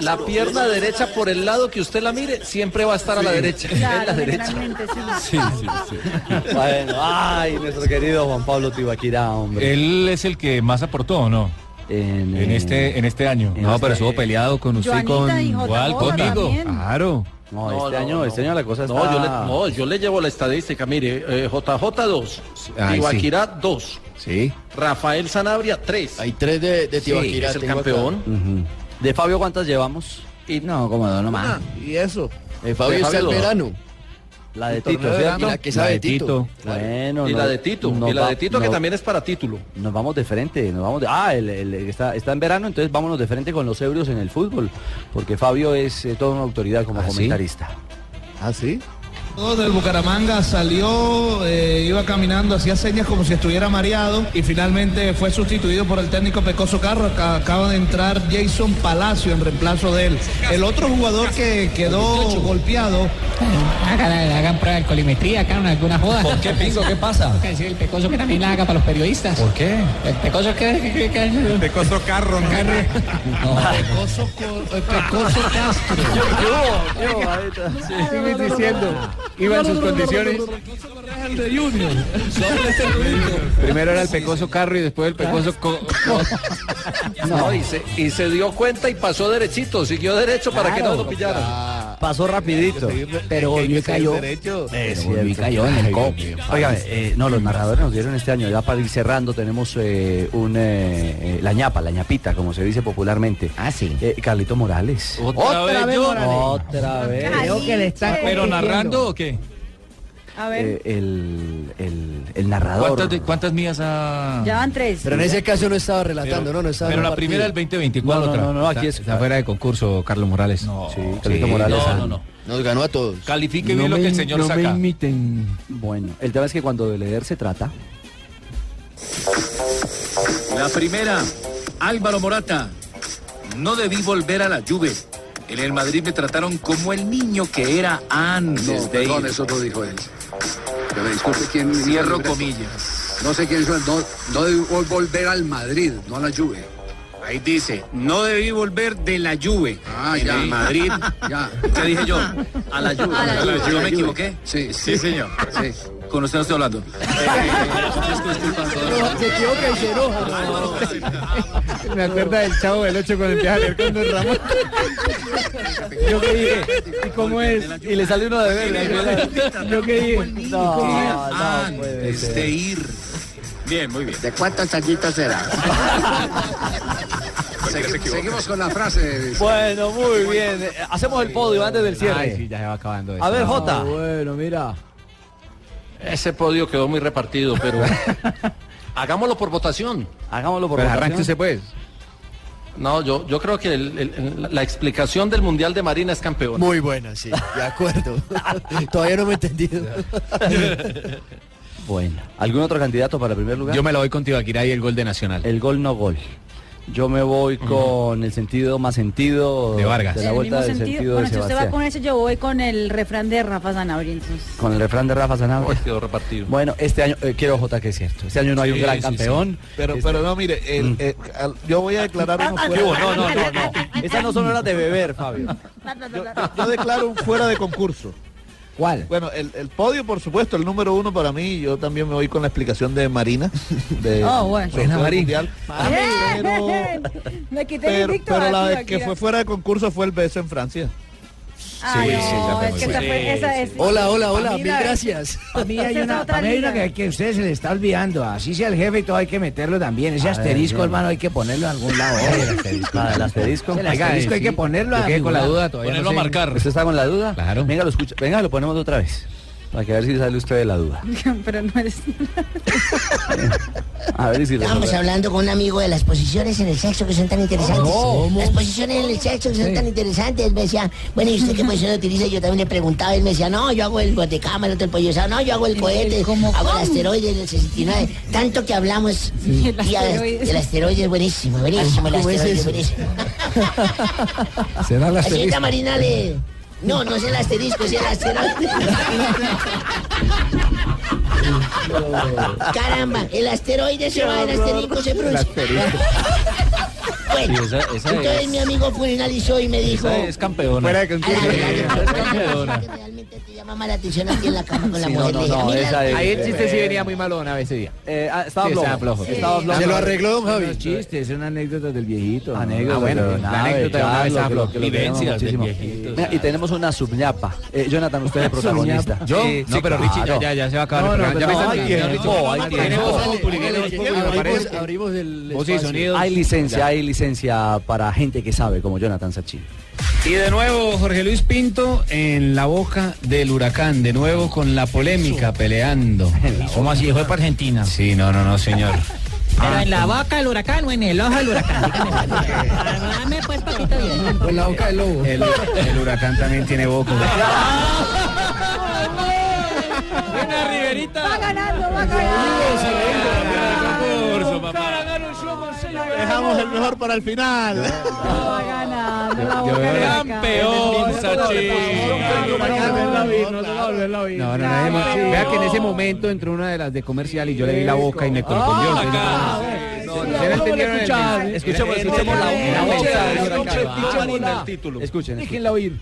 Speaker 5: la pierna derecha por el lado que usted la mire, siempre va a estar a la derecha. en la
Speaker 13: Claro,
Speaker 5: derecha.
Speaker 13: generalmente, sí.
Speaker 1: Sí, sí, sí.
Speaker 10: Bueno, ay, nuestro querido Juan Pablo Tibaquirá, hombre.
Speaker 1: Él es el que más aportó, ¿o ¿no?
Speaker 10: En,
Speaker 1: En
Speaker 10: eh,
Speaker 1: este, en este año.
Speaker 9: No, pero estuvo peleado con usted y con.
Speaker 13: Joanita y J.
Speaker 1: igual
Speaker 13: Boda
Speaker 1: conmigo.
Speaker 13: también.
Speaker 9: Claro.
Speaker 10: No,
Speaker 7: No,
Speaker 10: este
Speaker 7: no,
Speaker 10: año,
Speaker 7: no.
Speaker 10: este año la cosa está...
Speaker 7: No, yo le, no, yo le llevo la estadística. Mire, eh, JJ 2,
Speaker 9: Ay, sí.
Speaker 7: Ibaquirá 2,
Speaker 9: Sí.
Speaker 7: Rafael Sanabria 3.
Speaker 16: Hay tres de, de Tibaquirá.
Speaker 7: es el
Speaker 16: tengo acá.
Speaker 7: campeón.
Speaker 10: Ujú. De Fabio, ¿cuántas llevamos?
Speaker 7: Y-
Speaker 10: No, como dos nomás.
Speaker 59: Y eso.
Speaker 16: Eh, Fabio
Speaker 7: De
Speaker 16: está
Speaker 7: Fabio
Speaker 16: el
Speaker 7: dos.
Speaker 16: verano.
Speaker 10: La
Speaker 59: El
Speaker 10: de
Speaker 59: torneo
Speaker 10: Tito,
Speaker 59: de
Speaker 10: ¿cierto?
Speaker 16: verano, la que sabe Tito.
Speaker 10: Bueno,
Speaker 7: Y la
Speaker 10: no-
Speaker 7: de Tito,
Speaker 10: no
Speaker 7: y la
Speaker 10: va-
Speaker 7: de Tito que
Speaker 10: no-
Speaker 7: también es para título.
Speaker 10: Nos vamos de frente, nos vamos de... Ah, el, el- está, está en verano, entonces vámonos de frente con los ebrios en el fútbol, porque Fabio es eh, toda una autoridad como
Speaker 59: ¿Ah, sí?
Speaker 10: comentarista.
Speaker 59: ¿Ah, sí?
Speaker 9: Del Bucaramanga salió, eh, iba caminando, hacía señas como si estuviera mareado y finalmente fue sustituido por el técnico Pecoso Carro. Acá- Acaba de entrar Jason Palacio en reemplazo de él. El otro jugador que quedó golpeado.
Speaker 77: Hagan, hagan prueba de alcoholimetría, hagan alguna joda.
Speaker 9: ¿Por qué, Pingo? ¿Qué pasa?
Speaker 77: Hay que decir el pecoso que también la haga para los periodistas. ¿Por qué? El pecoso que... El pecoso carro, ¿no?
Speaker 9: Pecoso, Co- eh, Pecoso Castro.
Speaker 4: Siguen diciendo, iba en sus condiciones.
Speaker 9: El de Junior.
Speaker 10: este
Speaker 78: Primero era el pecoso carro y después el pecoso...
Speaker 11: Ah.
Speaker 78: co- co-
Speaker 7: No, y se, y se dio cuenta y pasó derechito, siguió derecho para que no lo pillaran.
Speaker 10: Pasó rapidito.
Speaker 11: Pero volvió y cayó.
Speaker 10: Es
Speaker 11: Pero volvió y
Speaker 10: cierto.
Speaker 11: cayó en el
Speaker 10: Ay,
Speaker 11: copo.
Speaker 10: Dios mío. Oigan, eh, no, los narradores nos dieron este año, ya para ir cerrando, tenemos eh, un, eh, eh, la ñapa, la ñapita, como se dice popularmente. Ah, sí. Carlito Morales.
Speaker 11: ¿Otra vez yo?
Speaker 10: Otra vez.
Speaker 11: Creo que le está
Speaker 79: ¿Pero
Speaker 11: compitiendo.
Speaker 79: narrando o qué?
Speaker 13: A ver.
Speaker 10: Eh, el, el, el narrador.
Speaker 79: ¿Cuántas, de- cuántas mías ha...?
Speaker 13: Ya van tres.
Speaker 7: Pero en ese caso no estaba relatando,
Speaker 79: Pero-
Speaker 7: no, no estaba
Speaker 79: Pero
Speaker 7: en
Speaker 79: la
Speaker 7: un partido.
Speaker 79: primera del 2020, ¿cuál
Speaker 7: No, no,
Speaker 79: otra?
Speaker 7: no, no, aquí es-
Speaker 78: Está fuera de concurso, Carlos Morales. No, sí,
Speaker 10: Carlito Morales.
Speaker 78: no,
Speaker 10: ah.
Speaker 78: no, no.
Speaker 7: Nos ganó a todos.
Speaker 79: Califique bien lo que el señor saca.
Speaker 10: imiten. Bueno, el tema es que cuando de leer se trata,
Speaker 80: La primera, Álvaro Morata. No debí volver a la Juve. En el Madrid me trataron como el niño que era antes
Speaker 5: No,
Speaker 80: de
Speaker 5: perdón,
Speaker 80: ir.
Speaker 5: eso no dijo él. Que me disculpe quién.
Speaker 80: Cierro
Speaker 5: quién-
Speaker 80: comillas.
Speaker 5: No sé quién hizo. No, no debo volver al Madrid, no a la Juve.
Speaker 80: Ahí dice, no debí volver de la Juve.
Speaker 5: Ah,
Speaker 80: en
Speaker 5: ya.
Speaker 80: el Madrid.
Speaker 5: Ya.
Speaker 80: ¿Qué dije yo? A la Juve.
Speaker 5: A la Juve.
Speaker 80: ¿Yo me equivoqué?
Speaker 5: Sí.
Speaker 80: Sí, señor.
Speaker 5: Sí.
Speaker 80: Con usted no estoy hablando.
Speaker 4: Se equivoca y se Me acuerda del chavo del 8 cuando empieza a leer con Don Ramón. Yo que dije, ¿y cómo es?
Speaker 10: Y le sale uno de verde.
Speaker 4: Yo que dije, ¿y cómo es?
Speaker 80: Antes de ir. Bien, muy bien.
Speaker 5: ¿De cuántos añitos era?
Speaker 80: Cualquiera se equivoca.
Speaker 5: Seguimos con la frase.
Speaker 10: Bueno, muy bien. Eh, Hacemos el podio antes del cierre.
Speaker 78: Ay, sí, ya se va acabando
Speaker 10: A ver, Jota.
Speaker 7: Bueno, mira.
Speaker 81: Ese podio quedó muy repartido, pero hagámoslo por votación.
Speaker 10: Hagámoslo
Speaker 78: Pues arranque usted, pues.
Speaker 81: No, yo, yo creo que el- el- la- la explicación del Mundial de Marina es campeón.
Speaker 7: Muy buena, sí, de acuerdo. Todavía no me he entendido.
Speaker 10: Bueno. ¿Algún otro candidato para el primer lugar?
Speaker 78: Yo me la voy con Tibaquirá y el gol de Nacional.
Speaker 10: El gol no gol. Yo me voy con el sentido más sentido
Speaker 78: De Vargas.
Speaker 10: la
Speaker 13: El
Speaker 10: vuelta
Speaker 13: mismo
Speaker 10: del
Speaker 13: sentido.
Speaker 10: sentido
Speaker 13: bueno,
Speaker 10: de
Speaker 13: si usted va
Speaker 10: Sebastián.
Speaker 13: con ese, yo voy con el refrán de Rafa Zanabria, entonces.
Speaker 10: Con el refrán de Rafa Sanabria.
Speaker 81: quedó repartido.
Speaker 10: Bueno, este año, eh, quiero Jota que es cierto. Este año no hay un
Speaker 82: Sí,
Speaker 10: gran
Speaker 82: sí,
Speaker 10: campeón.
Speaker 82: sí. Pero,
Speaker 10: Este-
Speaker 82: pero no, mire, el- el- al- yo voy a declarar uno fuera.
Speaker 10: No, no, no, no. Esas no son horas de beber, Fabio.
Speaker 82: Yo declaro un fuera de concurso.
Speaker 10: ¿Cuál?
Speaker 82: Bueno, el, el podio, por supuesto, el número uno para mí. Yo también me voy con la explicación de Marina. De,
Speaker 13: Ah, bueno.
Speaker 82: sobre
Speaker 13: Buena
Speaker 82: todo el
Speaker 13: Marina. Eh,
Speaker 82: Mundial.
Speaker 13: ¡Bien! Me quité el
Speaker 82: Pero,
Speaker 13: invicto
Speaker 82: pero
Speaker 13: a
Speaker 82: la
Speaker 13: ti,
Speaker 82: vez que
Speaker 13: Akira.
Speaker 82: fue fuera de concurso fue el beso en Francia.
Speaker 13: Ay,
Speaker 82: Sí,
Speaker 13: no,
Speaker 82: sí, ya
Speaker 13: es
Speaker 82: fue.
Speaker 13: que esa
Speaker 82: Sí,
Speaker 13: fue, esa es.
Speaker 7: Hola, hola, hola,
Speaker 13: Pa'
Speaker 7: mil
Speaker 13: mí la-
Speaker 7: gracias.
Speaker 11: A mí hay
Speaker 13: Esa es
Speaker 11: una,
Speaker 13: otra
Speaker 11: pa' mí hay una
Speaker 13: liga.
Speaker 11: que, que a ustedes se le está olvidando. Así sea el jefe y todo, hay que meterlo también. Ese
Speaker 10: A ver,
Speaker 11: asterisco,
Speaker 10: bien.
Speaker 11: hermano, hay que ponerlo en algún lado.
Speaker 10: Ah, el asterisco.
Speaker 11: El asterisco hay que ponerlo a figurar.
Speaker 10: no sé. ¿Usted está con la duda? Claro. Venga, lo escucha. Venga, lo ponemos otra vez. Para que a ver si sale usted de la duda.
Speaker 13: Pero no eres.
Speaker 10: A ver si
Speaker 8: Estábamos
Speaker 10: resuelve.
Speaker 8: hablando con un amigo de las posiciones en el sexo que son tan interesantes.
Speaker 10: ¿Cómo?
Speaker 8: Las posiciones en el sexo que son tan interesantes. Me decía, bueno, ¿y usted qué posición utiliza? Yo también le preguntaba. Él me decía, no, yo hago el guatecama, el otro el pollo asado, no, yo hago el cohete, hago el asteroide en el 69. Tanto que hablamos. Sí. y a- El asteroide. el asteroide es buenísimo, buenísimo, el ¿Cómo es asteroide es eso? buenísimo.
Speaker 11: Será
Speaker 8: La señorita Marina le... No, no es el asterisco, es el asteroide. Caramba, el asteroide se va, el asterisco se pronuncia. Bueno,
Speaker 78: Sí, esa- esa es-
Speaker 8: entonces mi amigo fue y analizó y me dijo,
Speaker 78: Esa es campeona. Fuera de concurso. es campeona.
Speaker 8: llama más la atención aquí en la cama con la
Speaker 78: Sí,
Speaker 8: mujer.
Speaker 78: no,
Speaker 8: Le dije,
Speaker 78: no,
Speaker 8: "Mira,
Speaker 78: esa es-
Speaker 8: ahí
Speaker 78: Ahí el chiste sí
Speaker 9: Eh,
Speaker 78: venía
Speaker 11: muy malona a ese día.
Speaker 9: ah,
Speaker 10: Ah, estaba
Speaker 78: Sí,
Speaker 10: flojo.
Speaker 78: estaba flojo.
Speaker 10: Estaba flojo.
Speaker 11: Unos chistes, son anécdotas del viejito. ¿no?
Speaker 10: Anécdota,
Speaker 11: Ah, bueno,
Speaker 10: pero
Speaker 11: la
Speaker 10: nada,
Speaker 11: anécdota de una
Speaker 10: claro,
Speaker 11: vez a
Speaker 10: que lo-
Speaker 11: Flo.
Speaker 10: que lo queremos muchísimo. Mira, y tenemos una subñapa. Eh, Jonathan, usted es el protagonista.
Speaker 78: Suñapa. ¿Yo?
Speaker 10: Sí,
Speaker 78: No,
Speaker 10: sí,
Speaker 78: pero Richie,
Speaker 10: claro.
Speaker 78: ya, ya, ya se va a acabar el programa. Ya me están diciendo, Richie, no, no, no, no, no, no,
Speaker 7: Abrimos, abrimos el
Speaker 78: Voz y
Speaker 7: espacio.
Speaker 78: sonidos.
Speaker 10: Hay licencia,
Speaker 78: Ya.
Speaker 10: hay licencia para gente que sabe, como Jonathan Sachin.
Speaker 83: Y de nuevo Jorge Luis Pinto en la boca del huracán, de nuevo con la polémica, peleando. ¿Cómo así? ¿Fue para Argentina? Sí, no, no, no, señor.
Speaker 77: Pero en la boca del huracán o en el ojo del huracán. Dígame, dame pues papito bien.
Speaker 83: la boca del lobo. El, el huracán también tiene boca.
Speaker 77: Ay,
Speaker 4: Buena Riverita. Va ganando, va ganando.
Speaker 84: Dejamos el mejor para el final.
Speaker 4: Va ganando. la
Speaker 84: Yo- yo
Speaker 4: Boca
Speaker 84: veo-
Speaker 4: Rica.
Speaker 84: Campeón, Sachin.
Speaker 9: No, no, no, no, Vea que en ese momento entró una de las de comercial y yo le vi la boca y me correspondió. Ah, ¿Ustedes entendieron el mensaje?
Speaker 85: Escuchemos,
Speaker 9: Era-
Speaker 85: escuchemos la
Speaker 9: era
Speaker 85: voz.
Speaker 9: boca de
Speaker 85: Escuchemos,
Speaker 9: Huracán.
Speaker 85: escuchemos la-
Speaker 9: Ah,
Speaker 85: título.
Speaker 9: Escuchen, Déjenla oír.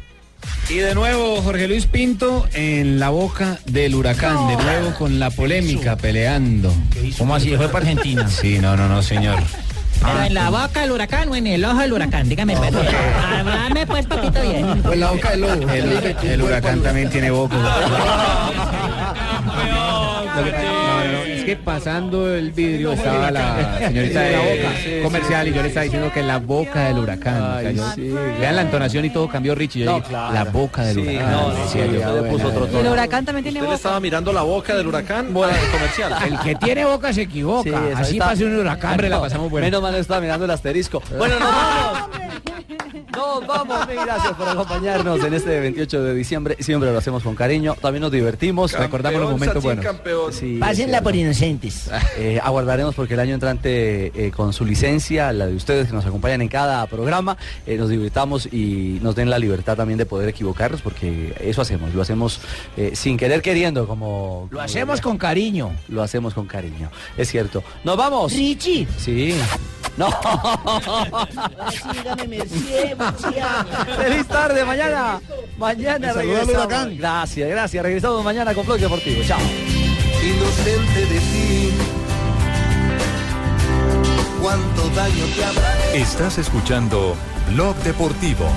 Speaker 9: Y de nuevo Jorge Luis Pinto en la boca del huracán, de nuevo con la polémica peleando. ¿Cómo así? ¿Fue para Argentina? Sí, no, no, no, señor.
Speaker 13: Ah. Pero en la boca del huracán o en el ojo del huracán, dígame. pues. Háblame pues, papito, bien.
Speaker 9: en la boca del lobo. El, el huracán también tiene boca. No, no, es que pasando el vidrio estaba la señorita
Speaker 85: Sí,
Speaker 9: de
Speaker 85: la
Speaker 9: la
Speaker 85: boca,
Speaker 9: boca
Speaker 85: sí,
Speaker 9: comercial
Speaker 85: sí.
Speaker 9: y yo le estaba diciendo que la boca del huracán. o sea, yo- Vean la entonación y todo cambió Richie. Yo dije, la boca del huracán.
Speaker 7: no, no,
Speaker 9: decía
Speaker 7: sí,
Speaker 9: yo.
Speaker 7: ya le puso otro
Speaker 4: Y el huracán también tiene
Speaker 7: Él
Speaker 4: boca.
Speaker 7: estaba mirando la boca del huracán bueno, comercial.
Speaker 86: El que tiene boca se
Speaker 10: Sí,
Speaker 86: equivoca.
Speaker 10: esa
Speaker 86: Así
Speaker 10: está-
Speaker 86: pasa un huracán.
Speaker 10: No, Menos mal no estaba mirando el asterisco. Bueno, nos vamos. Nos vamos, mil gracias por acompañarnos en este 28 de diciembre. Siempre lo hacemos con cariño. También nos divertimos, recordamos los momentos buenos. Sí,
Speaker 86: Pásenla
Speaker 10: sí.
Speaker 86: por inocentes.
Speaker 10: Eh, aguardaremos porque el año entrante eh, con su licencia, la de ustedes que nos acompañan en cada programa, eh, nos divirtamos y nos den la libertad también de poder equivocarnos porque eso hacemos, lo hacemos eh, sin querer queriendo, como... Lo hacemos
Speaker 86: con cariño.
Speaker 10: Lo hacemos con cariño, es cierto. ¡Nos vamos! Richie. Sí. No. Feliz tarde, mañana. Mañana
Speaker 85: Me saluda el
Speaker 10: regresamos.
Speaker 85: huracán.
Speaker 10: Gracias, gracias. Regresamos mañana con Blog Deportivo. Chao.
Speaker 85: Inocente de ti. Cuánto daño te habrá.
Speaker 1: Estás escuchando Blog Deportivo.